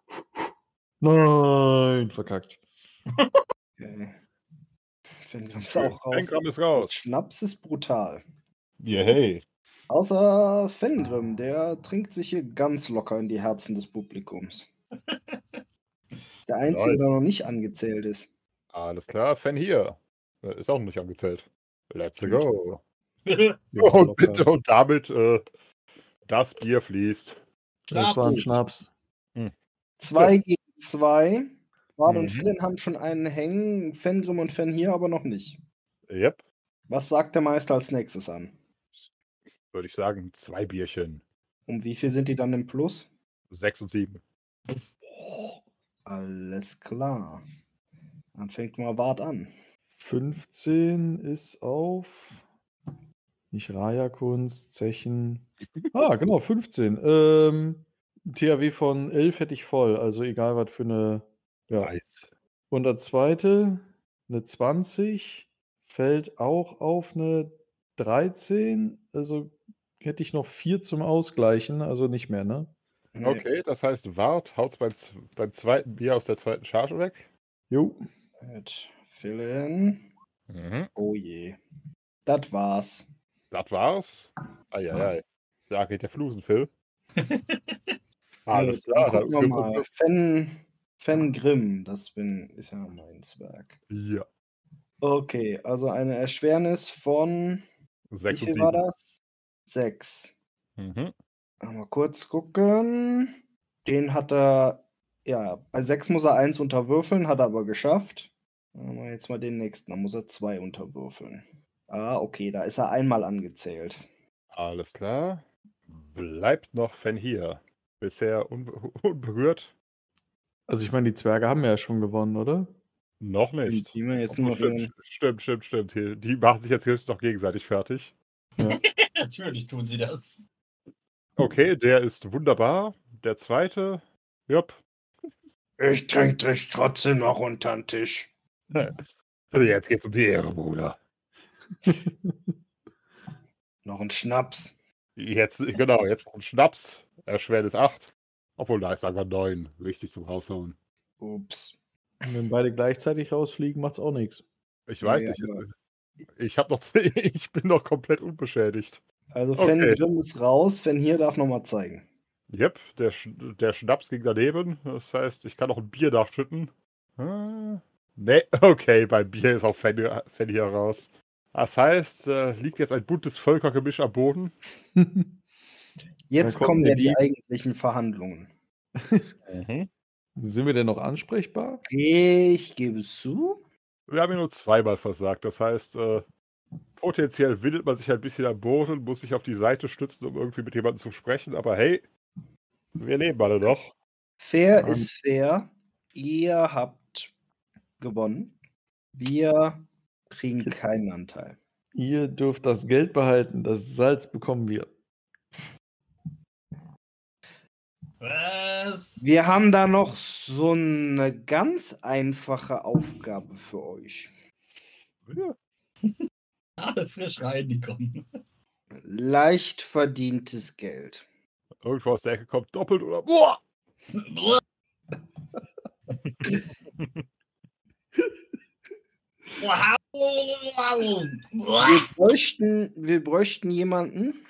C: Nein, verkackt.
A: Okay. Fengram ist auch raus.
B: Fengram ist
A: Das
B: raus.
A: Schnaps ist brutal.
B: Yeah, hey.
A: Außer Fengrim, der trinkt sich hier ganz locker in die Herzen des Publikums. Ist Der Einzige,
B: Läuft.
A: der noch nicht angezählt ist.
B: Alles klar, Fan hier. Äh, Ist auch noch nicht angezählt. Let's go.
C: Ja,
A: Genau,
B: und
C: locker.
B: Oh, bitte, und damit äh, das Bier fließt.
C: Das war ein Schnaps.
A: Zwei gegen zwei. Ward und
B: Mhm.
A: Finn haben schon einen hängen, Fengrim und Fen hier aber noch nicht.
B: Yep,
A: Was sagt der Meister als nächstes an?
B: würde ich sagen, zwei Bierchen.
A: Um wie viel sind die dann im Plus?
B: Sechs und sieben.
A: Alles klar. Dann fängt mal Wart an.
C: 15 ist auf. Nicht Raya-Kunst, Zechen. Ah, genau, 15. Ähm, THW von 11 hätte ich voll, also egal, was für eine. Ja.
B: Nice.
C: Und der zweite, eine 20, fällt auch auf eine 13. Also hätte ich noch vier zum Ausgleichen, also nicht mehr, ne?
A: Nee,
B: Okay, das heißt, Wart haut's beim, z- beim zweiten Bier aus der zweiten Charge weg.
C: Jo.
A: Gut. Finn. Oh je. Das war's.
B: Das war's. Eieiei. Da geht der Flusen, Phil. Alles
A: Gut,
B: klar,
A: dann gucken wir
B: dann ist
A: mal.
B: uns
A: Fen, Fen Grimm, das bin, ist ja mein Zwerg.
B: das- Ja,
A: Okay, also eine Erschwernis von, wie
B: 6 und
A: viel war
B: 7.
A: das? Sechs.
B: Mhm.
A: Mal kurz gucken. Den hat er, ja, bei sechs muss er eins unterwürfeln, hat er aber geschafft. Machen wir jetzt mal den nächsten, da muss er zwei unterwürfeln. Ah, okay, da ist er einmal angezählt.
B: Alles klar. Bleibt noch Fan hier. Bisher unbe unberührt.
C: Also ich meine, die Zwerge haben ja schon gewonnen, oder?
B: Noch nicht.
A: Die mir jetzt
B: Oh,
A: nur noch
B: stimmt,
A: den,
B: stimmt, stimmt, stimmt. Die, die machen sich jetzt höchstens noch gegenseitig fertig.
D: Natürlich tun sie das.
B: Okay,
A: Mhm.
B: der ist wunderbar. Der zweite. Jupp.
A: ich trink dich trotzdem noch unter den Tisch.
B: Also jetzt geht's um die Ehre, Bruder.
A: Noch ein Schnaps.
B: Jetzt, genau, jetzt noch ein Schnaps. Erschwert ist 8. Obwohl, da ist einfach 9. Richtig zum Raushauen.
A: Ups.
C: Und wenn beide gleichzeitig rausfliegen, macht's auch nichts.
B: Ich weiß
A: Ja, genau.
B: nicht.
A: aber-
B: Ich habe noch, ich bin noch komplett unbeschädigt.
A: Also
B: Okay.
A: Fen Grimm ist raus, Fen hier darf nochmal zeigen.
B: Yep, der, Sch- der Schnaps ging daneben. Das heißt, ich kann noch ein Bier nachschütten. Hm, Nee, okay, beim Bier ist auch Fanny, Fanny raus. Das heißt, äh, liegt jetzt ein buntes Völkergemisch am Boden.
A: Jetzt
C: kommt
A: kommen
C: der
A: ja die
C: Dieb.
A: eigentlichen Verhandlungen.
B: Mhm.
C: Sind wir denn noch ansprechbar?
A: Ich gebe es zu.
B: Wir haben ihn nur zweimal versagt. Das heißt, äh, potenziell windet man sich ein bisschen am Boden und muss sich auf die Seite stützen, um irgendwie mit jemandem zu sprechen. Aber hey, wir leben alle noch.
A: Fair
C: Ja.
A: ist fair. Ihr habt gewonnen. Wir kriegen keinen Anteil.
C: Ihr dürft das Geld behalten, das Salz bekommen wir.
D: Was?
A: Wir haben da noch so eine ganz einfache Aufgabe für euch.
B: Ja,
D: Alle frisch rein, die kommen.
A: Leicht verdientes Geld.
B: irgendwo aus der Ecke kommt doppelt oder. Boah!
D: Boah,
A: Wir bräuchten, wir bräuchten jemanden,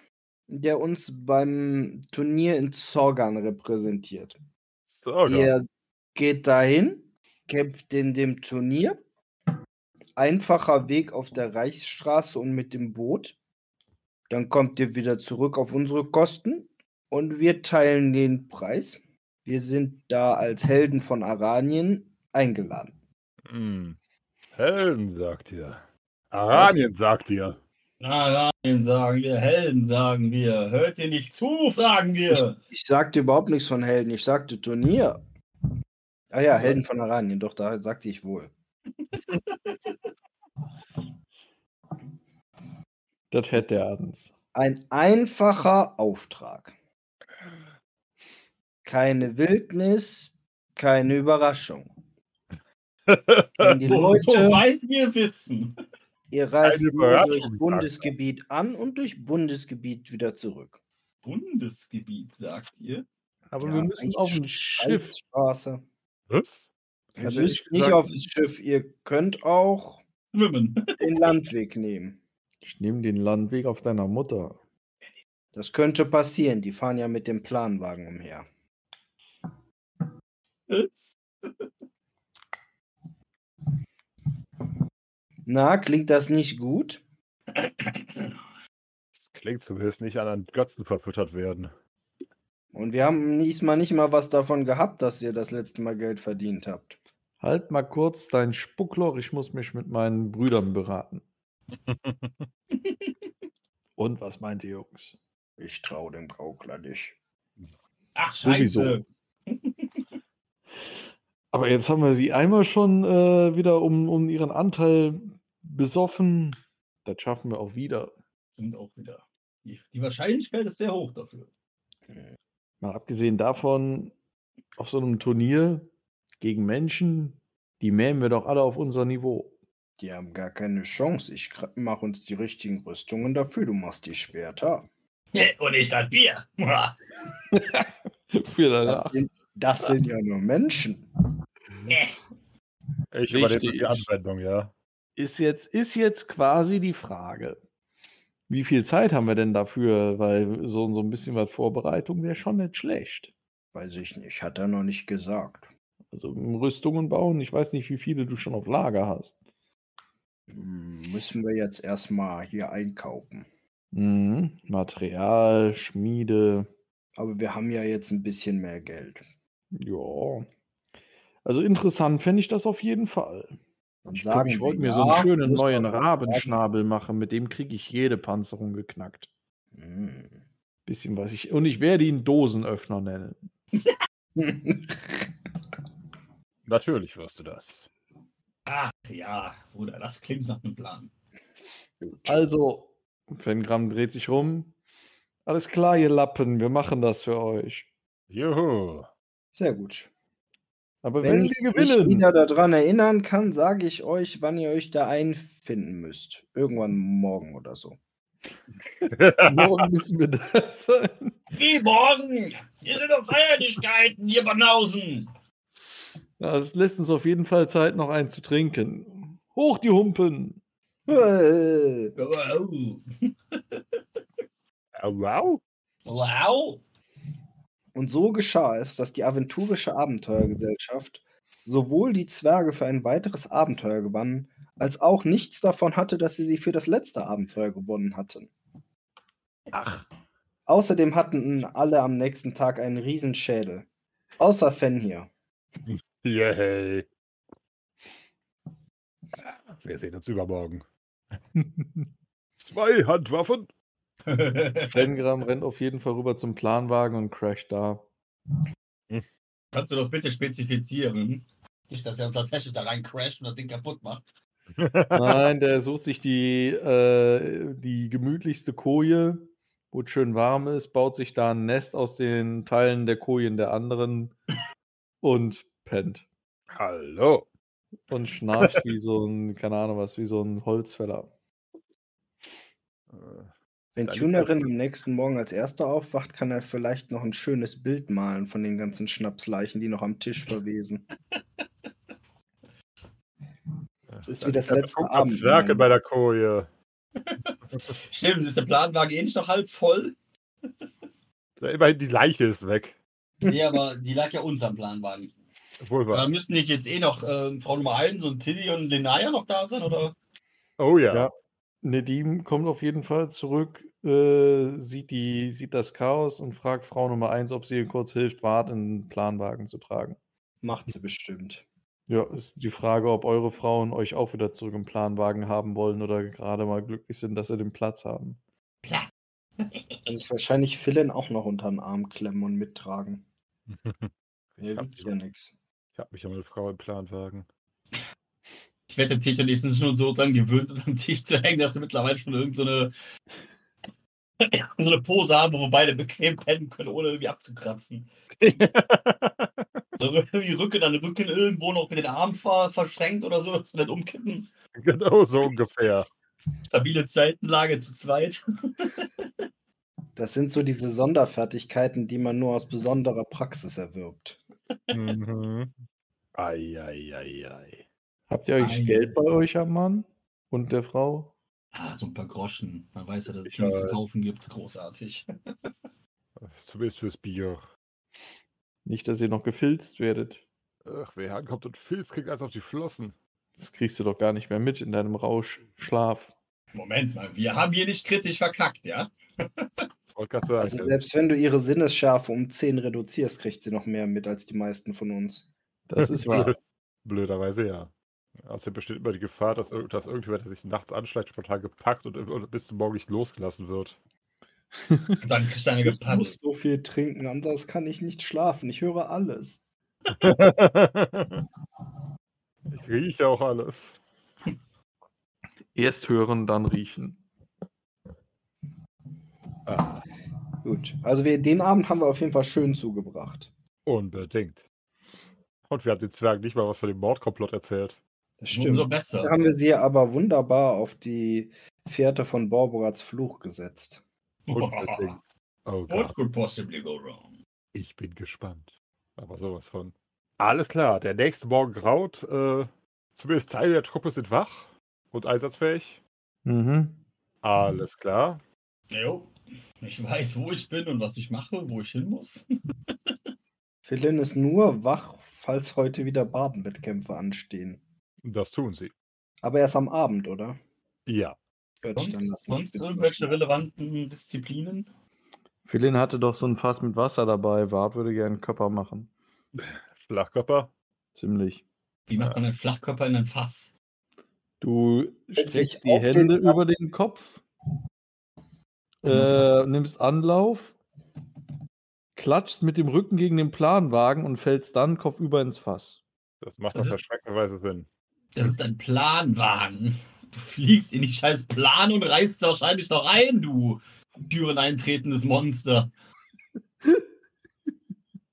A: der uns beim Turnier in Zorgan repräsentiert.
B: So, Oh, ja.
A: Ihr geht dahin, kämpft in dem Turnier. Einfacher Weg auf der Reichsstraße und mit dem Boot. Dann kommt ihr wieder zurück auf unsere Kosten und wir teilen den Preis. Wir sind da als Helden von Aranien eingeladen.
B: Hm. Helden, sagt ihr. Aranien, sagt ihr.
D: Nein, nein, sagen wir, Helden, sagen wir. Hört ihr nicht zu, fragen wir.
A: Ich sagte überhaupt nichts von Helden, ich sagte Turnier. Ah ja, Helden von Aranien, doch, da sagte ich wohl.
C: Das hätte er abends.
A: Ein einfacher Auftrag. Keine Wildnis, keine Überraschung. Wenn die
C: Oh,
A: Leute,
D: Soweit wir wissen.
A: ihr reist
B: Eine
A: nur durch
B: Überraschung,
A: Bundesgebiet an und durch Bundesgebiet wieder zurück.
D: Bundesgebiet, sagt ihr.
C: Aber
A: Ja,
C: wir müssen
A: eigentlich
C: auf ein Schiff.
A: Straße.
B: Was?
A: Ihr
C: Hätte
A: müsst
C: ich
A: Also nicht
C: gesagt-
A: auf das Schiff, ihr könnt auch
D: Schwimmen.
A: den Landweg nehmen.
C: Ich nehme den Landweg auf deiner Mutter.
A: Das könnte passieren, die fahren ja mit dem Planwagen umher.
D: Ist.
A: Na, klingt das nicht gut?
B: Das klingt zumindest nicht an einen Götzen verfüttert werden.
A: Und wir haben diesmal nicht mal was davon gehabt, dass ihr das letzte Mal Geld verdient habt.
C: Halt mal kurz dein Spuckloch, ich muss mich mit meinen Brüdern beraten. Und was meint ihr, Jungs?
A: Ich traue dem Gaukler nicht.
D: Ach,
C: Sowieso.
D: scheiße.
C: Aber jetzt haben wir sie einmal schon äh, wieder um, um ihren Anteil besoffen. Das schaffen wir auch wieder.
D: Stimmt auch wieder. Die, die Wahrscheinlichkeit ist sehr hoch dafür.
C: Mal abgesehen davon, auf so einem Turnier gegen Menschen, die mähen wir doch alle auf unser Niveau.
A: Die haben gar keine Chance. Ich mache uns die richtigen Rüstungen dafür. Du machst die Schwerter.
D: Und ich das Bier.
C: Für
A: Das
C: danach.
A: sind, das sind ja nur Menschen.
B: Ich überlebe nur die
C: Richtig.
B: Anwendung, ja.
C: Ist jetzt, ist jetzt quasi die Frage, wie viel Zeit haben wir denn dafür? Weil so, so ein bisschen was Vorbereitung wäre schon nicht schlecht.
A: Weiß ich nicht. Hat er noch nicht gesagt.
C: Also Rüstungen bauen, ich weiß nicht, wie viele du schon auf Lager hast.
A: Hm, Müssen wir jetzt erstmal hier einkaufen.
C: Mhm. Material, Schmiede,
A: Aber wir haben ja jetzt ein bisschen mehr Geld.
C: ja. Also interessant fände ich das auf jeden Fall.
A: Dann
C: Ich, glaub, ich
A: wir,
C: wollte mir so einen
A: ja,
C: schönen
A: muss
C: neuen
A: man auch
C: Rabenschnabel machen, mit dem kriege ich jede Panzerung geknackt.
A: sagen.
C: Bisschen was ich. Und ich werde ihn Dosenöffner nennen.
A: Hm.
B: Natürlich wirst du das.
D: Ach ja, Bruder, das klingt nach einem Plan.
C: Also, Fengram dreht sich rum. Alles klar, ihr Lappen, wir machen das für euch.
B: Juhu.
A: Sehr gut.
C: Aber wenn,
A: Wenn ich
C: wir
A: mich
C: gewinnen,
A: wieder daran erinnern kann, sage ich euch, wann ihr euch da einfinden müsst. Irgendwann morgen oder so.
C: morgen müssen wir da sein.
D: Wie morgen? Hier sind doch Feierlichkeiten, ihr Banausen.
C: Das lässt uns auf jeden Fall Zeit, noch einen zu trinken. Hoch die Humpen!
A: Äh,
D: Wow.
B: Ah, Wow.
D: Wow.
A: Und so geschah es, dass die aventurische Abenteuergesellschaft sowohl die Zwerge für ein weiteres Abenteuer gewann, als auch nichts davon hatte, dass sie sie für das letzte Abenteuer gewonnen hatten.
C: Ach,
A: Außerdem hatten alle am nächsten Tag einen Riesenschädel. Außer Fenrir.
B: Yay. Wir sehen uns übermorgen. Zwei Handwaffen.
C: Fengram rennt auf jeden Fall rüber zum Planwagen und crasht da.
D: Kannst du das bitte spezifizieren? Nicht, dass er uns tatsächlich da rein crasht und das Ding kaputt macht.
C: Nein, der sucht sich die, äh, die gemütlichste Koje, wo es schön warm ist, baut sich da ein Nest aus den Teilen der Kojen der anderen und pennt
B: Hallo.
C: und schnarcht wie so ein, keine Ahnung was, wie so ein Holzfäller.
A: Wenn
B: Kleine
A: Tunerin am nächsten Morgen als Erster aufwacht, kann er vielleicht noch ein schönes Bild malen von den ganzen Schnapsleichen, die noch am Tisch verwesen. Das
B: Äh,
A: ist wie das letzte Abend.
B: Zwerge bei
A: mein-
B: der Koje.
D: Stimmt, ist der Planwagen eh nicht noch halb voll?
B: Ja, immerhin die Leiche ist weg.
D: Nee, aber die lag ja unterm Planwagen.
B: Wohl
D: Da
B: wahr.
D: müssten nicht jetzt eh noch ähm, Frau Nummer 1 und Tilly und Lenaya noch da sein, oder?
B: Oh ja.
C: Ja. Nedim kommt auf jeden Fall zurück, äh, sieht, die, sieht das Chaos und fragt Frau Nummer 1, ob sie ihr kurz hilft, Wart in den Planwagen zu tragen.
A: Macht sie bestimmt.
C: Ja, ist die Frage, ob eure Frauen euch auch wieder zurück im Planwagen haben wollen oder gerade mal glücklich sind, dass sie den Platz haben.
A: Kann ich wahrscheinlich Philin auch noch unter den Arm klemmen und mittragen.
B: Ich
A: Mir
B: habe
A: wiegt ja nichts.
B: hab mich an meine Frau im Planwagen.
D: Ich wette, Tisch und ich sind schon so dran gewöhnt, unter dem Tisch zu hängen, dass wir mittlerweile schon irgendeine so eine, so eine Pose haben, wo wir beide bequem pennen können, ohne irgendwie abzukratzen. So irgendwie Rücken an Rücken irgendwo noch mit den Armen ver verschränkt oder so, dass wir nicht umkippen.
B: Genau so ungefähr.
D: Stabile Seitenlage zu zweit.
A: Das sind so diese Sonderfertigkeiten, die man nur aus besonderer Praxis erwirbt.
B: Mhm. Eieiei.
C: Habt ihr eigentlich
D: Ei.
C: Geld bei euch am Mann und der Frau?
D: Ah, so ein paar Groschen. Man weiß ja, dass es
B: Sicher.
D: nichts zu kaufen gibt. Großartig.
B: Zumindest fürs Bier.
C: Nicht, dass ihr noch gefilzt werdet.
B: Ach, wer ankommt und Filz kriegt alles auf die Flossen.
C: Das kriegst du doch gar nicht mehr mit in deinem Rauschschlaf.
D: Moment mal, wir haben hier nicht kritisch verkackt, ja?
B: Wollte gerade sagen. äh,
A: Also selbst wenn du ihre Sinnesschärfe um 10 reduzierst, kriegt sie noch mehr mit als die meisten von uns.
C: Das ist wahr.
B: Blöderweise ja. Außerdem besteht immer die Gefahr, dass, irg- dass irgendwer, der sich nachts anschleicht, spontan gepackt und, und bis zum Morgen nicht losgelassen wird.
D: Dann kriegst du eine
A: Ich muss
D: gepannt.
A: so viel trinken, anders kann ich nicht schlafen. Ich höre alles.
B: ich rieche auch alles.
C: Erst hören, dann riechen.
B: Ah,
A: Gut. Also wir, den Abend haben wir auf jeden Fall schön zugebracht.
B: unbedingt. Und wir haben den Zwerg nicht mal was von dem Mordkomplott erzählt.
A: Das
D: Umso
A: stimmt. Da
D: besser.
A: haben wir sie aber wunderbar auf die Fährte von Borborats Fluch gesetzt.
B: Unbedingt. Oh
D: What
B: Gott,
D: could possibly go wrong?
B: ich bin gespannt. Aber sowas von. Alles klar, der nächste Morgen graut. Äh, zumindest Teile der Truppe sind wach und einsatzfähig.
C: Mhm.
B: Alles klar.
D: Jo, ich weiß, wo ich bin und was ich mache, wo ich hin muss.
A: Philin ist nur wach, falls heute wieder Badenwettkämpfe anstehen.
B: Das tun sie.
A: Aber erst am Abend, oder?
B: Ja.
A: Gut,
D: Sonst,
A: lassen wir
D: sonst
A: das
D: irgendwelche
A: überraschen.
D: relevanten Disziplinen?
C: Philin hatte doch so ein Fass mit Wasser dabei. Wart würde gerne einen Körper machen.
B: Flachkörper.
C: Ziemlich.
D: Wie macht man einen Flachkörper in ein Fass?
C: Du
A: Setz dich
C: streckst die
A: auf den
C: Hände
A: Kopf.
C: über den Kopf, äh, nimmst Anlauf, klatschst mit dem Rücken gegen den Planwagen und fällst dann kopfüber ins Fass.
B: Das macht
D: Das
B: auf
D: ist-
B: erschreckenderweise Sinn.
D: Das ist ein Planwagen. Du fliegst in die scheiß Plan und reißt wahrscheinlich noch ein, du Türen eintretendes Monster.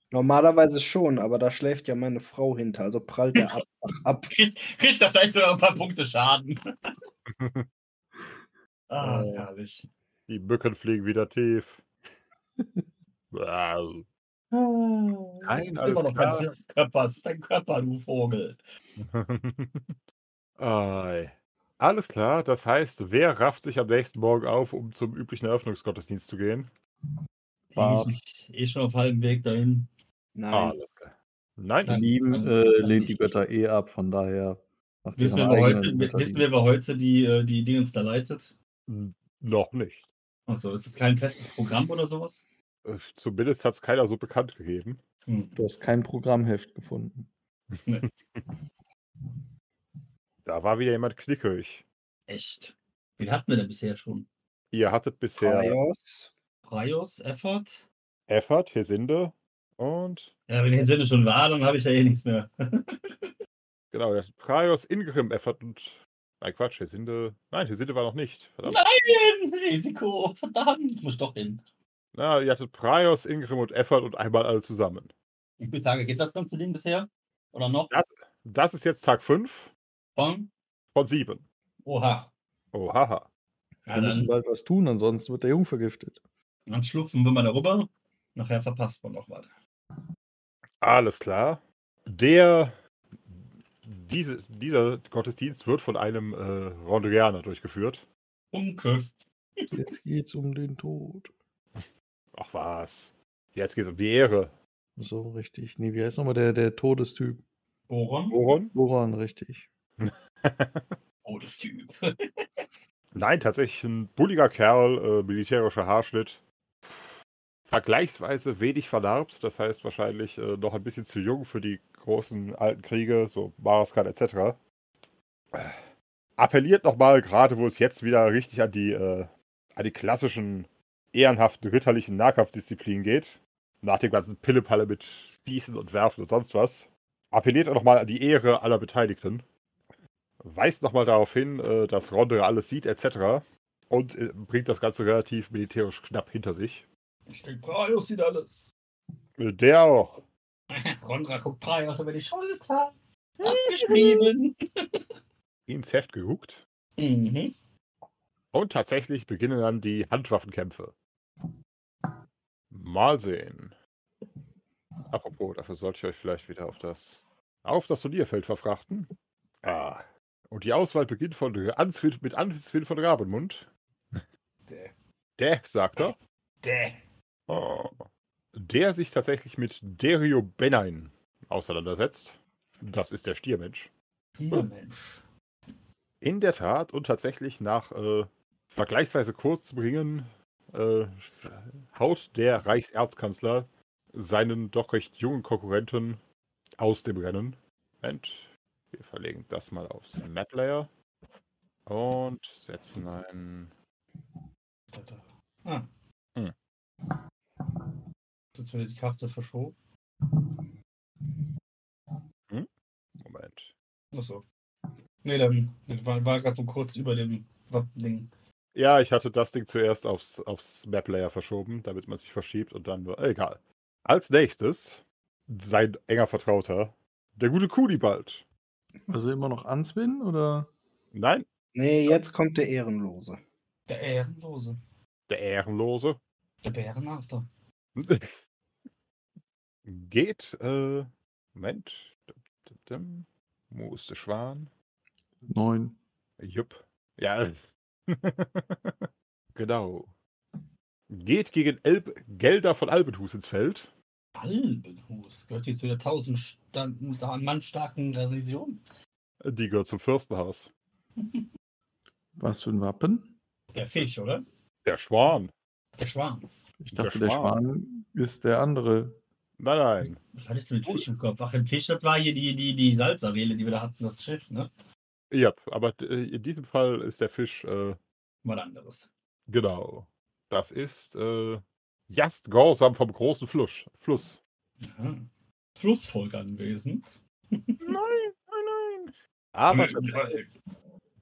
A: Normalerweise schon, aber da schläft ja meine Frau hinter, also prallt der ab. ab.
D: Kriegst da vielleicht sogar ein paar Punkte Schaden. ah,
B: Äh.
D: herrlich.
B: Die Mücken fliegen wieder tief. Wow. Nein, alles
D: immer noch
B: klar.
D: kein Flachkörper, es ist ein Körper, du Vogel.
B: Ei. Alles klar, das heißt, wer rafft sich am nächsten Morgen auf, um zum üblichen Eröffnungsgottesdienst zu gehen?
C: Bart.
D: Ich, eh schon auf halbem Weg dahin. Ah,
A: Nein.
B: Alles klar. Nein,
C: Die
D: Dann-
C: Lieben
D: dann-
C: äh,
D: dann
C: lehnt die
D: nicht.
C: Götter eh ab, von daher. macht
D: Wissen wir,
C: ihren
D: wer heute,
C: eigenen
D: wissen
C: Götterdienst.
D: wir, wer heute die, äh, die Dingens da leitet?
B: n- noch nicht.
D: Achso, ist das kein festes Programm oder sowas?
B: Äh, Zumindest hat es keiner so bekannt gegeben.
D: Hm.
C: Du hast kein Programmheft gefunden.
B: Da war wieder jemand knickig.
D: Echt? Wen hatten wir denn bisher schon?
B: Ihr hattet bisher
A: Chaos.
D: Raios, Effort?
B: Effert, Hesinde und
D: Ja, wenn der Sinne schon war, dann habe ich ja eh nichts mehr.
B: Genau, ja. Praios, Ingrim, Effort und. Nein, Quatsch, Hesinde. Nein, Hesinde war noch nicht. Verdammt.
D: Nein! Risiko! Verdammt! Ich muss doch hin.
B: Na, ihr hattet Praios, Ingrim und Effort und einmal alle zusammen.
D: Wie viele Tage geht das ganze Ding bisher? Oder noch?
B: Das, das ist jetzt Tag 5
D: Von?
B: von 7.
D: Oha.
B: Oh, haha.
D: Ja,
C: wir müssen
D: dann,
C: bald was tun, ansonsten wird der Jung vergiftet.
D: dann schlupfen wir mal darüber. Nachher verpasst man noch was.
B: Alles klar. Der. Diese, dieser Gottesdienst wird von einem äh, Rondrianer durchgeführt.
D: Unke.
C: Jetzt geht's um den Tod.
B: Ach was. Jetzt geht's um die Ehre.
C: So, richtig. Nee, wie heißt nochmal der, der Todestyp?
D: Boron?
B: Woron?
C: Woran, richtig.
D: Oh, das Typ.
B: Nein, tatsächlich ein bulliger Kerl, äh, militärischer Haarschnitt. vergleichsweise wenig vernarbt, das heißt wahrscheinlich äh, noch ein bisschen zu jung für die großen alten Kriege, so Maraskan etc. Äh, Appelliert nochmal, gerade wo es jetzt wieder richtig an die, äh, an die klassischen ehrenhaften ritterlichen Nahkampfdisziplinen geht, nach dem ganzen Pillepalle mit Spießen und Werfen und sonst was, appelliert auch nochmal an die Ehre aller Beteiligten, weist nochmal darauf hin, äh, dass Rondre alles sieht etc. und äh, bringt das Ganze relativ militärisch knapp hinter sich. Äh,
D: Ich denke, Praios sieht alles.
B: Der auch.
D: Rondra guckt Praios über die Schulter. Abgeschrieben.
B: ins Heft geguckt.
D: mhm.
B: Und tatsächlich beginnen dann die Handwaffenkämpfe. Mal sehen. Apropos, dafür sollte ich euch vielleicht wieder auf das, auf das Turnierfeld verfrachten. Ah. Und die Auswahl beginnt von Ansfred, mit Ansfred von Rabenmund.
D: Däh.
B: Der, sagt er.
D: Däh.
B: Oh. Der sich tatsächlich mit Derio Benain auseinandersetzt. Das ist der Stiermensch.
D: Hier, Mensch.
B: In der Tat und tatsächlich nach äh, vergleichsweise kurzem Ringen äh, haut der Reichserzkanzler seinen doch recht jungen Konkurrenten aus dem Rennen. Moment, wir verlegen das mal aufs Map Layer und setzen einen.
D: Ah.
B: Hm.
D: Jetzt wird die Karte verschoben.
B: Moment.
D: Achso. Nee, dann das war, war gerade so kurz über dem Wappending.
B: Ja, ich hatte das Ding zuerst aufs, aufs Map Layer verschoben, damit man sich verschiebt und dann nur. Egal. Als nächstes sein enger Vertrauter, der gute Kunibald.
E: Also immer noch Answin oder?
B: Nein,
A: Nee, jetzt kommt der Ehrenlose.
D: Der Ehrenlose.
B: der Ehrenlose.
D: Der Bärenhafter.
B: Geht, äh, Moment. Dum, dum, dum. Wo ist der Schwan?
E: Neun.
B: Jupp. Ja. genau. Geht gegen Elb Gelder von Albenhus ins Feld.
D: Albenhus. Gehört die zu der tausend Stand- Mann starken Garnison?
B: Die gehört zum Fürstenhaus.
E: Was für ein Wappen?
D: Der Fisch, oder?
B: Der Schwan.
D: Der Schwarm.
E: Ich
B: Der
E: dachte, der
B: Schwan.
E: Schwan ist der andere.
B: Nein, nein.
D: Was hattest du mit Fisch im Kopf? Ach, ein Fisch, das war hier die, die, die Salzarele, die wir da hatten, das Schiff, ne?
B: Ja, aber äh, in diesem Fall ist der Fisch, äh,
D: Mal anderes.
B: genau. Das ist, äh, Jast Gorsam vom großen Fluss. Fluss.
D: Aha. Flussvolk anwesend.
B: Aber
D: Äh,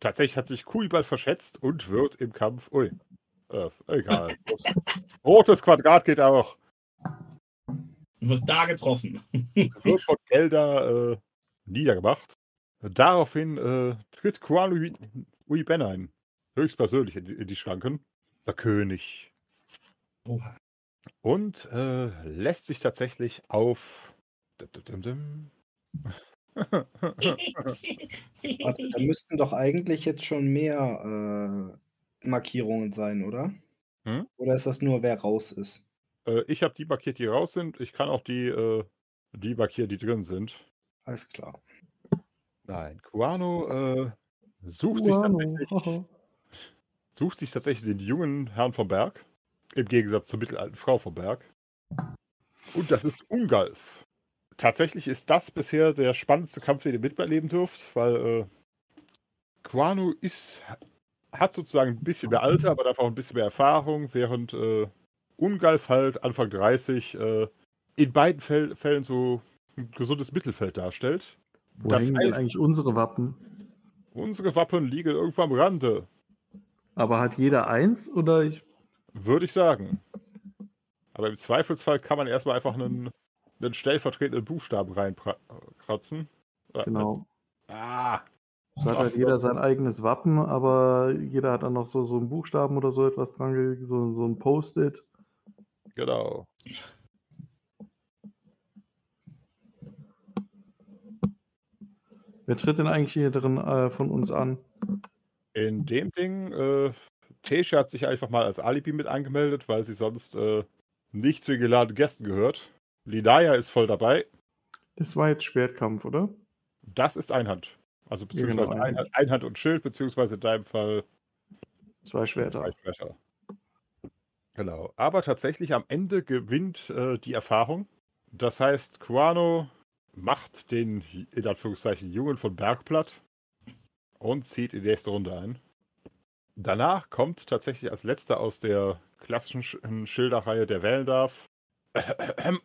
B: Tatsächlich hat sich Kuibal verschätzt und wird im Kampf. Ui. Äh, egal. Rotes Quadrat geht auch.
D: Wird da getroffen.
B: Wird von Gelder äh, niedergemacht. Daraufhin äh, tritt Kuan Ui, Ui Ben ein. Höchstpersönlich in die, in die Schranken. Der König.
D: Oha.
B: Und äh, lässt sich tatsächlich auf. Dum, dum, dum, dum.
A: Warte, da müssten doch eigentlich jetzt schon mehr äh, Markierungen sein, oder?
B: Hm?
A: Oder ist das nur, wer raus ist?
B: Äh, ich habe die markiert, die raus sind. Ich kann auch die, äh, die markieren, die drin sind.
A: Alles klar.
B: Nein, Kuano äh, sucht,
E: Uano,
B: Sich tatsächlich,
E: haha.
B: sucht sich tatsächlich den jungen Herrn vom Berg, im Gegensatz zur mittelalten Frau vom Berg. Und das ist Ungalf. Tatsächlich ist das bisher der spannendste Kampf, den ihr miterleben dürft, weil äh, Quano ist, hat sozusagen ein bisschen mehr Alter, aber dafür auch ein bisschen mehr Erfahrung, während äh, Ungalf halt Anfang 30 äh, in beiden Fäll- Fällen so ein gesundes Mittelfeld darstellt.
E: Wo
B: Das
E: hängen denn
B: heißt-
E: eigentlich unsere Wappen?
B: Unsere Wappen liegen irgendwo am Rande,
E: Aber hat jeder eins oder ich?
B: würde ich sagen. Aber im Zweifelsfall kann man erstmal einfach einen, einen stellvertretenden Buchstaben reinkratzen. Äh,
E: Genau.
B: Ah,
E: Es hat halt jeder sein eigenes Wappen, aber jeder hat dann noch so, so einen Buchstaben oder so etwas dran, ge- so, so ein Post-it.
B: genau.
E: Wer tritt denn eigentlich hier drin äh, von uns an?
B: In dem Ding, äh, Tesha hat sich einfach mal als Alibi mit angemeldet, weil sie sonst äh, nicht zu den geladenen Gästen gehört. Linaya ist voll dabei.
E: Das war jetzt Schwertkampf, oder?
B: Das ist Einhand. Also
E: Ebenso
B: beziehungsweise
E: Einhand.
B: Einhand, Einhand und Schild, beziehungsweise in deinem Fall
E: Zwei Schwerter.
B: Reichsbrecher. Genau. Aber tatsächlich am Ende gewinnt äh, die Erfahrung. Das heißt, Quano macht den, in Anführungszeichen, Jungen von Bergplatt und zieht in die nächste Runde ein. Danach kommt tatsächlich als letzter aus der klassischen Sch- Schilderreihe der Wellendarf.
D: Ähm,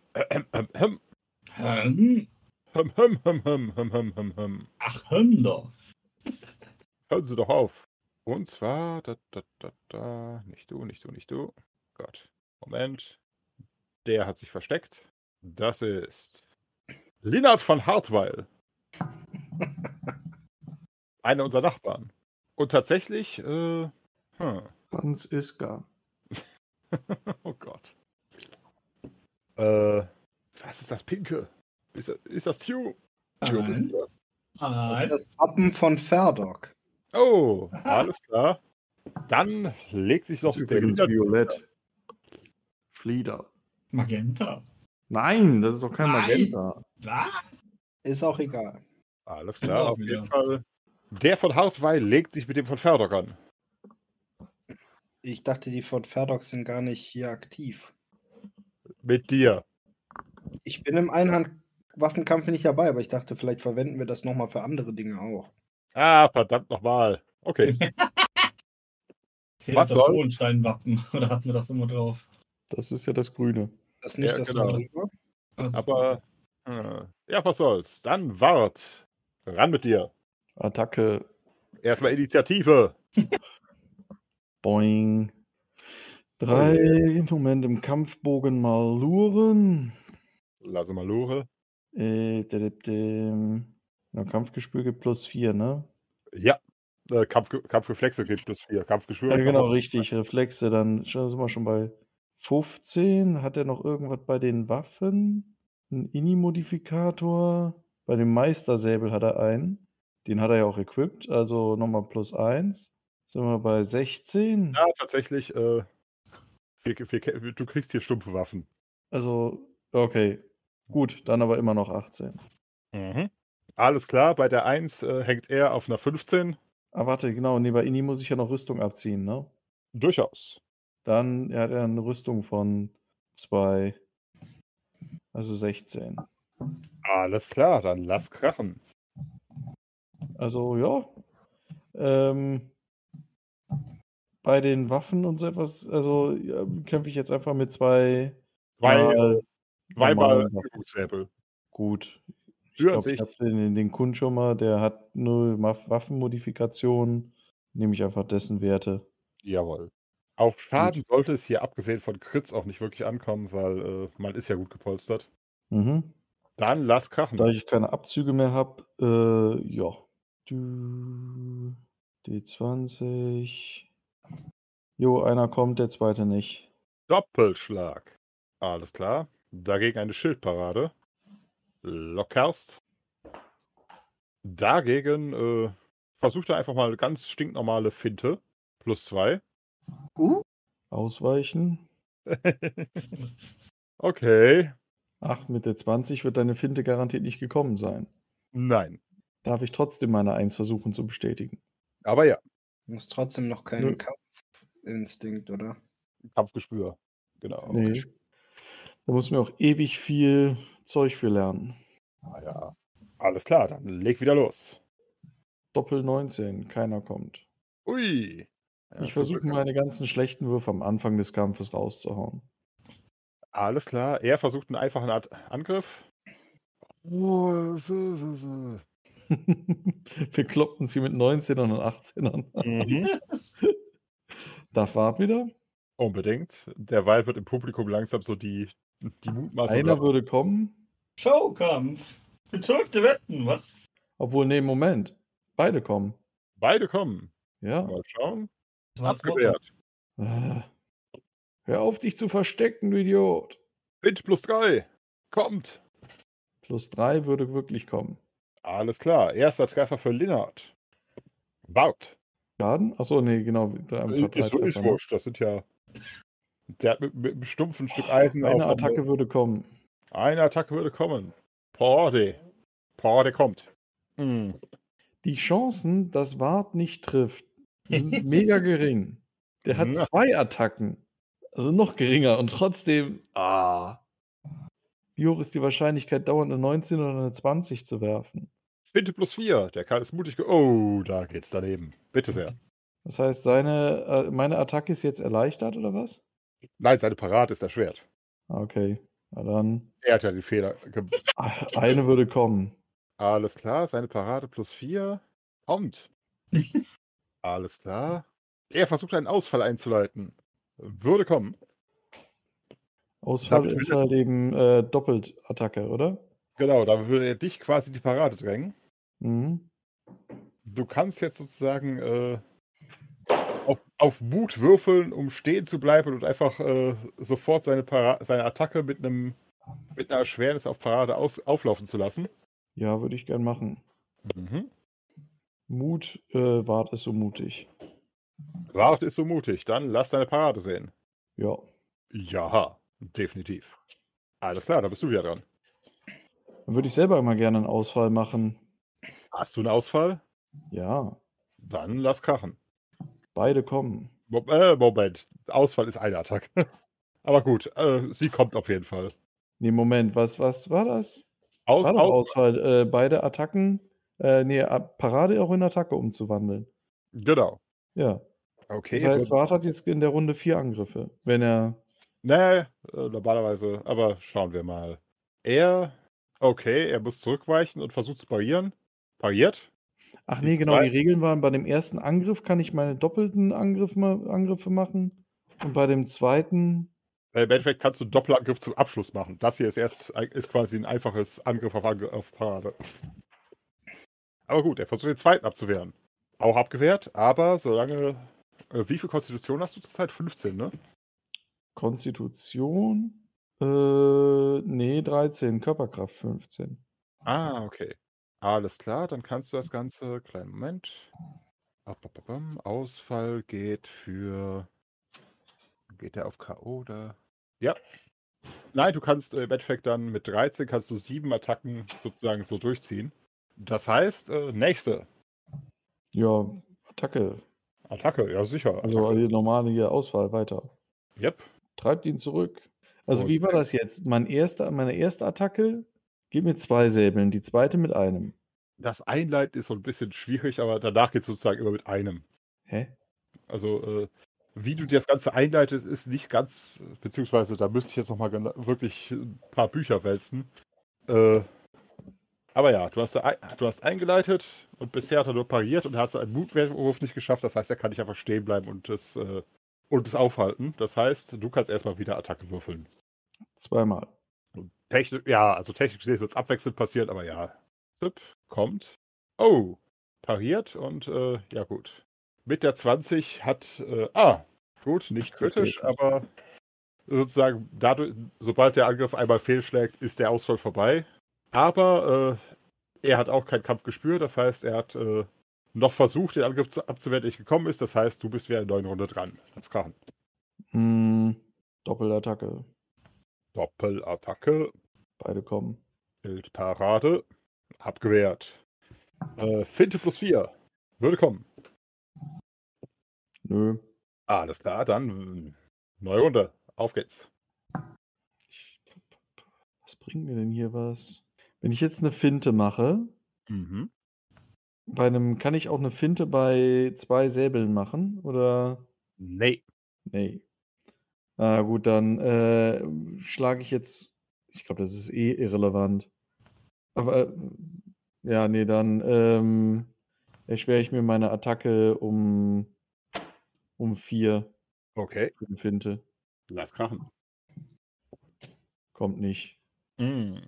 B: Hören
D: Ach, Hönder.
B: Sie doch auf. Und zwar, da, da, da, da, nicht du, nicht du, nicht du. Gott, Moment. Der hat sich versteckt. Das ist Linard von Hartweil. Einer unserer Nachbarn. Und tatsächlich, äh, hm.
E: Hans Iska.
B: Oh Gott. Äh, was ist das Pinke? Ist das, ist das Tue? Tue, bist
D: Nein.
B: du das?
D: Nein.
A: Das Wappen von Ferdok.
B: Oh, alles klar. Dann legt sich noch
E: Das ist übrigens
B: Hinter-
E: Violett. Flieder.
D: Magenta.
E: Nein, das ist doch kein
D: Nein.
E: Magenta.
D: Was?
A: Ist auch egal.
B: Alles
D: Genau,
B: klar, auf
D: wieder.
B: jeden Fall. Der von Hartweil legt sich mit dem von Ferdok an.
A: Ich dachte, die von Ferdok sind gar nicht hier aktiv.
B: Mit dir.
A: Ich bin im Einhandwaffenkampf nicht dabei, aber ich dachte, vielleicht verwenden wir das nochmal für andere Dinge auch.
B: Ah, verdammt nochmal. Okay.
D: Zählt
B: Was
D: das
B: soll's?
D: Hohenstein-Wappen? Oder hat man das immer drauf?
C: Das ist ja das Grüne.
A: Das nicht,
B: Ja,
A: das
B: genau.
A: darüber.
D: Also,
B: Aber äh, ja, was soll's. Dann wart. Ran mit dir.
C: Attacke.
B: Erstmal Initiative.
C: Boing. Drei Moment im Kampfbogen mal luren.
B: Lasse mal Lure.
C: Äh, da, da, da. Na, Kampfgespür gibt plus vier, ne?
B: Ja. Äh, Kampf, Kampfreflexe gibt plus 4. Kampfgeschwür.
C: Ja, genau,
B: Kampf-
C: richtig. Reflexe, dann sch- sind wir schon bei 15. Hat er noch irgendwas bei den Waffen? Ein Ini-Modifikator? Bei dem Meistersäbel hat er einen. Den hat er ja auch equipped, also nochmal plus 1. Sind wir bei 16.
B: Ja, tatsächlich. Äh, wir, wir, du kriegst hier stumpfe Waffen.
C: Also, okay. Gut, dann aber immer noch 18. Mhm.
B: Alles klar, bei der 1 äh, hängt er auf einer 15.
C: Ah, warte, genau. Nee, bei Ini muss ich ja noch Rüstung abziehen, ne?
B: Durchaus.
C: Dann er hat er eine Rüstung von 2. Also 16.
B: Alles klar, dann lass krachen.
C: Also ja. Ähm, bei den Waffen und so etwas, also ja, kämpfe ich jetzt einfach mit zwei.
B: Weil,
C: mal-
B: weil mal
C: normalen Waffen.
B: Übungssäbel.
C: gut. Ich
B: Rührt
C: glaub,
B: sich.
C: ich habe den, den Kun schon mal, der hat null Waff- Waffenmodifikationen. Nehme ich einfach dessen Werte.
B: Jawohl. Auf Schaden sollte es hier abgesehen von Kritz auch nicht wirklich ankommen, weil äh, man ist ja gut gepolstert.
C: Mhm.
B: Dann lass krachen.
C: Da ich keine Abzüge mehr habe, äh, ja. Du, D20. Jo, einer kommt, der zweite nicht.
B: Doppelschlag. Alles klar. Dagegen eine Schildparade. Lockerst. Dagegen äh, versucht er einfach mal eine ganz stinknormale Finte. Plus zwei.
A: Uh,
C: Ausweichen.
B: okay.
C: Ach, mit der 20 wird deine Finte garantiert nicht gekommen sein.
B: Nein.
C: Darf ich trotzdem meine 1 versuchen zu bestätigen?
B: Aber ja,
A: Du musst trotzdem noch keinen
C: Nö.
A: Kampfinstinkt, oder?
B: Kampfgespür. Genau.
C: Nee. Da muss mir auch ewig viel Zeug für lernen.
B: Ah, ja. Alles klar, dann leg wieder los.
C: Doppel 19, keiner kommt.
B: Ui. Ja,
C: ich
B: zum
C: versuche
B: Glück.
C: meine ganzen schlechten Würfe am Anfang des Kampfes rauszuhauen.
B: Alles klar, er versucht einen einfachen Art Angriff. Oh, so, so, so.
C: Wir kloppen sie mit 19ern und 18ern.
B: Mhm.
C: Darf Wart wieder?
B: Unbedingt. Derweil wird im Publikum langsam so die, die Mutmaßung.
C: Einer würde kommen.
D: Showkampf. Betürkte Wetten, was?
C: Obwohl, nee, Moment. Beide kommen.
B: Beide kommen.
C: Ja.
B: Mal schauen.
D: Das war
B: Abgewehrt.
C: Ah. Hör auf, dich zu verstecken, du Idiot.
B: Wind plus drei. Kommt.
C: Plus 3 würde wirklich kommen.
B: Alles klar. Erster Treffer für Linnard. Baut.
C: Schaden? Achso, nee, genau.
B: Ist,
C: Drei, einfach drei
B: ist, ist
C: Treffer, ne? Oh,
B: wurscht. Das sind ja. Der hat mit, mit einem stumpfen Stück Eisen
C: Eine
B: auf-
C: Attacke würde kommen.
B: Eine Attacke würde kommen. Porde. Porde kommt. Mhm.
C: Die Chancen, dass Ward nicht trifft, sind mega gering. Der hat
B: Ja.
C: zwei Attacken. Also noch geringer und trotzdem, ah. Wie hoch ist die Wahrscheinlichkeit, dauernd eine 19 oder eine 20 zu werfen?
B: Finte plus 4. Der Karl ist mutig. Ge oh, da geht's daneben. Bitte sehr.
C: Das heißt, seine, äh, meine Attacke ist jetzt erleichtert oder was?
B: Nein, seine Parade ist erschwert.
C: Ah, Okay, na dann.
B: Er hat ja den Fehler. ge-
C: Ah, Eine würde kommen.
B: Alles klar, seine Parade plus 4. Kommt. Alles klar. Er versucht einen Ausfall einzuleiten. Würde kommen.
C: Ausfall
B: Hab ich
C: ist halt eben äh, Doppeltattacke, oder?
B: Genau, da würde er dich quasi in die Parade drängen.
C: Mhm.
B: Du kannst jetzt sozusagen äh, auf, auf Mut würfeln, um stehen zu bleiben und einfach äh, sofort seine, Para seine Attacke mit einem mit einer Erschwernis auf Parade aus auflaufen zu lassen.
C: Ja, würde ich gern machen.
B: Mhm.
C: Mut, äh, Wart ist so mutig.
B: Wart ist so mutig, dann lass deine Parade sehen.
C: Ja.
B: Ja, definitiv. Alles klar, da bist du wieder dran.
C: Dann würde ich selber mal gerne einen Ausfall machen.
B: Hast du einen Ausfall?
C: Ja,
B: Dann lass krachen.
C: beide kommen.
B: Mo- äh, Moment, Ausfall ist eine Attacke. Aber gut, äh, sie kommt auf jeden Fall.
C: Nee, Moment, was, was war das?
B: Aus,
C: War doch
B: aus,
C: Ausfall. Äh, beide Attacken, äh, nee, A- Parade auch in Attacke umzuwandeln.
B: Genau.
C: Ja.
B: Okay.
C: Das heißt,
B: wird-
C: Wart hat jetzt in der Runde vier Angriffe. Wenn er.
B: nee, äh, normalerweise, aber schauen wir mal. Er, okay, er muss zurückweichen und versucht zu parieren. Pariert.
C: Ach
B: Die
C: nee, genau,
B: zwei-
C: die Regeln waren, bei dem ersten Angriff kann ich meine doppelten Angriff ma Angriffe machen. Und bei dem zweiten.
B: Äh, Im Endeffekt kannst du einen Doppelangriff zum Abschluss machen. Das hier ist erst ein- ist quasi ein einfaches Angriff auf, Angr auf Parade. Aber gut, er versucht den zweiten abzuwehren. Auch abgewehrt, aber solange. Äh, wie viel Konstitution hast du zurzeit? 15, ne?
C: Konstitution. Äh, nee, 13. Körperkraft 15.
B: Ah, okay. Alles klar, dann kannst du das Ganze. Kleinen Moment. Ab, ab, ab, bam. Ausfall geht für. Geht der auf K.O. oder? Ja. Nein, du kannst äh, im Endeffekt dann mit 13 kannst du sieben Attacken sozusagen so durchziehen. Das heißt, äh, nächste
C: Ja, Attacke.
B: Attacke, ja sicher. Attacke.
C: Also die normale hier Auswahl weiter.
B: Yep.
C: Treibt ihn zurück. Also
B: Und-
C: wie war das jetzt? Mein erster, meine erste Attacke geht mit zwei Säbeln, die zweite mit einem.
B: Das Einleiten ist so ein bisschen schwierig, aber danach geht es sozusagen immer mit einem.
C: Hä?
B: Also, äh, wie du dir das Ganze einleitest, ist nicht ganz, beziehungsweise da müsste ich jetzt nochmal wirklich ein paar Bücher wälzen. Äh, aber ja, du hast, da ein- du hast eingeleitet und bisher hat er nur pariert und er hat seinen Mutwurf nicht geschafft. Das heißt, er kann nicht einfach stehen bleiben und es, äh, und es aufhalten. Das heißt, du kannst erstmal wieder Attacke würfeln.
C: Zweimal.
B: Und technisch, ja, also technisch gesehen wird es abwechselnd passieren, aber ja. Tipp kommt. Oh, pariert und äh, ja gut. Mit der 20 hat, äh, ah, gut, nicht kritisch, aber sozusagen dadurch, sobald der Angriff einmal fehlschlägt, ist der Ausfall vorbei. Aber äh, er hat auch kein Kampfgespür, das heißt, er hat äh, noch versucht, den Angriff zu, abzuwehren, der nicht gekommen ist. Das heißt, du bist wieder in der neuen Runde dran. Das kann.
C: Hm, Doppelattacke.
B: Doppelattacke.
C: Beide kommen.
B: Bildparade. Abgewehrt. Äh, Finte plus 4. Würde kommen.
C: Nö.
B: Alles klar, dann mm, neue Runde. Auf geht's.
C: Ich- Was bringt mir denn hier was? Wenn ich jetzt eine Finte mache,
B: Mhm.
C: bei einem kann ich auch eine Finte bei zwei Säbeln machen oder
B: Nee.
C: Nee. Na gut, dann äh, schlage ich jetzt. Ich glaube, das ist eh irrelevant. Aber äh, ja, nee, dann ähm, erschwere ich mir meine Attacke um um vier
B: Okay.
C: für den Finte.
B: Lass krachen.
C: Kommt nicht.
B: Mm.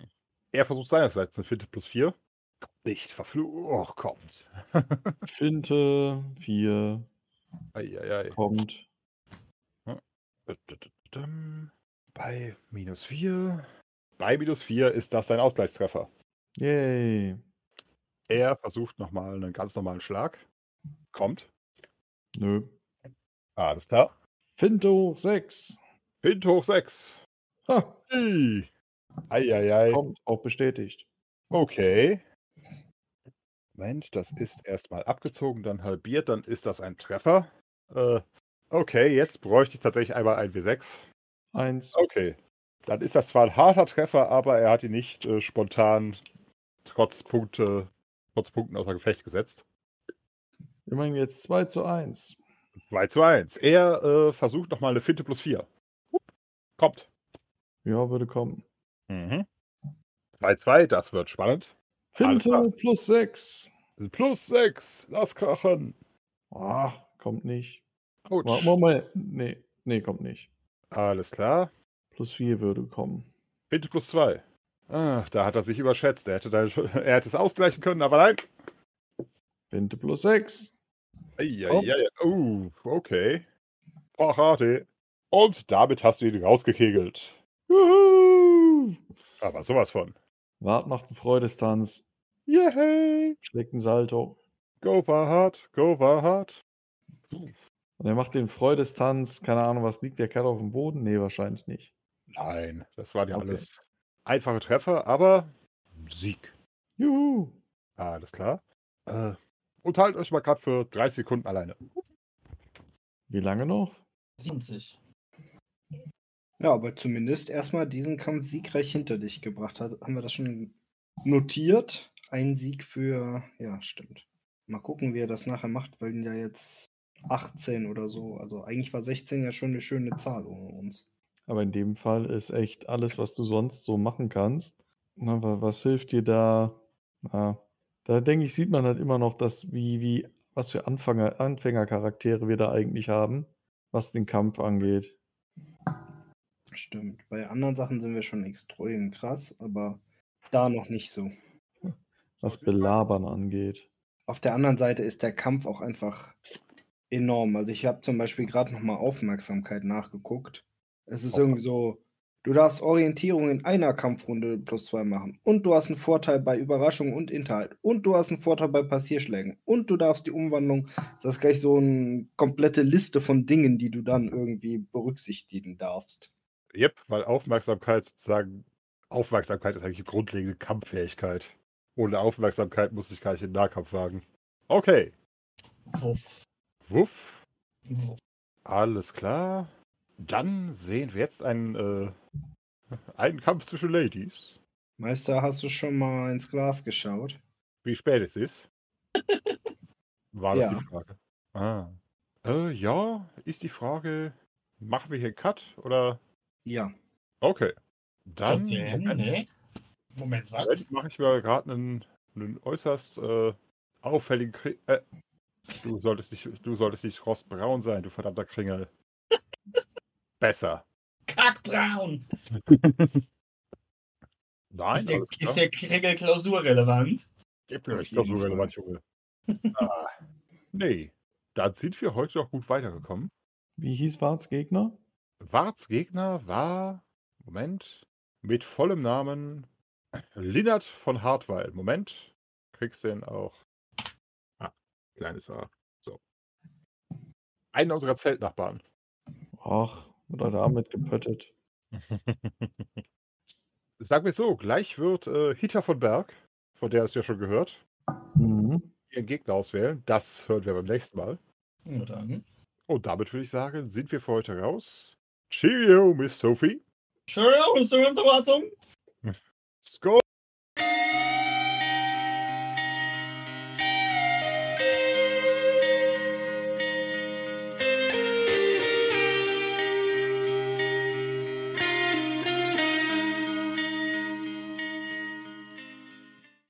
B: Er versucht seinerseits eine Finte plus 4. Kommt nicht. Verflucht. Oh, kommt.
C: Finte vier
B: Eieiei.
C: kommt.
B: Bei minus 4. Bei minus 4 ist das sein Ausgleichstreffer.
C: Yay.
B: Er versucht nochmal einen ganz normalen Schlag. Kommt.
C: Nö.
B: Alles klar.
C: Finte hoch sechs.
B: Hint hoch 6.
C: Ha,
B: Eieiei.
C: kommt. Auch bestätigt.
B: Okay. Moment, das ist erstmal abgezogen, dann halbiert, dann ist das ein Treffer. Äh, Okay, jetzt bräuchte ich tatsächlich einmal ein W6.
C: Eins.
B: Okay. Dann ist das zwar ein harter Treffer, aber er hat ihn nicht äh, spontan trotz, Punkte, trotz Punkten außer Gefecht gesetzt.
C: Immerhin jetzt 2 zu 1.
B: 2 zu 1. Er äh, versucht nochmal eine Finte plus 4. Kommt.
C: Ja, würde kommen.
B: Mhm. 2 2, das wird spannend. Alles klar.
C: Finte plus 6.
B: Plus 6, lass krachen.
C: Ah, kommt nicht.
B: Autsch.
C: Warte mal, mal. Nee, nee, kommt nicht.
B: Alles klar.
C: Plus 4 würde kommen.
B: Finte plus 2. Ach, da hat er sich überschätzt. Er hätte, da, er hätte es ausgleichen können, aber nein.
C: Finte plus 6. Kommt.
B: Eieiei. Uh, okay. Parade. Und damit hast du ihn rausgekegelt.
C: Juhu!
B: Aber sowas von.
C: Wart macht einen Freudestanz.
B: Yay!
C: Schlägt einen Salto.
B: Go Barhard, go Barhard.
C: Und er macht den Freudestanz. Keine Ahnung, was liegt der Kerl auf dem Boden? Nee, wahrscheinlich nicht.
B: Nein, das waren ja
C: Okay.
B: alles einfache Treffer, aber Sieg.
C: Juhu!
B: Alles klar. Äh, unterhaltet euch mal gerade für 30 Sekunden alleine.
C: Wie lange noch?
D: 70.
A: Ja, aber zumindest erstmal diesen Kampf siegreich hinter dich gebracht hat. Haben wir das schon notiert? Ein Sieg für. Ja, stimmt. Mal gucken, wie er das nachher macht, weil ja jetzt 18 oder so. Also eigentlich war 16 ja schon eine schöne Zahl ohne uns.
C: Aber in dem Fall ist echt alles, was du sonst so machen kannst. Na, wa- was hilft dir da? Na, da denke ich, sieht man halt immer noch, dass wie, wie, was für Anfänger, Anfängercharaktere wir da eigentlich haben, was den Kampf angeht.
A: Stimmt. Bei anderen Sachen sind wir schon extrem krass, aber da noch nicht so.
C: Was Belabern angeht.
A: auf der anderen Seite ist der Kampf auch einfach enorm. Also ich habe zum Beispiel gerade nochmal Aufmerksamkeit nachgeguckt. Es ist
B: Oh.
A: irgendwie so, du darfst Orientierung in einer Kampfrunde plus zwei machen. Und du hast einen Vorteil bei Überraschung und Inhalt. Und du hast einen Vorteil bei Passierschlägen. Und du darfst die Umwandlung. Das ist gleich so eine komplette Liste von Dingen, die du dann irgendwie berücksichtigen darfst.
B: Yep, weil Aufmerksamkeit sozusagen, Aufmerksamkeit ist eigentlich eine grundlegende Kampffähigkeit. Ohne Aufmerksamkeit muss ich gar nicht in den Nahkampf wagen. Okay,
D: Wuff.
B: wuff,
D: Wuff.
B: alles klar. Dann sehen wir jetzt einen, äh, einen Kampf zwischen Ladies.
A: Meister, hast du schon mal ins Glas geschaut?
B: Wie spät es ist? War das
A: Ja.
B: die Frage? Ah. Äh, ja, ist die Frage, machen wir hier einen Cut oder?
A: Ja.
B: Okay.
D: Dann,
B: Dann
D: nee. Moment, warte.
B: Moment, mache ich mal gerade einen, einen äußerst äh, auffälligen Kri äh, du solltest nicht du solltest nicht rostbraun sein, du verdammter Kringel. Besser.
D: Kackbraun!
B: Nein,
D: ist der,
B: alles klar.
D: ist der Kringel klausurrelevant?
B: Gib mir
A: Auf
B: euch doch
A: jeden
B: sogar
A: Fall.
B: eine Junge. ah, nee, dann sind wir heute noch gut weitergekommen.
C: Wie hieß Warts Gegner?
B: Warts Gegner war, Moment, mit vollem Namen Linnert von Hartweil. Moment, kriegst den auch. Ah, kleines A. So. Einen unserer Zeltnachbarn.
C: Ach, oder da mitgepöttet.
B: Sagen wir es so, gleich wird äh, Hita von Berg, von der hast du ja schon gehört,
C: Mhm.
B: ihren Gegner auswählen. Das hören wir beim nächsten Mal.
D: Ja, dann.
B: Und damit würde ich sagen, sind wir für heute raus. Cheerio, Miss Sophie.
D: Cheerio, bis zur Unterwartung.
B: Skull.